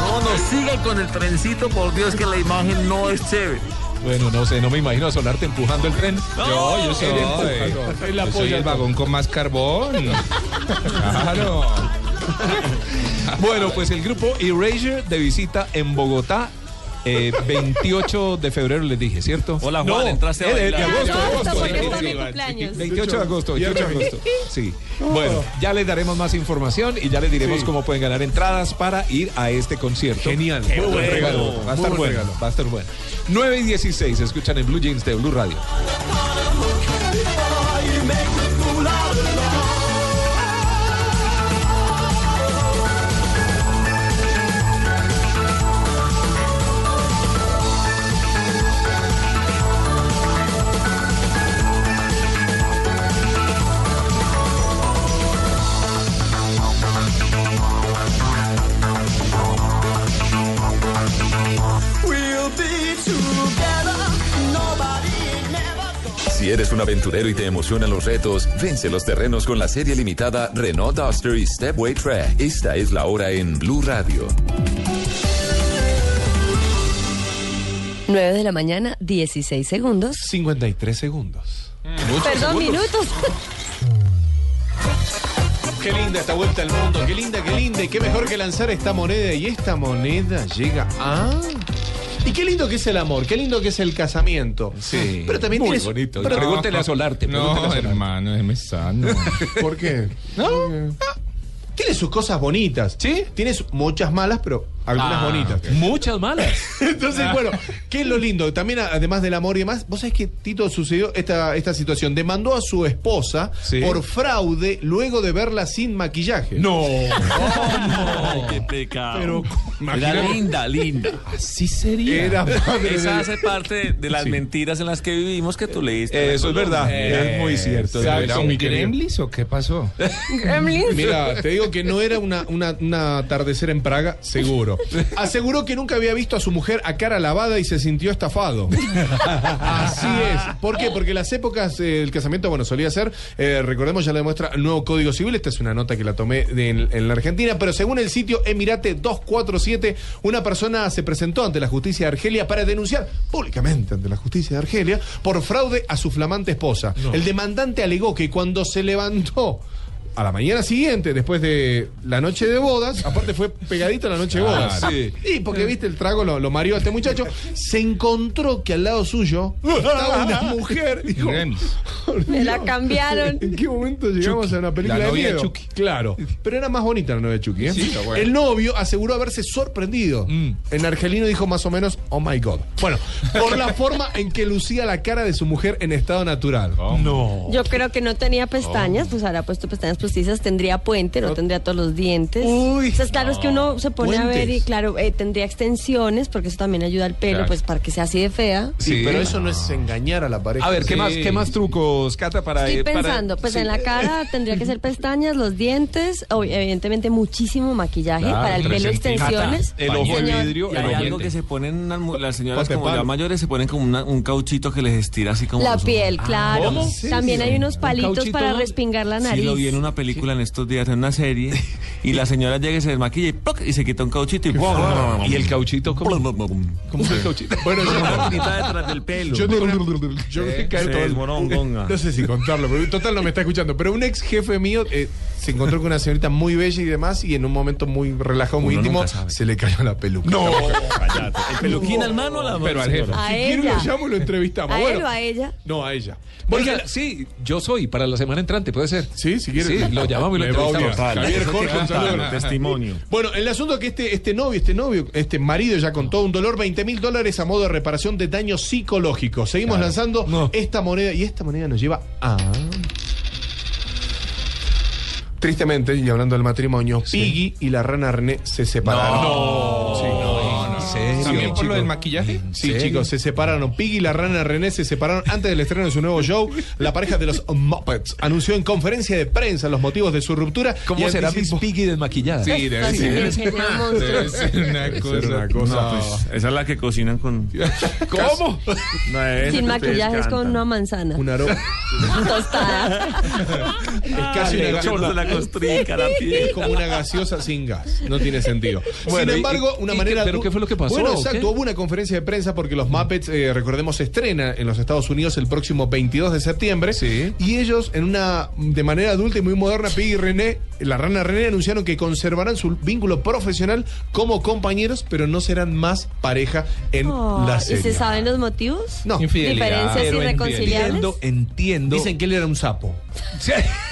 No, no sigan con el trencito, por Dios, que la imagen no es chévere. Bueno, no sé, no me imagino a Solarte empujando el tren. No, soy él el empuja, no, él yo soy apoya el todo. vagón con más carbón. Claro. Bueno, pues el grupo Erasure de visita en Bogotá. eh, 28 de febrero les dije, ¿cierto? Hola, Juan, entraste a eh, de- de bailar. agosto, De agosto, agosto, Ah, porque sí, fue sí, mi sí, cumpleaños. 28 de agosto, 28 de agosto. Sí. Bueno, ya les daremos más información y ya les diremos Oh. Sí. cómo pueden ganar entradas para ir a este concierto. Genial. Qué Muy buen bueno. regalo. Va a Muy estar buen bueno. regalo. Va a estar bueno. 9 y 16 escuchan en Blue Jeans de Blue Radio. Before you make a fool out of love. We'll be together. Nobody never. Si eres un aventurero y te emocionan los retos, vence los terrenos con la serie limitada Renault Duster y Stepway Track. Esta es la hora en Blue Radio. 9 de la mañana, 16 segundos. 53 segundos. Perdón, minutos. Qué linda esta vuelta al mundo, qué linda, qué linda. Y qué mejor que lanzar esta moneda. Y esta moneda llega a. Y qué lindo que es el amor, qué lindo que es el casamiento. Sí. Pero también Muy tienes- bonito. pero- pregúntele a Solarte. pregúntele a No, Solarte. hermano, es mesano. ¿Por qué? ¿No? Tiene sus cosas bonitas. ¿Sí? Tienes muchas malas, pero algunas Ah, bonitas. Muchas malas. Entonces, bueno, ¿qué es lo lindo? También, a- además del amor y demás, vos sabés que Tito sucedió esta, esta situación. Demandó a su esposa Sí. por fraude luego de verla sin maquillaje. No. Ay, qué pecado. Pero, Era imagínate. linda, linda. Así sería. Era madre Esa de- hace parte de, de las mentiras en las que vivimos que tú leíste. Eso es verdad. Eh, es muy cierto. es ¿Era verdad. un gremlis o qué pasó? Ah, Gremlins. Mira, te digo que no era una, una, un atardecer en Praga, seguro. Aseguró que nunca había visto a su mujer a cara lavada y se sintió estafado. Así es. ¿Por qué? Porque las épocas eh, del casamiento, bueno, solía ser, eh, recordemos, ya lo demuestra el nuevo Código Civil. Esta es una nota que la tomé de- en, en la Argentina, pero según el sitio Emirate 247, una persona se presentó ante la justicia de Argelia para denunciar públicamente ante la justicia de Argelia por fraude a su flamante esposa. El demandante alegó que cuando se levantó a la mañana siguiente, después de la noche de bodas, aparte fue pegadito a la noche de bodas. Ah, sí. Y porque viste el trago lo, lo mareó a este muchacho, se encontró que al lado suyo estaba una mujer. Dijo, Gremlis. Me la cambiaron. ¿En qué momento llegamos a una película La de novia de miedo? Chucky. Claro, pero era más bonita la novia de Chucky. ¿eh? Sí, está bueno. Mm. El novio aseguró haberse sorprendido. En argelino dijo más o menos, oh my god. Bueno, por la forma en que lucía la cara de su mujer en estado natural. Yo creo que no tenía pestañas, pues habrá puesto pestañas postizas tendría puente, no tendría todos los dientes. Uy, Entonces, claro, es que uno se pone a ver y, Puentes. claro, eh, tendría extensiones, porque eso también ayuda al pelo, Claro. pues para que sea así de fea. Sí, pero eso no es engañar a la pareja. A ver, ¿qué, Sí. más, ¿qué más trucos, Cata, para... Estoy eh, para- pensando, pues sí. en la cara tendría que ser pestañas, los dientes, o- evidentemente muchísimo maquillaje Claro, para el tres pelo centímetros. extensiones. El ojo de Señor, vidrio, Y el hay ojo algo de- que se ponen unas mu- las señoras Ponte como palo. ya mayores se ponen como una- un cauchito que les estira así como La los ojos. piel, claro. ¿Cómo? También hay unos ¿Un palitos cauchito, para no? respingar la Sí, nariz. lo vi en una película en estos días, en una serie, y la señora llega y se desmaquilla y, ¡ploc! y se quita un cauchito y ¡pum! Y el cauchito como... ¿Cómo fue el cauchito? Bueno, yo- una puntita detrás del pelo. Yo tengo una- yo me cae Se todo el- desmorongonga. No sé si contarlo, pero total no me está escuchando. Pero un ex jefe mío eh, se encontró con una señorita muy bella y demás, y en un momento muy relajado, muy Uno íntimo, nunca sabe. se le cayó la peluca. No. Cállate. ¿El peluquín al mano o a la mano, Pero al señora? jefe. A si quiere ella. lo llamo y lo entrevistamos. ¿A bueno, él o a ella? No, a ella. Oiga, sí, yo soy, para la semana entrante, ¿puede ser? Sí, si quiere. Sí, lo llamamos y lo Me va a entrevistamos. odiar. Javier Jorge, un saludo. Bueno, el asunto es que este, este novio, este novio, este marido ya con todo un dolor, 20 mil dólares a modo de reparación de daño psicológico. Seguimos lanzando esta moneda y esta moneda nos lleva a. Tristemente, y hablando del matrimonio, Piggy y la rana René se separaron. Ah, No. Sí. No, no. ¿También por lo del maquillaje? Sí, chicos, se separaron. Piggy y la rana René se separaron antes del estreno de su nuevo show. La pareja de los Muppets anunció en conferencia de prensa los motivos de su ruptura. ¿Cómo y será Miss anticipó- Piggy desmaquillada? Sí, debe Sí, ser. debe ser un monstruo. Debe ser una cosa. No, pues, esa es la que cocinan con. ¿Cómo? No, es Sin la que ustedes maquillaje es con cantan. una manzana. Un aroma. Tostada. Es casi le una chorro la costrica, la piel. Es como una gaseosa sin gas. No tiene sentido. Bueno, y- sin embargo, una y manera. qué- pero du- qué fue lo que pasó, Bueno, o exacto. qué? Hubo una conferencia de prensa porque los Muppets, eh, recordemos, se estrena en los Estados Unidos el próximo 22 de septiembre. Y ellos, en una de manera adulta y muy moderna, Piggy y René, la rana René, anunciaron que conservarán su vínculo profesional como compañeros, pero no serán más pareja en Oh, la ¿Y serie. se saben los motivos? No. Infidelidad. Diferencias Pero irreconciliables. Entiendo, entiendo. Dicen que él era un sapo.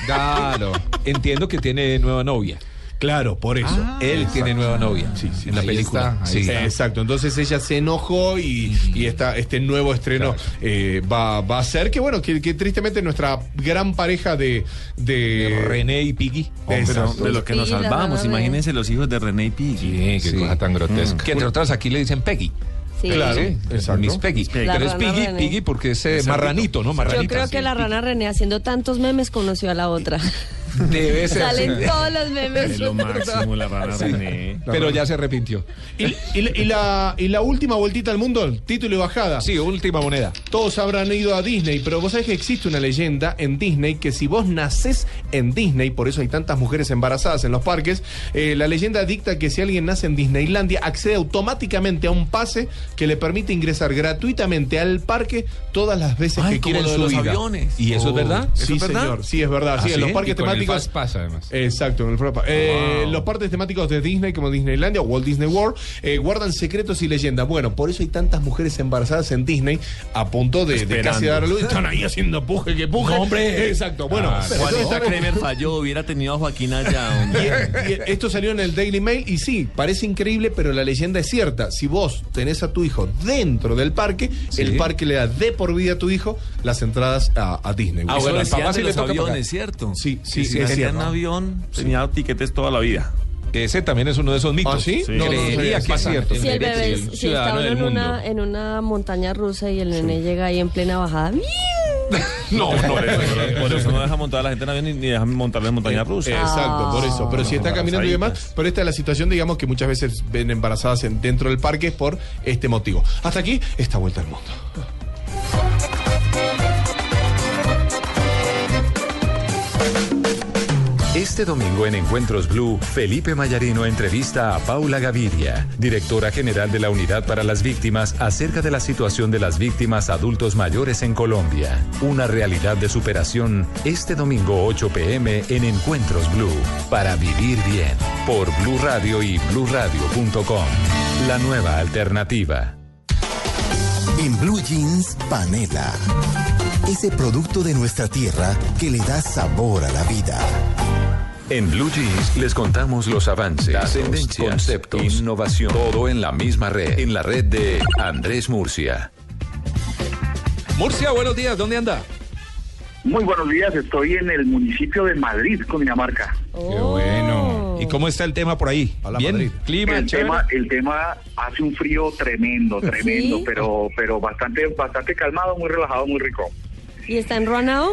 Claro. Entiendo que tiene nueva novia. Ah, Claro, por eso. Él tiene nueva novia. Sí, En la Ahí película. está, ahí sí. está. Exacto. Entonces ella se enojó y, y esta- este nuevo estreno eh, va, va a ser que, bueno, que, que tristemente nuestra gran pareja de. de, René y Piggy. Pero Exacto. de lo que nos Piggy, la salvamos, rana imagínense los hijos de René y Piggy. Sí. Mm. Que entre otras aquí le dicen Peggy. Sí. Claro, Sí, exacto. Miss Peggy. La Pero es rana Piggy, René. Piggy porque es eh, marranito, ¿no? Marranita. Yo creo que la rana René haciendo tantos memes conoció a la otra. Debe ser. Salen todos los memes. Es lo máximo, la rana Sí. René. Pero ya se arrepintió. Y, y la- y la, y la última vueltita al mundo, el título y bajada. Sí, última moneda. Todos habrán ido a Disney, pero vos sabés que existe una leyenda en Disney que si vos nacés en Disney, por eso hay tantas mujeres embarazadas en los parques, eh, la leyenda dicta que si alguien nace en Disneylandia accede automáticamente a un pase que le permite ingresar gratuitamente al parque todas las veces Ay, que como quiera en lo de su los vida. aviones. ¿Y eso es Oh, verdad? ¿Eso Sí, es verdad? señor, sí es verdad. sí, ¿Ah, en los sí? parques Y con el temáticos. Fast Pass, además. Exacto, en el Fast Pass. Eh, Los parques temáticos de Disney, como Disneylandia o Walt Disney World, eh, guardan secretos y leyendas. Bueno, por eso hay tantas mujeres embarazadas en Disney a punto de, de Esperando. casi dar a luz. Están ahí haciendo puje que puje. hombre. Exacto, bueno. Cuando entonces está- Ah, Kremer falló, hubiera tenido a Joaquín allá. y- hombre. y esto salió en el Daily Mail y sí, parece increíble, pero la leyenda es cierta. Si vos tenés a tu hijo dentro del parque, el parque le da de por vida a tu hijo las entradas a, a Disney. Ah, Eso bueno, al el papá sí sí le los toca pagar. aviones, ¿cierto? Sí, sí, Que sí, Si es nacía en cierto. avión, tenía tiquetes toda la vida. Ese también es uno de esos mitos. ¿Ah, sí? Sí. No, no Creería sabía. que es Pasa. cierto. Si el bebé Sí, si está ciudadano uno del en mundo. una, en una montaña rusa y el nene llega ahí en plena bajada. No, por eso, por eso no deja montar a la gente en avión ni, ni deja montarla en montaña rusa. Eh, Exacto, por eso. Pero Ah. si está caminando y demás, pero esta es la situación, digamos, que muchas veces ven embarazadas en- dentro del parque por este motivo. Hasta aquí, esta vuelta al mundo. Este domingo en Encuentros Blue, Felipe Mayarino entrevista a Paula Gaviria, directora general de la Unidad para las Víctimas, acerca de la situación de las víctimas adultos mayores en Colombia. Una realidad de superación este domingo 8 pm en Encuentros Blue, para vivir bien, por Blue Radio y bluradio.com. La nueva alternativa. En Blue Jeans Panela. Ese producto de nuestra tierra que le da sabor a la vida. En Blue Jeans les contamos los avances, las tendencias, conceptos, innovación, todo en la misma red, en la red de Andrés Murcia. Murcia, buenos días, ¿dónde anda? Muy buenos días, estoy en el municipio de Madrid, Cundinamarca. Qué bueno. ¿Y cómo está el tema por ahí? Bien, clima, el chévere? tema, el tema hace un frío tremendo, tremendo, Sí. pero, pero bastante, bastante calmado, muy relajado, muy rico. ¿Y está en Ruanao?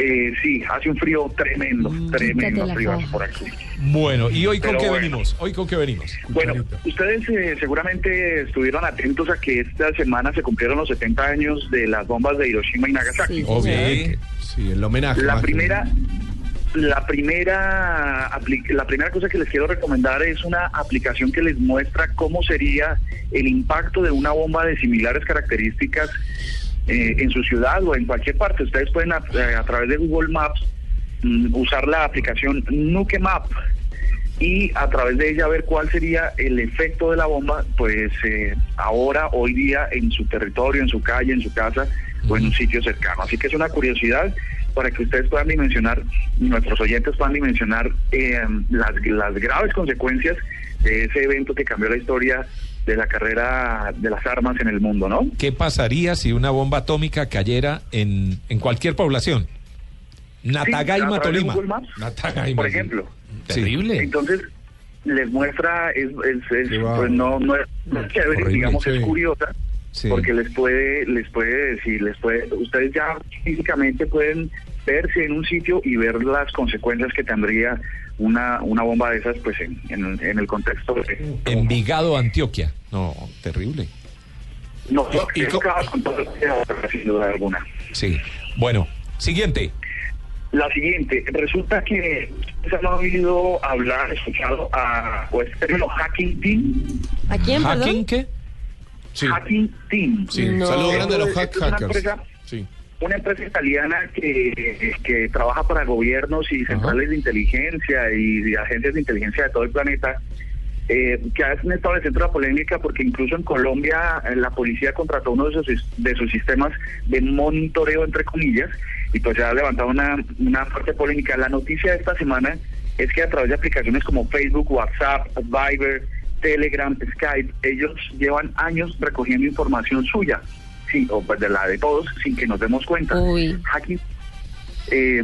Eh, sí, hace un frío tremendo, tremendo Mm, la frío faja. por aquí. Bueno, ¿y hoy con Pero qué bueno. venimos? ¿Hoy con qué venimos? Bueno, ustedes eh, seguramente estuvieron atentos a que esta semana se cumplieron los 70 años de las bombas de Hiroshima y Nagasaki. Obviamente. Sí, el homenaje. La más que- primera, la primera, apli- la primera cosa que les quiero recomendar es una aplicación que les muestra cómo sería el impacto de una bomba de similares características eh, en su ciudad o en cualquier parte. Ustedes pueden a, eh, a través de Google Maps mm, usar la aplicación Nuke Map y a través de ella ver cuál sería el efecto de la bomba, pues eh, ahora, hoy día, en su territorio, en su calle, en su casa o en un sitio cercano. Así que es una curiosidad para que ustedes puedan dimensionar, nuestros oyentes puedan dimensionar eh, las, las graves consecuencias de ese evento que cambió la historia de la carrera de las armas en el mundo, ¿no? ¿Qué pasaría si una bomba atómica cayera en, en cualquier población? Natagaima, a través de Tolima. Google Maps, Natagaima, por sí. ejemplo. Terrible. Entonces, les muestra, es, es- es- pues no, no es no es chévere, Horrible, digamos, sí. es curiosa, Sí. porque les puede, les puede decir, les puede, ustedes ya físicamente pueden verse en un sitio y ver las consecuencias que tendría una, una bomba de esas, pues en, en- en el contexto de... Envigado, Antioquia. No, terrible. No, es claro, con todo lo que ahora, sin duda alguna. Sí. Bueno, siguiente. La siguiente, resulta que ustedes han oído hablar, escuchado a, o este término hacking team. ¿A quién, perdón? ¿Hacking qué? Hacking team. Sí, No. saludo grande a los Esto hack- es una hackers. empresa- Sí. una empresa italiana que, que trabaja para gobiernos y centrales de inteligencia y de agencias de inteligencia de todo el planeta, eh, que han estado en el centro de la polémica porque incluso en Colombia eh, la policía contrató uno de sus, de sus sistemas de monitoreo, entre comillas, y pues ya ha levantado una, una fuerte polémica. La noticia de esta semana es que a través de aplicaciones como Facebook, WhatsApp, Viber, Telegram, Skype, ellos llevan años recogiendo información suya, sí, o pues de la de todos, sin que nos demos cuenta. Hacking eh,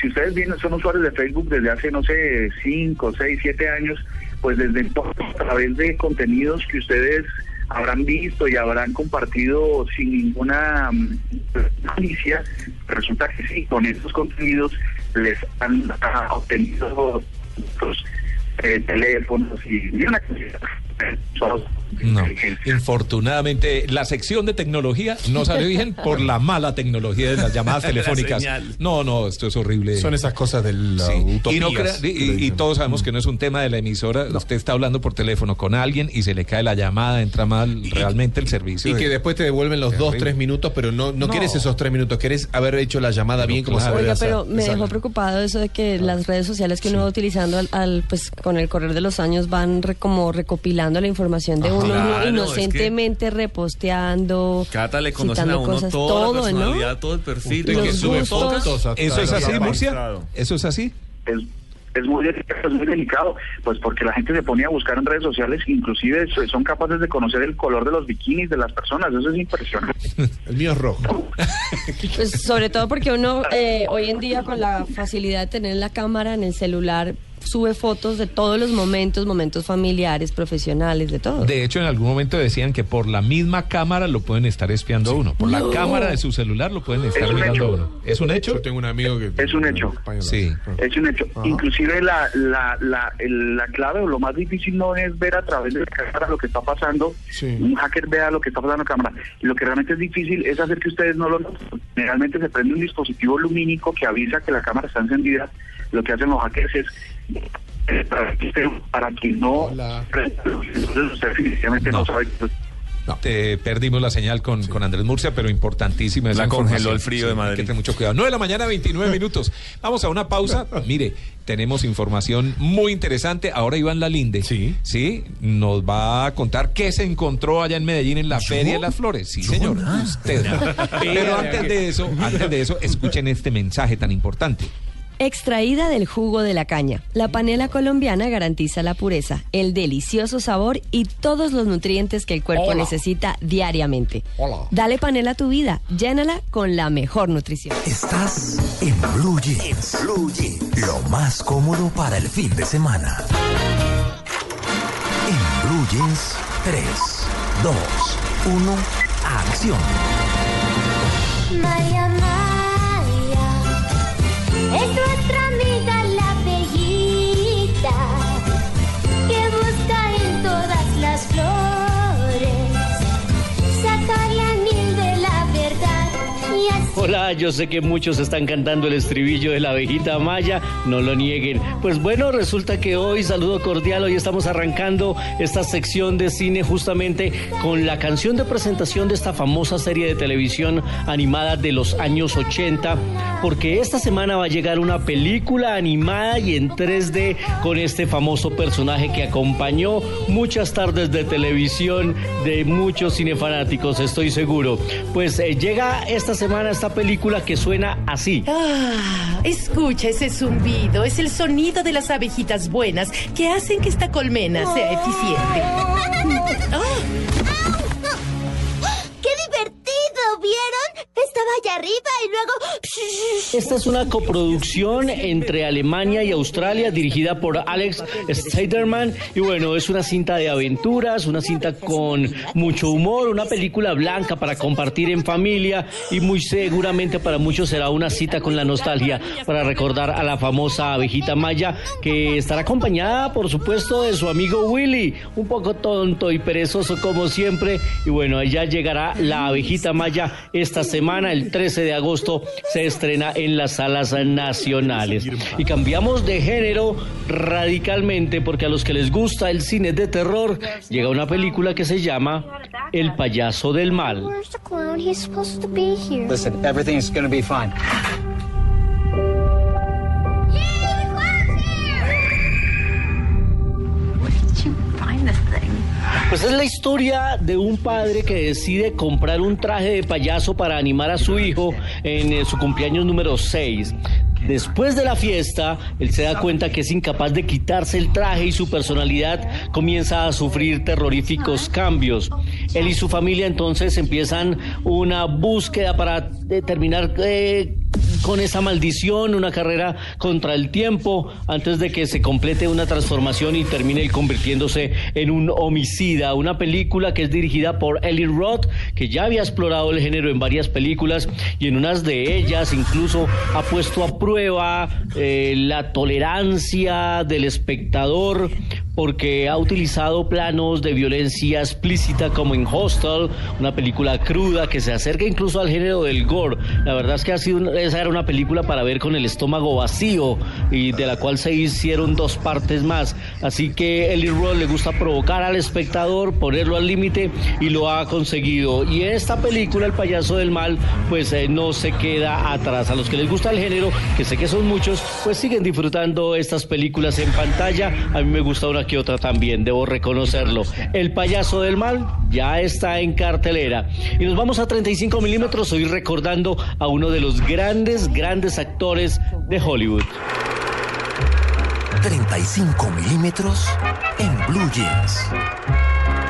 si ustedes vienen, son usuarios de Facebook desde hace, no sé, 5, 6, 7 años, pues desde entonces, a través de contenidos que ustedes habrán visto y habrán compartido sin ninguna mm, noticia, resulta que sí, con estos contenidos les han ah, obtenido pues, eh, teléfonos y, y una cantidad de cosas. No. Infortunadamente, la sección de tecnología no salió bien por la mala tecnología de las llamadas La telefónicas. señal. no, no, esto es horrible. Son esas cosas de la Sí. utopía. Mm. Y, no crea- y- y- y todos sabemos que no es un tema de la emisora. Usted está hablando por teléfono con alguien y se le cae la llamada, entra mal realmente el servicio. Y de- que después te devuelven los dos, tres minutos, pero no, No. no, quieres esos tres minutos, querés haber hecho la llamada bien como se debe Oiga, hacer. pero me Exacto. dejó preocupado eso de que Ah, las redes sociales que uno va utilizando al, al, pues con el correr de los años van re- como recopilando la información de Ajá. uno, Claro, uno es que- inocentemente reposteando, Cata le conocen citando a uno cosas, toda todo, la personalidad, ¿no? todo el perfil. Usted lo que sube tú tocas. fotos hasta ¿Eso es así, Murcia? ¿Eso es así? es, es muy delicado, es muy delicado, pues porque la gente se pone a buscar en redes sociales, inclusive so- son capaces de conocer el color de los bikinis de las personas, eso es impresionante. El mío es rojo. Pues, sobre todo porque uno eh, hoy en día con la facilidad de tener la cámara en el celular sube fotos de todos los momentos, momentos familiares, profesionales, de todo. De hecho, en algún momento decían que por la misma cámara lo pueden estar espiando a uno. Por No. la cámara de su celular lo pueden estar un mirando a hecho. uno. ¿Es un hecho? Yo tengo un amigo que... Es un hecho. Sí. Es un hecho. Ah. Inclusive la, la, la, el- la clave o lo más difícil no es ver a través de la cámara lo que está pasando, un hacker vea lo que está pasando en la cámara. Lo que realmente es difícil es hacer que ustedes no lo noten. Generalmente se prende un dispositivo lumínico que avisa que la cámara está encendida. Lo que hacen los hackers es eh, para que- para que no... Entonces usted definitivamente no, sabe que- Te perdimos la señal con, con Andrés Murcia, pero importantísima esa La congeló información. el frío de Madrid. Hay que tener mucho cuidado. 9 de la mañana, 29 minutos. Vamos a una pausa. Mire, tenemos información muy interesante. Ahora Iván Lalinde. Sí. Sí, nos va a contar qué se encontró allá en Medellín en la Feria de las Flores. Sí, señor. Usted. Pero antes de eso, antes de eso, escuchen este mensaje tan importante. Extraída del jugo de la caña, la panela colombiana garantiza la pureza, el delicioso sabor y todos los nutrientes que el cuerpo Hola. necesita diariamente. Hola. Dale panela a tu vida, llénala con la mejor nutrición. Estás en Blue Jeans. Lo más cómodo para el fin de semana. En Blue Jeans, 3, 2, 1, acción. María, María, es nuestra amiga la bellita, que busca en todas las flores sacar la miel de la verdad y así. Hola, yo sé que muchos están cantando el estribillo de la abejita Maya, no lo nieguen. Pues bueno, resulta que hoy, saludo cordial, hoy estamos arrancando esta sección de cine justamente con la canción de presentación de esta famosa serie de televisión animada de los años 80, porque esta semana va a llegar una película animada y en 3D con este famoso personaje que acompañó muchas tardes de televisión de muchos cinefanáticos, estoy seguro. Pues eh, llega esta semana esta película que suena así. Ah, escucha ese zumbido, es el sonido de las abejitas buenas que hacen que esta colmena sea eficiente. ¡Qué divertido! ¿Vieron? Estaba allá arriba y luego... Esta es una coproducción entre Alemania y Australia dirigida por Alex Steiderman y bueno, es una cinta de aventuras, una cinta con mucho humor, una película blanca para compartir en familia y muy seguramente para muchos será una cita con la nostalgia para recordar a la famosa abejita maya que estará acompañada por supuesto de su amigo Willy, un poco tonto y perezoso como siempre y bueno, allá llegará la abejita maya esta semana, el 13 de agosto se estrena en las salas nacionales. Y cambiamos de género radicalmente porque a los que les gusta el cine de terror llega una película que se llama El payaso del mal. Where's the clown? He's supposed to be here. Listen, everything's gonna be fine. Pues es la historia de un padre que decide comprar un traje de payaso para animar a su hijo en eh, su cumpleaños número 6. Después de la fiesta, él se da cuenta que es incapaz de quitarse el traje y su personalidad comienza a sufrir terroríficos cambios. Él y su familia entonces empiezan una búsqueda para determinar eh, con esa maldición, una carrera contra el tiempo, antes de que se complete una transformación y termine convirtiéndose en un homicida. Una película que es dirigida por Eli Roth, que ya había explorado el género en varias películas y en unas de ellas incluso ha puesto a prueba eh, la tolerancia del espectador porque ha utilizado planos de violencia explícita como en Hostel, una película cruda que se acerca incluso al género del gore. La verdad es que ha sido un- esa era una película para ver con el estómago vacío y de la cual se hicieron dos partes más. Así que Eli Roth le gusta provocar al espectador, ponerlo al límite y lo ha conseguido. Y esta película, El payaso del mal, pues eh, no se queda atrás. A los que les gusta el género, que sé que son muchos, pues siguen disfrutando estas películas en pantalla. A mí me gusta una que otra también, debo reconocerlo. El payaso del mal ya está en cartelera. Y nos vamos a 35 milímetros, hoy recordando a uno de los grandes, grandes actores de Hollywood. 35 milímetros en Blue Jeans.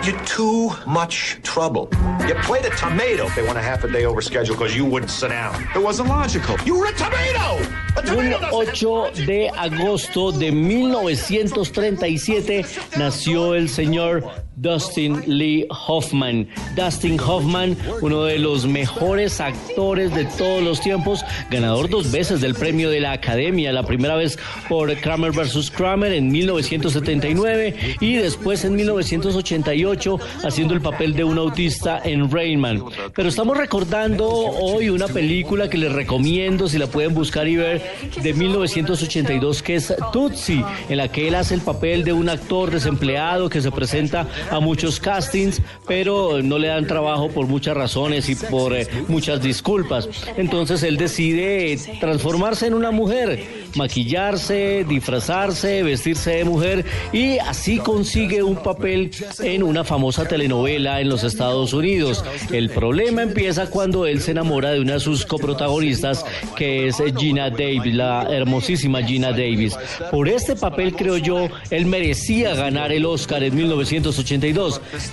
You're too much trouble. You played a tomato if they went a half a day over schedule because you wouldn't sit down. It wasn't logical. You were a tomato! A Un tomato doesn't 8 de agosto de 1937 nació el señor Dustin Lee Hoffman. Dustin Hoffman, uno de los mejores actores de todos los tiempos, ganador dos veces del premio de la Academia, la primera vez por Kramer vs. Kramer en 1979 y después en 1988 haciendo el papel de un autista en Rainman. Pero estamos recordando hoy una película que les recomiendo si la pueden buscar y ver de 1982 que es Tootsie, en la que él hace el papel de un actor desempleado que se presenta a muchos castings, pero no le dan trabajo por muchas razones y por eh, muchas disculpas. Entonces él decide transformarse en una mujer, maquillarse, disfrazarse, vestirse de mujer y así consigue un papel en una famosa telenovela en los Estados Unidos. El problema empieza cuando él se enamora de una de sus coprotagonistas que es Gina Davis, la hermosísima Gina Davis. Por este papel creo yo, él merecía ganar el Oscar en 1982.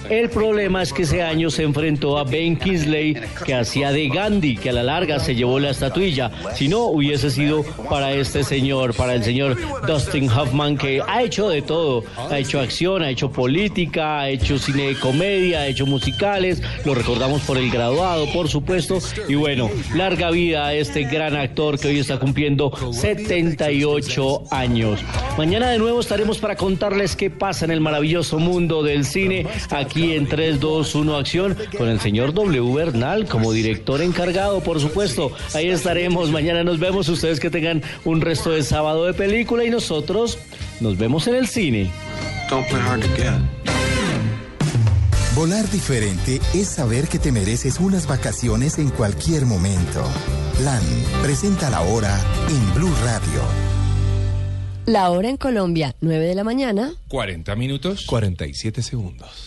El problema es que ese año se enfrentó a Ben Kingsley que hacía de Gandhi, que a la larga se llevó la estatuilla. Si no, hubiese sido para este señor, para el señor Dustin Hoffman que ha hecho de todo. Ha hecho acción, ha hecho política, ha hecho cine de comedia, ha hecho musicales. Lo recordamos por el graduado, por supuesto. Y bueno, larga vida a este gran actor que hoy está cumpliendo 78 años. Mañana de nuevo estaremos para contarles qué pasa en el maravilloso mundo del cine aquí en 3, 2, 1 Acción con el señor W. Bernal como director encargado, por supuesto. Ahí estaremos. Mañana nos vemos. Ustedes que tengan un resto de sábado de película y nosotros nos vemos en el cine. Volar diferente es saber que te mereces unas vacaciones en cualquier momento. Plan, presenta la hora en Blue Radio. La hora en Colombia, 9 de la mañana. 40 minutos. 47 segundos.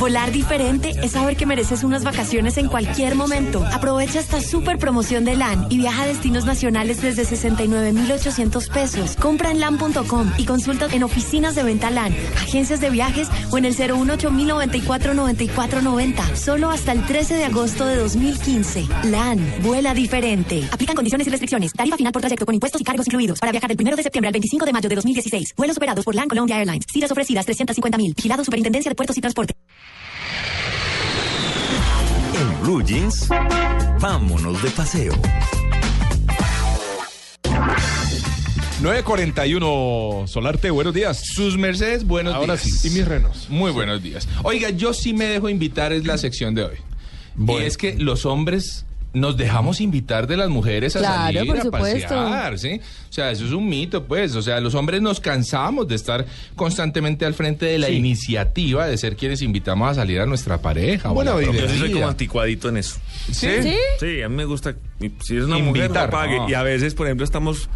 Volar diferente es saber que mereces unas vacaciones en cualquier momento. Aprovecha esta super promoción de LAN y viaja a destinos nacionales desde 69,800 pesos. Compra en LAN.com y consulta en oficinas de venta LAN, agencias de viajes o en el 018-094-9490. Solo hasta el 13 de agosto de 2015. LAN, vuela diferente. Aplican condiciones y restricciones. Tarifa final por trayecto con impuestos y cargos incluidos para viajar del 1 de septiembre al 25 de mayo de 2016. Vuelos operados por LAN Colombia Airlines. Citas ofrecidas 350.000. Vigilado Superintendencia de Puertos y Transporte. En Blue Jeans, vámonos de paseo. 941 Solarte, buenos días. Sus mercedes, buenos Ahora días. sí. Y mis renos. Muy buenos días. Oiga, yo sí me dejo invitar, es la sección de hoy. Y es que los hombres nos dejamos invitar de las mujeres a Claro, salir por a supuesto. pasear, ¿sí? O sea, eso es un mito, pues. O sea, los hombres nos cansamos de estar constantemente al frente de la iniciativa de ser quienes invitamos a salir a nuestra pareja. o a Buena la propia Yo sí soy como vida. anticuadito en eso. ¿Sí? ¿Sí? ¿Sí? a mí me gusta. y Si es una mujer, Invitar. no pague. Ah. Y a veces, por ejemplo, estamos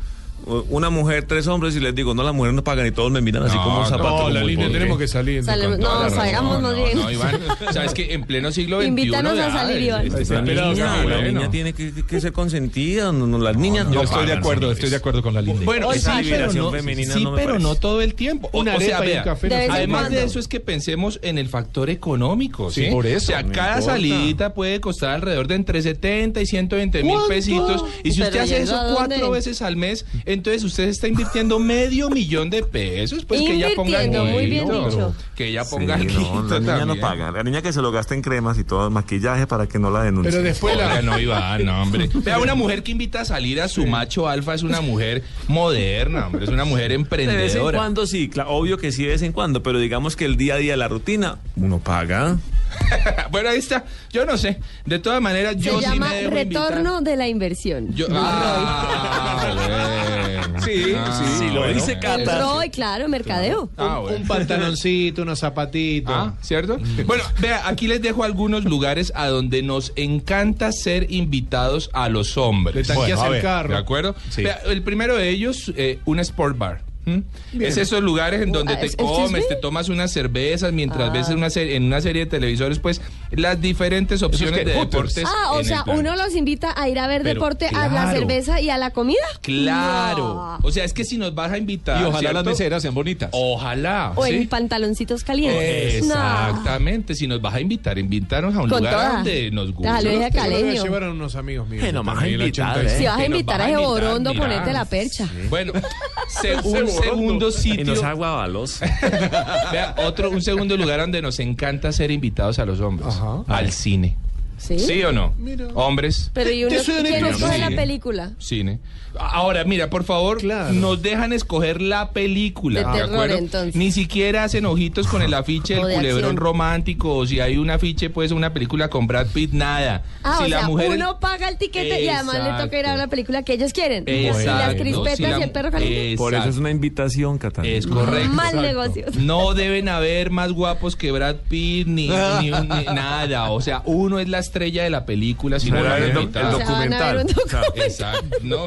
uh, una mujer, tres hombres, y les digo, no, las mujeres no pagan, y todos me miran así No, como un no, zapato. no, como la muy línea, pobre. tenemos que salir. Sale- no, salgamos más bien. No, Iván, sabes que en pleno siglo XXI... Invítanos a ya, salir, es- Iván. es- es- La niña, esperado, la bueno. niña tiene que, que ser consentida. no, no, las niñas no, Yo estoy de pagan, acuerdo, señores. estoy de acuerdo con la linda. Bueno, Hoy sí, sí, pero liberación no, femenina sí, no me pero parece. no todo el tiempo. O, Una o sea, arepa y un vea, café no De vez en además cuando. de eso es que pensemos en el factor económico. Sí, Sí, por eso, O sea, no cada importa. salidita puede costar alrededor de entre 70 y 120 mil ¿Cuánto? pesitos. Y si Pero usted hace ¿llega eso a dónde? cuatro veces al mes, entonces usted está invirtiendo medio millón de pesos. Pues que ella ponga el Invirtiendo, muy bien guito, dicho. Que ella Sí, ponga el no, la niña guito no también. paga. La niña que se lo gasta en cremas y todo, maquillaje para que no la denuncie. Pero después la- Oiga, no, Iván, no, hombre. Vea, una mujer que invita a salir a su macho alfa es una mujer moderna, hombre, es una mujer De vez en emprendedora. cuando sí, cla- obvio que sí de vez en cuando, pero digamos que el día a día, la rutina, uno paga. bueno, ahí está. Yo no sé. De todas maneras, Se yo sí llama me dejo invitar. Retorno de la Inversión. Yo- Ah. Del Sí, sí. Si lo Ah, bueno. dice Roy. Del Roy, Eh, claro, Ah, mercadeo. Un pantaloncito, unos zapatitos. Ah, ¿cierto? Bueno, vea, aquí les dejo algunos lugares a donde nos encanta ser invitados a los hombres. Le tanqueas a el ver, carro. ¿De acuerdo? Sí. Vea, el primero de ellos, eh, un sport bar. ¿Mm? Bien. Es esos lugares Uh, en donde Ah, te ¿excuse comes, me? te tomas unas cervezas mientras Ah. ves una serie, en una serie de televisores, pues las diferentes opciones que de Hooters. deportes. Ah, o en sea, el plan. uno los invita a ir a ver Pero deporte, a la claro. cerveza y a la comida. Claro. O sea, es que si nos vas a invitar. Y ojalá las meseras sean bonitas. Ojalá. O ¿sí? Eh, en pantaloncitos calientes. No. Pues, Exactamente, si nos vas a invitar, invítanos a un Con lugar todas. donde nos guste. Dale, deja Me caleño. llevaron unos amigos míos. Que no más Ahí en la invitar, 80. Si vas a Que nos invitar vas a a ese invitar, borondo, mira. ponete la percha. Bueno, se- un Ese segundo sitio. Y nos agua balos. Vea, otro, un segundo lugar donde nos encanta ser invitados a los hombres. Al cine. ¿Sí, o no? Mira. Hombres. Pero y uno, ¿quién Opinión. nos fue de la Sí. película? Cine. Ahora, mira, por favor, nos dejan escoger la película. De terror, acuerdo? entonces. Ni siquiera hacen ojitos con el afiche O del de culebrón acción. romántico. O si hay un afiche, pues una película con Brad Pitt, nada. Ah, si o la sea, mujer. uno paga el tiquete y además le toca ir a ver la película que ellos quieren. Exacto. Y las Si crispetas la- y el perro caliente. Por eso es una invitación, Catalina. Es correcto. Mal negocio. No deben haber más guapos que Brad Pitt ni, ni un- ni nada. O sea, uno es la estrella de la película. Si no, Será lo el han do- invitado. el O sea, van a ver un documental. Exacto. ¿no?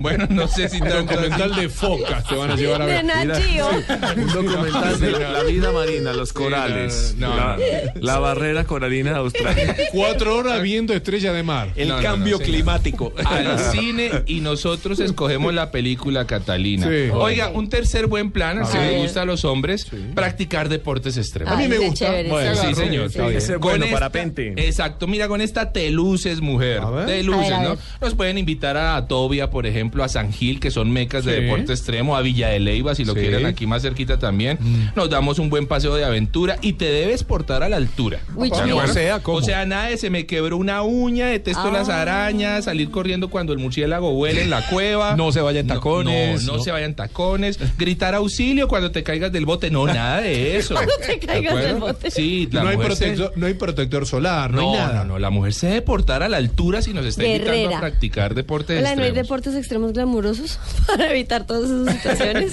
bueno, no sé si El tan- documental de focas te van a llevar a ver. De Nachío. Un documental de la vida marina, los corales, no, no, la, no. la barrera coralina de Australia. Cuatro horas viendo estrella de mar. No, no, no, señor. Al cine y nosotros escogemos la película Catalina. Sí. Oiga, un tercer buen plan, A si ver. le gusta a los hombres, practicar deportes extremos. A mí me Ay, gusta. chévere, Bueno, se sí, agarró. señor. Sí. está bien. Ese es Con bueno, esta- parapente. Exacto. Mira, con esta te luces, mujer. Te A luces, ver, a ¿no? ver. Nos pueden invitar a Tobia, por ejemplo, a San Gil, que son mecas de Sí. deporte extremo, a Villa de Leyva, si lo Sí. Mm. quieren, aquí más cerquita también. Nos damos un buen paseo de aventura y te debes portar a la altura. Uy, ¿De chino. acuerdo? O sea, ¿cómo? O sea, nada de se me quebró una uña, detesto las Ah. arañas, salir corriendo cuando el murciélago huele en la cueva. No se vayan tacones. No, no No. se vayan tacones. Gritar auxilio cuando te caigas del bote. No, nada de eso. Cuando te ¿De caigas del acuerdo? bote. Sí, la No hay, mujer se- protector, no hay protector solar, no, No, hay nada. no, no, la mujer se debe portar a la altura si nos está invitando Guerrera. a practicar deportes Hola, ¿no hay extremos. deportes extremos glamurosos para evitar todas esas situaciones?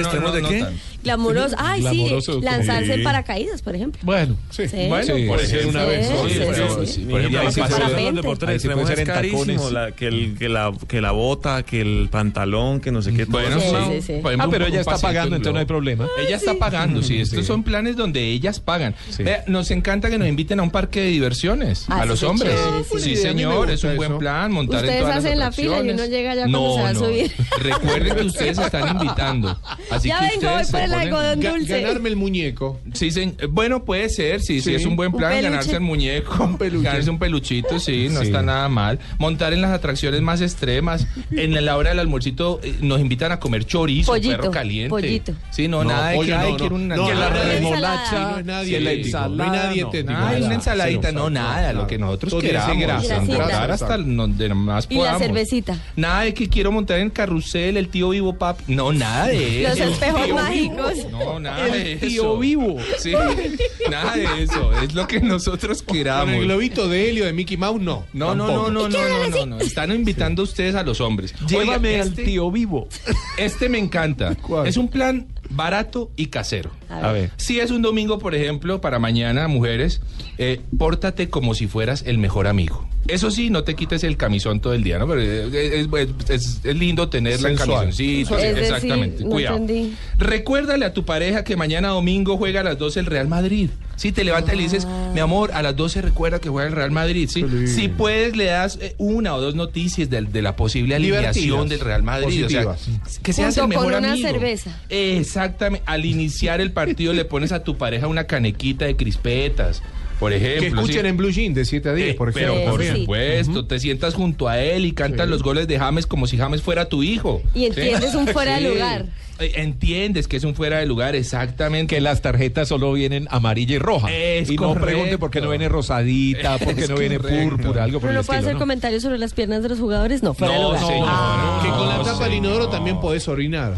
extremos de qué? Glamurosos. Ay, Glamuroso, sí. Lanzarse sí. en paracaídas, por ejemplo. Bueno, sí. Sí. Bueno, por sí, ejemplo, una vez. sí, Sí, por sí, ejemplo, sí. sí, Y por ejemplo, ahí el sí se paseo- ve. Los Gente. deportes Ahí se extremos puede es ser en carísimo, tacones. la- que, el, que, la, que la bota, que el pantalón, que no sé qué. Bueno, todo eso. sí, sí, sí. Por ejemplo, Ah, pero un ella está pasito pagando, en entonces no hay problema. Ella está pagando, sí. Estos Sí. son planes donde ellas pagan. Vea, nos encanta que nos inviten a un parque de diversiones, Ah, a sí, los qué hombres. chévere, sí. Sí, Sí, a mí me señor, gusta es un buen eso. plan montar en Ustedes todas las hacen la fila y uno atracciones. llega ya cuando No, se va a no. subir. Recuerden que ustedes están invitando. Así Ya que vengo, ustedes voy se por el ponen- algodón Ga- dulce. ganarme el muñeco. Sí, sen- bueno, puede ser, sí, sí, Sí. es un buen Un plan peluche. ganarse el muñeco, ganarse un peluchito, sí, no Sí. está nada mal. Montar en las atracciones más extremas, en la hora del almuercito eh, nos invitan a comer chorizo, Pollito, perro caliente. pollito. Sí, no, nada de que, pollo, ay, no, quiero no. una No, que la nada de remolacha, ensalada. No es nadie sí, ético, no hay nadie ético, Ay, nada. una ensaladita, Cero, no, exacto, nada, lo nada. que nosotros Todo tiene queramos, grasa, engordar grasa, hasta exacto. donde más Y la podamos. cervecita. Nada de que quiero montar en el carrusel, el tío vivo papi, no, nada de Los eso. espejos Tío mágicos. no, nada El de eso. tío vivo. Sí, nada de eso. Es lo que nosotros Con queramos. el globito de helio de Mickey Mouse, no. No, no, Tampoco. no, no, no, no, no, no. Están invitando ustedes a los hombres. Llévame al tío vivo. Este me encanta. Es un plan barato y casero. A ver. Si es un domingo, por ejemplo, para mañana, mujeres, eh, pórtate como si fueras el mejor amigo. Eso sí, no te quites el camisón todo el día, ¿no? Pero eh, es, es- es lindo tener la Sensual. camisoncita. Es decir, exactamente. no Cuidado. entendí. Recuérdale a tu pareja que mañana domingo juega a las 12 el Real Madrid. Si te levantas y le dices, mi Ah. amor, a las 12 recuerda que juega el Real Madrid. ¿sí? Si puedes, le das eh, una o dos noticias del- de, la posible Divertidas. alineación del Real Madrid. O sea, Positivas. que seas Junto el mejor con una amigo. cerveza. Exactamente. Al iniciar el partido le pones a tu pareja una canequita de crispetas. Por ejemplo. Que ¿sí? escuchen en Blue Jean de 7 a 10, Eh, por ejemplo. Pero por también. supuesto, te sientas junto a él y cantas los goles de James como si James fuera tu hijo. Y entiendes un fuera de lugar. Eh, Entiendes que es un fuera de lugar, exactamente. Que las tarjetas solo vienen amarilla y roja. Es y no pregunte correcto. por qué no viene rosadita, por qué Es no viene correcto. púrpura, algo por Pero el no puede estilo. hacer comentarios sobre las piernas de los jugadores, no, fuera de lugar. Ah, Que con la tapa del inodoro también podés orinar.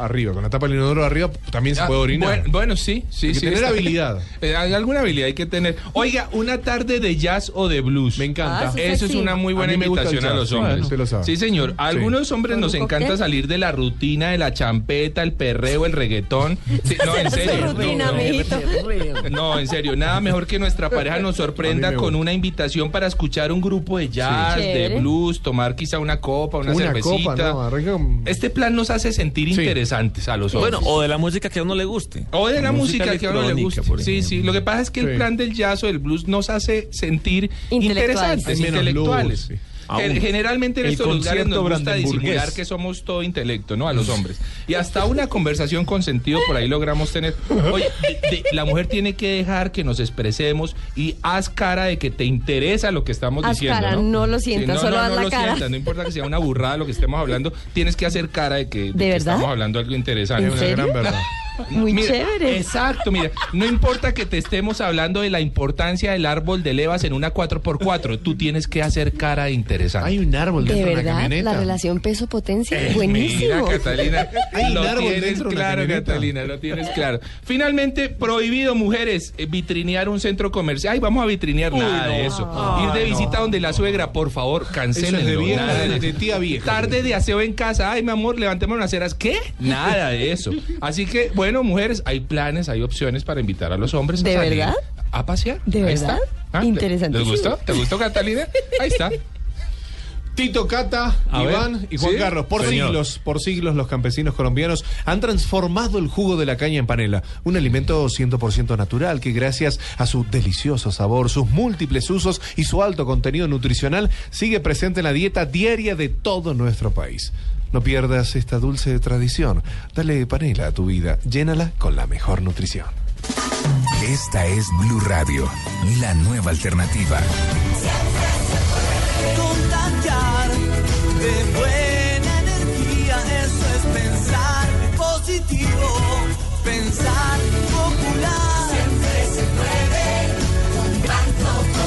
Arriba, con la tapa del inodoro arriba también se Ah, puede orinar. Bueno, bueno, sí, sí, Hay que sí. tener está- habilidad. Eh, hay alguna habilidad hay que tener. Oiga, una tarde de jazz o de blues. Me encanta. Ah, eso eso es sí. una muy buena A mí me gusta el invitación a jazz. los hombres. Bueno, usted lo sabe. Sí, señor. A algunos hombres ¿Con nos un encanta cóctel? salir de la rutina de la champeta, el perreo, el reggaetón. Sí, no, en serio. No, no. No, en serio, nada mejor que nuestra pareja nos A sorprenda mí me con una invitación para escuchar un grupo de jazz, Sí. de Chévere. blues, tomar quizá una copa, una, Una cervecita. copa, no, arranca con- Este plan nos hace sentir interesantes a los hombres. Bueno, o de la música que a uno le guste. O de la música, que a uno le electrónica, gusta. por Sí, sí. Lo que pasa es que el Sí. plan del jazz o del blues nos hace sentir Intelectuales. interesantes, Hay menos intelectuales. luz, sí. Gen- Aún. Generalmente en El estos lugares concierto nos gusta brandenburgués. disimular que somos todo intelecto, ¿no? A los hombres. Y hasta una conversación con sentido por ahí logramos tener. Oye, de- de- la mujer tiene que dejar que nos expresemos y haz cara de que te interesa lo que estamos Haz diciendo. cara, ¿no? no lo sientas, no, solo no, haz no la lo cara. sientas, no importa que sea una burrada lo que estemos hablando, tienes que hacer cara de que, ¿De de que verdad? estamos hablando algo interesante. ¿En Una serio? gran verdad. Muy Mira, chévere. Exacto, mira, no importa que te estemos hablando de la importancia del árbol de levas en una 4x4, tú tienes que hacer cara interesante. Hay un árbol De verdad, la relación peso-potencia es Eh, Mira, buenísimo. Catalina, Hay un lo árbol tienes dentro de una claro, camioneta. Catalina, lo tienes claro. Finalmente, prohibido, mujeres, eh, vitrinear un centro comercial. Ay, vamos a vitrinear Uy, nada no. de eso. Ay, Ir de no. visita donde la suegra, por favor, cancelen. vieja, de- de tía vieja. Tarde de aseo en casa. Ay, mi amor, levantemos las ceras. ¿Qué? Nada de eso. Así que, bueno, mujeres, hay planes, hay opciones para invitar a los hombres ¿De a salir verdad? a pasear. ¿De Ahí verdad? está. Ah, Interesantísimo. ¿Les gustó? ¿Te gustó, Catalina? Ahí está. Tito Cata, A ver, Iván y Juan ¿sí? Carlos, por Señor. siglos, por siglos los campesinos colombianos han transformado el jugo de la caña en panela, un alimento 100% natural que gracias a su delicioso sabor, sus múltiples usos y su alto contenido nutricional sigue presente en la dieta diaria de todo nuestro país. No pierdas esta dulce tradición. Dale panela a tu vida, llénala con la mejor nutrición. Esta es Blue Radio, la nueva alternativa. Contagiar de buena energía, eso es pensar positivo, pensar popular. Siempre se puede un banco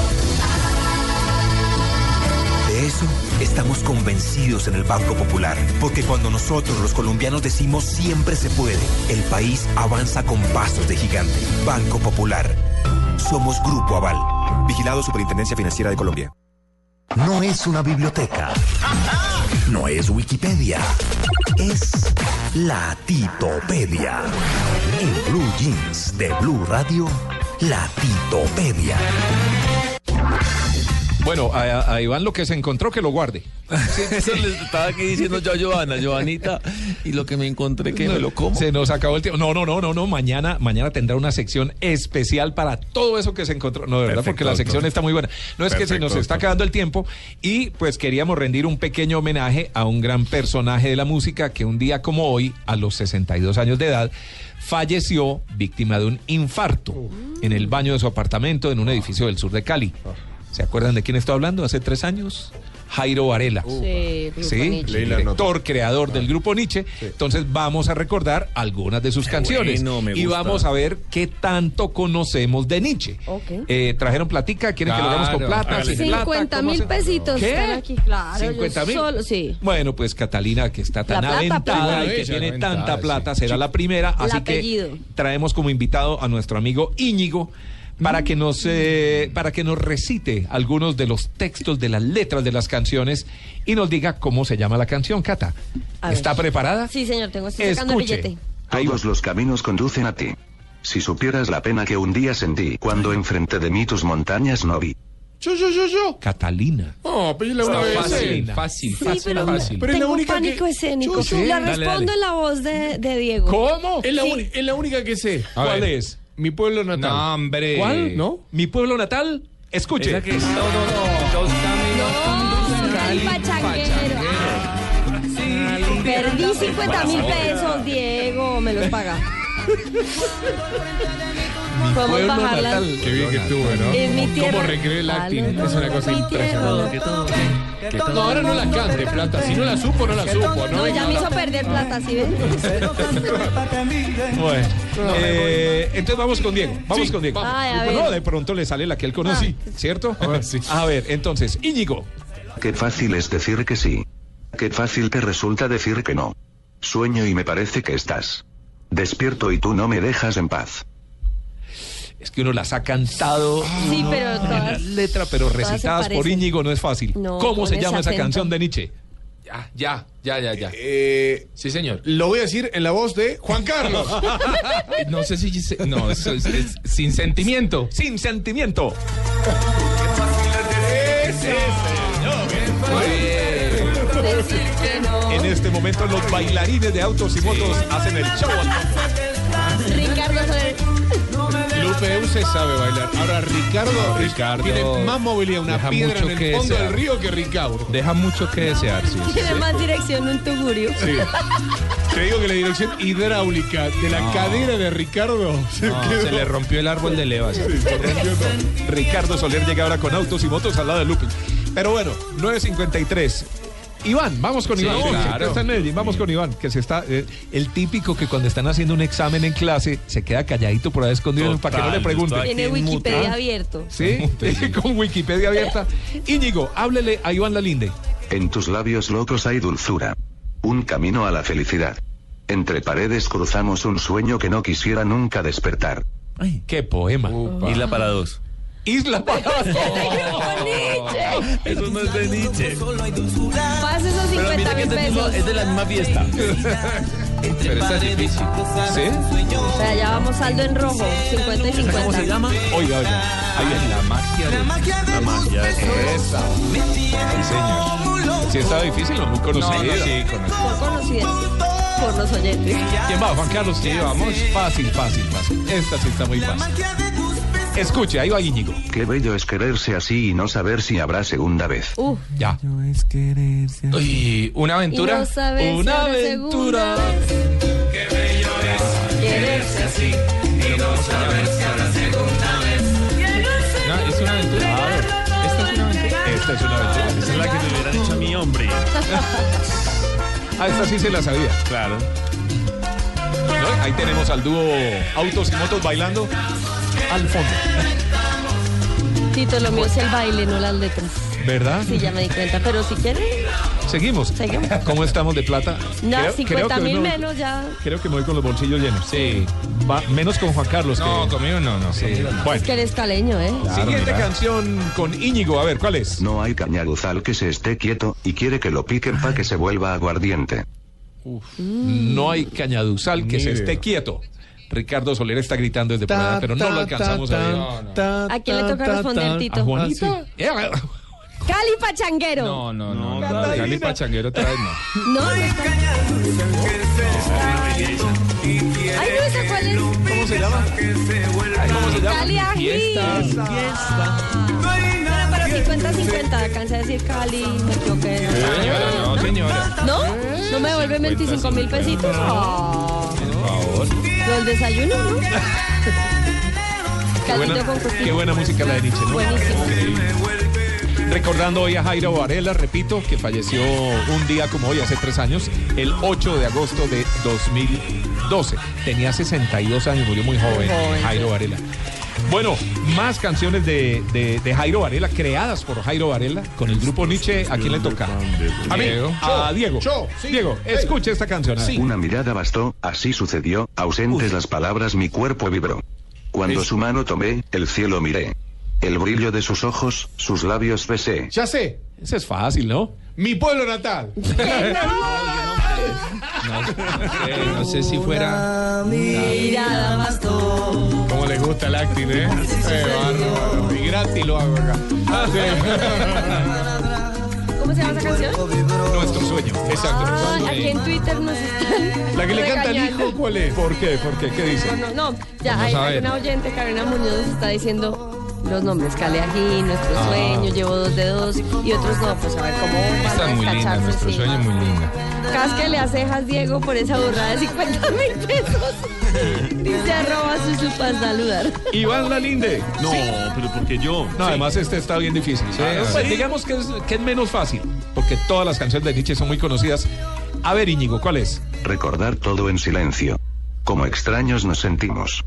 De eso estamos convencidos en el Banco Popular, porque cuando nosotros los colombianos decimos siempre se puede, el país avanza con pasos de gigante. Banco Popular. Somos Grupo Aval. Vigilado Superintendencia Financiera de Colombia. No es una biblioteca. No es Wikipedia. Es la Titopedia. En Blue Jeans de Blue Radio, la Titopedia. Bueno, a, a Iván lo que se encontró que lo guarde. Eso le estaba aquí diciendo yo a Giovanna, Giovanita, y lo que me encontré que me lo como. Se nos acabó el tiempo. No, no, no, no, no. Mañana, mañana tendrá una sección especial para todo eso que se encontró. No, de verdad, Perfecto, porque la sección doctor. está muy buena. No es que se Perfecto, nos está doctor. acabando el tiempo y pues queríamos rendir un pequeño homenaje a un gran personaje de la música que un día como hoy, a los 62 años de edad, falleció víctima de un infarto en el baño de su apartamento en un edificio del sur de Cali. ¿Se acuerdan de quién estoy hablando? Hace tres años. Jairo Varela. Sí, Grupo Sí, Nietzsche. director, creador del grupo Nietzsche. Entonces vamos a recordar algunas de sus canciones. bueno, me y gusta. vamos a ver qué tanto conocemos de Nietzsche. Ok. Eh, ¿Trajeron platica? ¿Quieren que lo hagamos con Claro, plata? hágale. sin plata? 50 ¿Cómo mil hacen? pesitos ¿Qué? están aquí, claro. yo 50 mil. Solo, sí. Bueno, pues Catalina, que está tan La plata, aventada plata. y que Bueno, ella tiene aventada, tanta sí. plata, será la primera. El Así apellido. que traemos como invitado a nuestro amigo Íñigo para que nos Mm. eh, para que nos recite algunos de los textos de las letras de las canciones y nos diga cómo se llama la canción, Cata. A ver. ¿Está preparada? Sí, señor, tengo estoy sacando Escuche. el billete. Todos los caminos conducen a ti. Si supieras la pena que un día sentí cuando enfrente de mí tus montañas no vi. Yo, yo, yo, yo. Catalina. Oh, pero yo la Está voy a fácil, hacer. fácil, Sí, fácil, pero- fácil. pero es la Tengo única pánico que- escénico. Yo sé. La Dale, respondo dale. en la voz de, de Diego. Es la, Sí. uni- es la única que sé. A ¿Cuál ver. es? Mi pueblo natal. No, hombre. ¿Cuál? ¿No? Mi pueblo natal. Escuche. Esa que- No, no, no. Los No, caminos el conducen a Cali. pachanguero. Ah, Perdí 50 mil pesos, Diego. Me los paga. Podemos bajarla. Qué bien que estuvo, ¿no? Es mi tierra. Cómo recreé el acting. Es una cosa impresionante. No, ahora no la cante, Plata. Si no la supo, no la supo. No, ya me hizo perder. perder plata, ¿sí ven? Bueno, eh, entonces vamos con Diego. Vamos Sí, con Diego. vamos. Ay, a ver. Ah, No, de pronto le sale la que él conoce, ¿cierto? A ver, entonces, Íñigo. Qué fácil es decir que sí. Qué fácil te resulta decir que no. Sueño y me parece que estás. Despierto y tú no me dejas en paz. Es que uno las ha cantado. Sí, uno- pero todas- en la letra, pero todas se recitadas por parecen. Íñigo no es fácil. No, ¿Cómo con se ese llama esa acento. canción de Nietzsche? Ya, ya, ya, ya, ya. sí, señor. Eh, Lo voy a decir en la voz de Juan Carlos. Eh. No sé si... se- No, eso es, es sin sentimiento. Sin sentimiento. En este momento los bailarines de autos y motos hacen el show. Ricardo Soler. Lupe Euse sabe bailar. Ahora Ricardo, tiene más movilidad, una Deja piedra mucho en que el fondo desear. del río que Ricardo. Deja mucho que desear, sí. Tiene más dirección un tugurio. Sí. Te digo que la dirección hidráulica de la No. cadera de Ricardo se No, quedó. se le rompió el árbol de levas. Ricardo Soler llega ahora con autos y motos al lado de Lupi. Pero bueno, 9.53. Iván, vamos con Sí, Iván. claro. que está en Medellín, vamos con Iván, que se está eh, el típico que cuando están haciendo un examen en clase se queda calladito por ahí escondido para que no le pregunten. Tiene Wikipedia abierto. Sí, con Wikipedia abierta. Íñigo, háblele a Iván Lalinde. En tus labios locos hay dulzura. Un camino a la felicidad. Entre paredes cruzamos un sueño que no quisiera nunca despertar. qué poema. Isla para dos. Isla para Eso no es de Nietzsche. Pasa esos Pero 50 mira que mil este mismo pesos. es de la misma fiesta. Pero está difícil. ¿Sí? O sea, ya vamos saldo en rojo. 50 y 50. ¿Cómo se llama? Oiga, oiga. Ahí es la magia. La magia de tus besos. Esa. Me tiene como un loco. Sí, estaba difícil o muy conocida. No, no, sí, Por conocidas. Por los oyentes. ¿Quién va? Juan Carlos, sí, vamos. Fácil, fácil, fácil. Esta sí está muy fácil. Escuche, ahí va Íñigo. Qué bello es quererse así y no saber si habrá segunda vez. Uh, Ya. Y una y aventura. no sabes una si habrá segunda vez. Quererse así y no saber si habrá segunda vez. No, es una aventura. Esta es una aventura. Esta es una aventura. Esa es la que me hubieran hecho a mi hombre. Ah, esta sí se la sabía. Claro. ¿No? Ahí tenemos al dúo Autos y Motos bailando al fondo. Tito, lo mío es el baile, no las letras. ¿Verdad? Sí, ya me di cuenta. Pero si quieren, Seguimos. Seguimos. ¿Cómo estamos de plata? no, Creo- creo 50 que hoy mil no- menos ya. Creo que me voy con los bolsillos llenos. Sí. menos con Juan Carlos. No, que... conmigo no, no. Sí. Es Bueno, que eres caleño, ¿eh? siguiente canción con Íñigo. A ver, ¿cuál es? No hay cañaguzal que se esté quieto y quiere que lo piquen para que se vuelva aguardiente. No hay cañaduzal que se esté quieto. Ricardo Soler está gritando desde por allá, pero no lo alcanzamos a ver. ¿A quién le toca responder, Tito? A Juanita. Cali Pachanguero. No, no, no. no, Cali Pachanguero otra vez no. No, no está. Ay, no, ¿esa cuál es? ¿Cómo se llama? ¿Cómo se Cali Ají. Bueno, pero 50-50. Alcancé a decir Cali, me equivoqué. Señora, no, señora. ¿No? ¿No me devuelven 25 mil pesitos? Ah, Lo del desayuno, ¿no? Qué Calito buena, con costillas. qué buena música la de Nietzsche, ¿no? Buenísimo. Recordando hoy a Jairo Varela, repito, que falleció un día como hoy, hace tres años, el 8 de agosto de 2012. Tenía 62 años, murió muy joven, joven, Jairo Varela. Bueno, más canciones de, de- de Jairo Varela, creadas por Jairo Varela, con el grupo Nietzsche, ¿a quién le toca? A mí, Diego. a Diego. Diego, escuche esta canción. Una mirada bastó, así sucedió, ausentes las palabras mi cuerpo vibró. Cuando su mano tomé, el cielo miré. El brillo de sus ojos, sus labios besé. Ya sé, Ese es fácil, ¿no? mi pueblo natal. Eh, no sé si fuera. Mirada bastó. Como les gusta el acting, ¿eh? Eh, bárbaro. Y gratis lo hago acá. Ah, ¿Cómo se llama esa canción? Nuestro sueño. Ah, Exacto. aquí en Twitter nos están. La que le canta al regañando. hijo, ¿cuál es? ¿Por qué? ¿Por qué? ¿Qué dice? No, no, ya Vamos hay, a hay ver. una oyente, Carolina Muñoz, nos está diciendo los nombres: Caleají, Nuestro Sueño, Llevo Dos Dedos y otros no. Pues a ver cómo van a Está muy linda, descacharse, nuestro sí. sueño es muy linda. Cásquele a cejas, Diego, por esa burrada de 50 mil pesos. Dice arroba susu para saludar. Iván Lalinde. No, pero porque yo. No, además este está bien difícil. Pues digamos que es, que es menos fácil, porque todas las canciones de Nietzsche son muy conocidas. A ver, Íñigo, ¿cuál es? Recordar todo en silencio. Como extraños nos sentimos.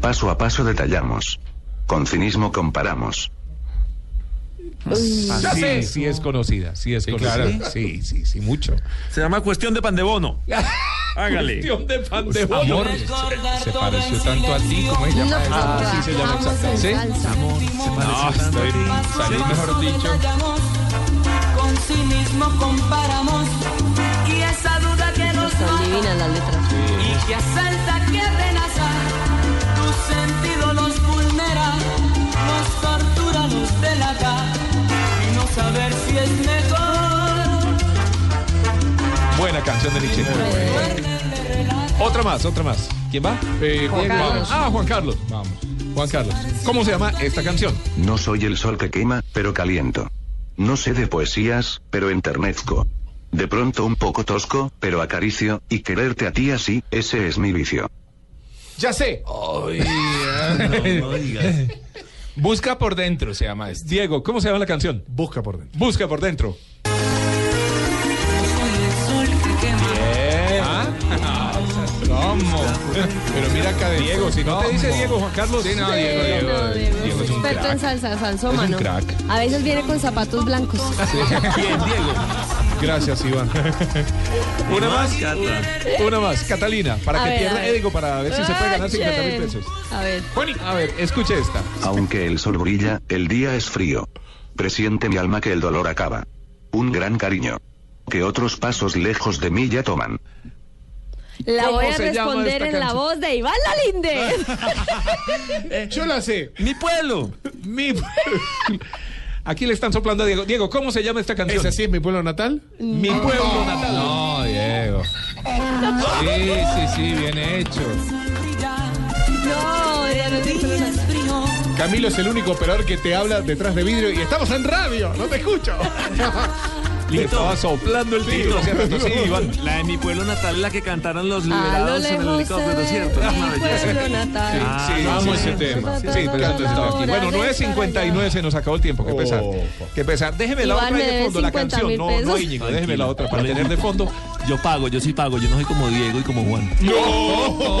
Paso a paso detallamos. Con cinismo comparamos. Ah, sí, sí es conocida, sí es conocida. claro. Sí, sí, sí, mucho. Se llama Cuestión de Pandebono. Hágale. Cuestión de Pues, pandemia. Amor, se pareció tanto a ti como ella. Nos Ah, sí, se llama encontramos exacta. en ¿Sí? salsa. No, estoy, salí mejor dicho. Con cinismo comparamos y esa duda que nos Están divinas las letras. y que asalta, que amenaza, tus sentidos los vulnera, nos tortura, nos delata y no saber si es mejor. Buena canción de Nietzsche. Otra más, otra más. ¿Quién va? Juan Carlos. Ah, Juan Carlos. Vamos. Juan Carlos. ¿Cómo se llama esta canción? No soy el sol que quema, pero caliento. No sé de poesías, pero enternezco. De pronto un poco tosco, pero acaricio, y quererte a ti así, ese es mi vicio. Ya sé. Busca por dentro se llama este. Diego, ¿cómo se llama la canción? Busca por dentro. Busca por dentro. ¿Ah? ¿Cómo? Pero mira acá de Diego, si no te dice Diego, Juan Carlos. Sí, no, Diego, Diego, Diego, es un experto en crack. salsa, Es un salsómano. crack. A veces viene con zapatos blancos. Bien, Diego. Gracias, Iván. una más, una más. Catalina, para A que ver, a pierda ver. Edgo, para ver si se puede ganar Ay, 50 mil che. pesos. Eh, A ver. A ver, escuche esta. Aunque el sol brilla, el día es frío. Presiente mi alma que el dolor acaba. Un gran cariño. Que otros pasos lejos de mí ya toman. La ¿Cómo voy a se llama responder esta en la canción? voz de Iván Lalinde. Yo la sé. Mi pueblo. Mi Aquí le están soplando a Diego. Diego, ¿cómo se llama esta canción? ¿Esa sí es mi pueblo natal? Mi pueblo natal. No, Diego. Sí, sí, sí, bien hecho. No, ya no te Camilo es el único operador que te habla detrás de vidrio y estamos en radio, no te escucho. Lito. Le estaba soplando el Tito, tiro. ¿cierto? Sí, Iván. La de mi pueblo natal, la que cantaron los A Ah, lo liberados en el lejos se helicóptero, ve ¿cierto? Es una mi belleza. pueblo natal. Ah, sí, vamos sí, ese sí, tema. sí, Sí, sí, pero claro. eso está aquí. Bueno, 9.59 se nos acabó el tiempo. Qué pesar. Qué pesar. Déjeme la otra Iván, ahí me de debe fondo, la 50 canción. mil No, no, pesos. Íñigo, déjeme la otra para Tranquilo. tener de fondo. Yo pago, yo sí pago, yo no soy como Diego y como Juan.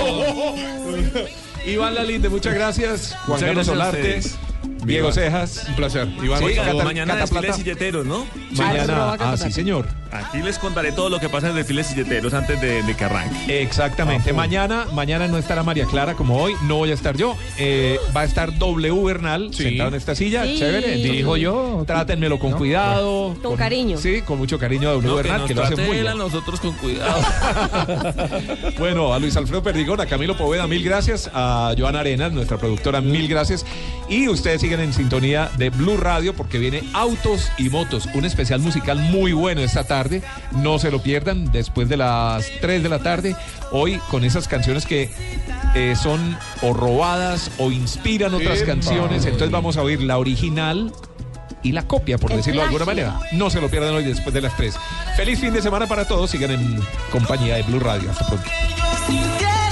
Iván Lalinde, muchas gracias. Juan Carlos Muchas gracias a Solarte. ustedes. Diego Iván. Cejas. Un placer. Iván, Sí, por Oiga, favor, mañana Cataplata. desfile silleteros, ¿no? Mañana. Ah, sí, señor. Aquí les contaré todo lo que pasa en el desfile silleteros antes de, de que arranque. Ah, Exactamente. mañana, mañana no estará María Clara como hoy, no voy a estar yo. Eh, va a estar W Bernal sentado en esta silla. Sí. Chévere. Dirijo yo. Trátenmelo con cuidado. Con cariño. Sí, con mucho cariño a W Bernal, que, lo hace muy bien. nosotros con cuidado. Bueno, a Luis Alfredo Perdigón, a Camilo Poveda, mil gracias. A Joana Arenas, nuestra productora, mil gracias. Y ustedes siguen en sintonía de Blue Radio porque viene Autos y Motos, un especial musical muy bueno esta tarde. No se lo pierdan después de las 3 de la tarde. Hoy con esas canciones que eh, son o robadas o inspiran otras Epa. canciones. Entonces vamos a oír la original. Y la copia, por El decirlo de alguna plagio. manera. No se lo pierdan hoy después de las 3. Feliz fin de semana para todos. Sigan en compañía de Blue Radio. Hasta pronto. Sin que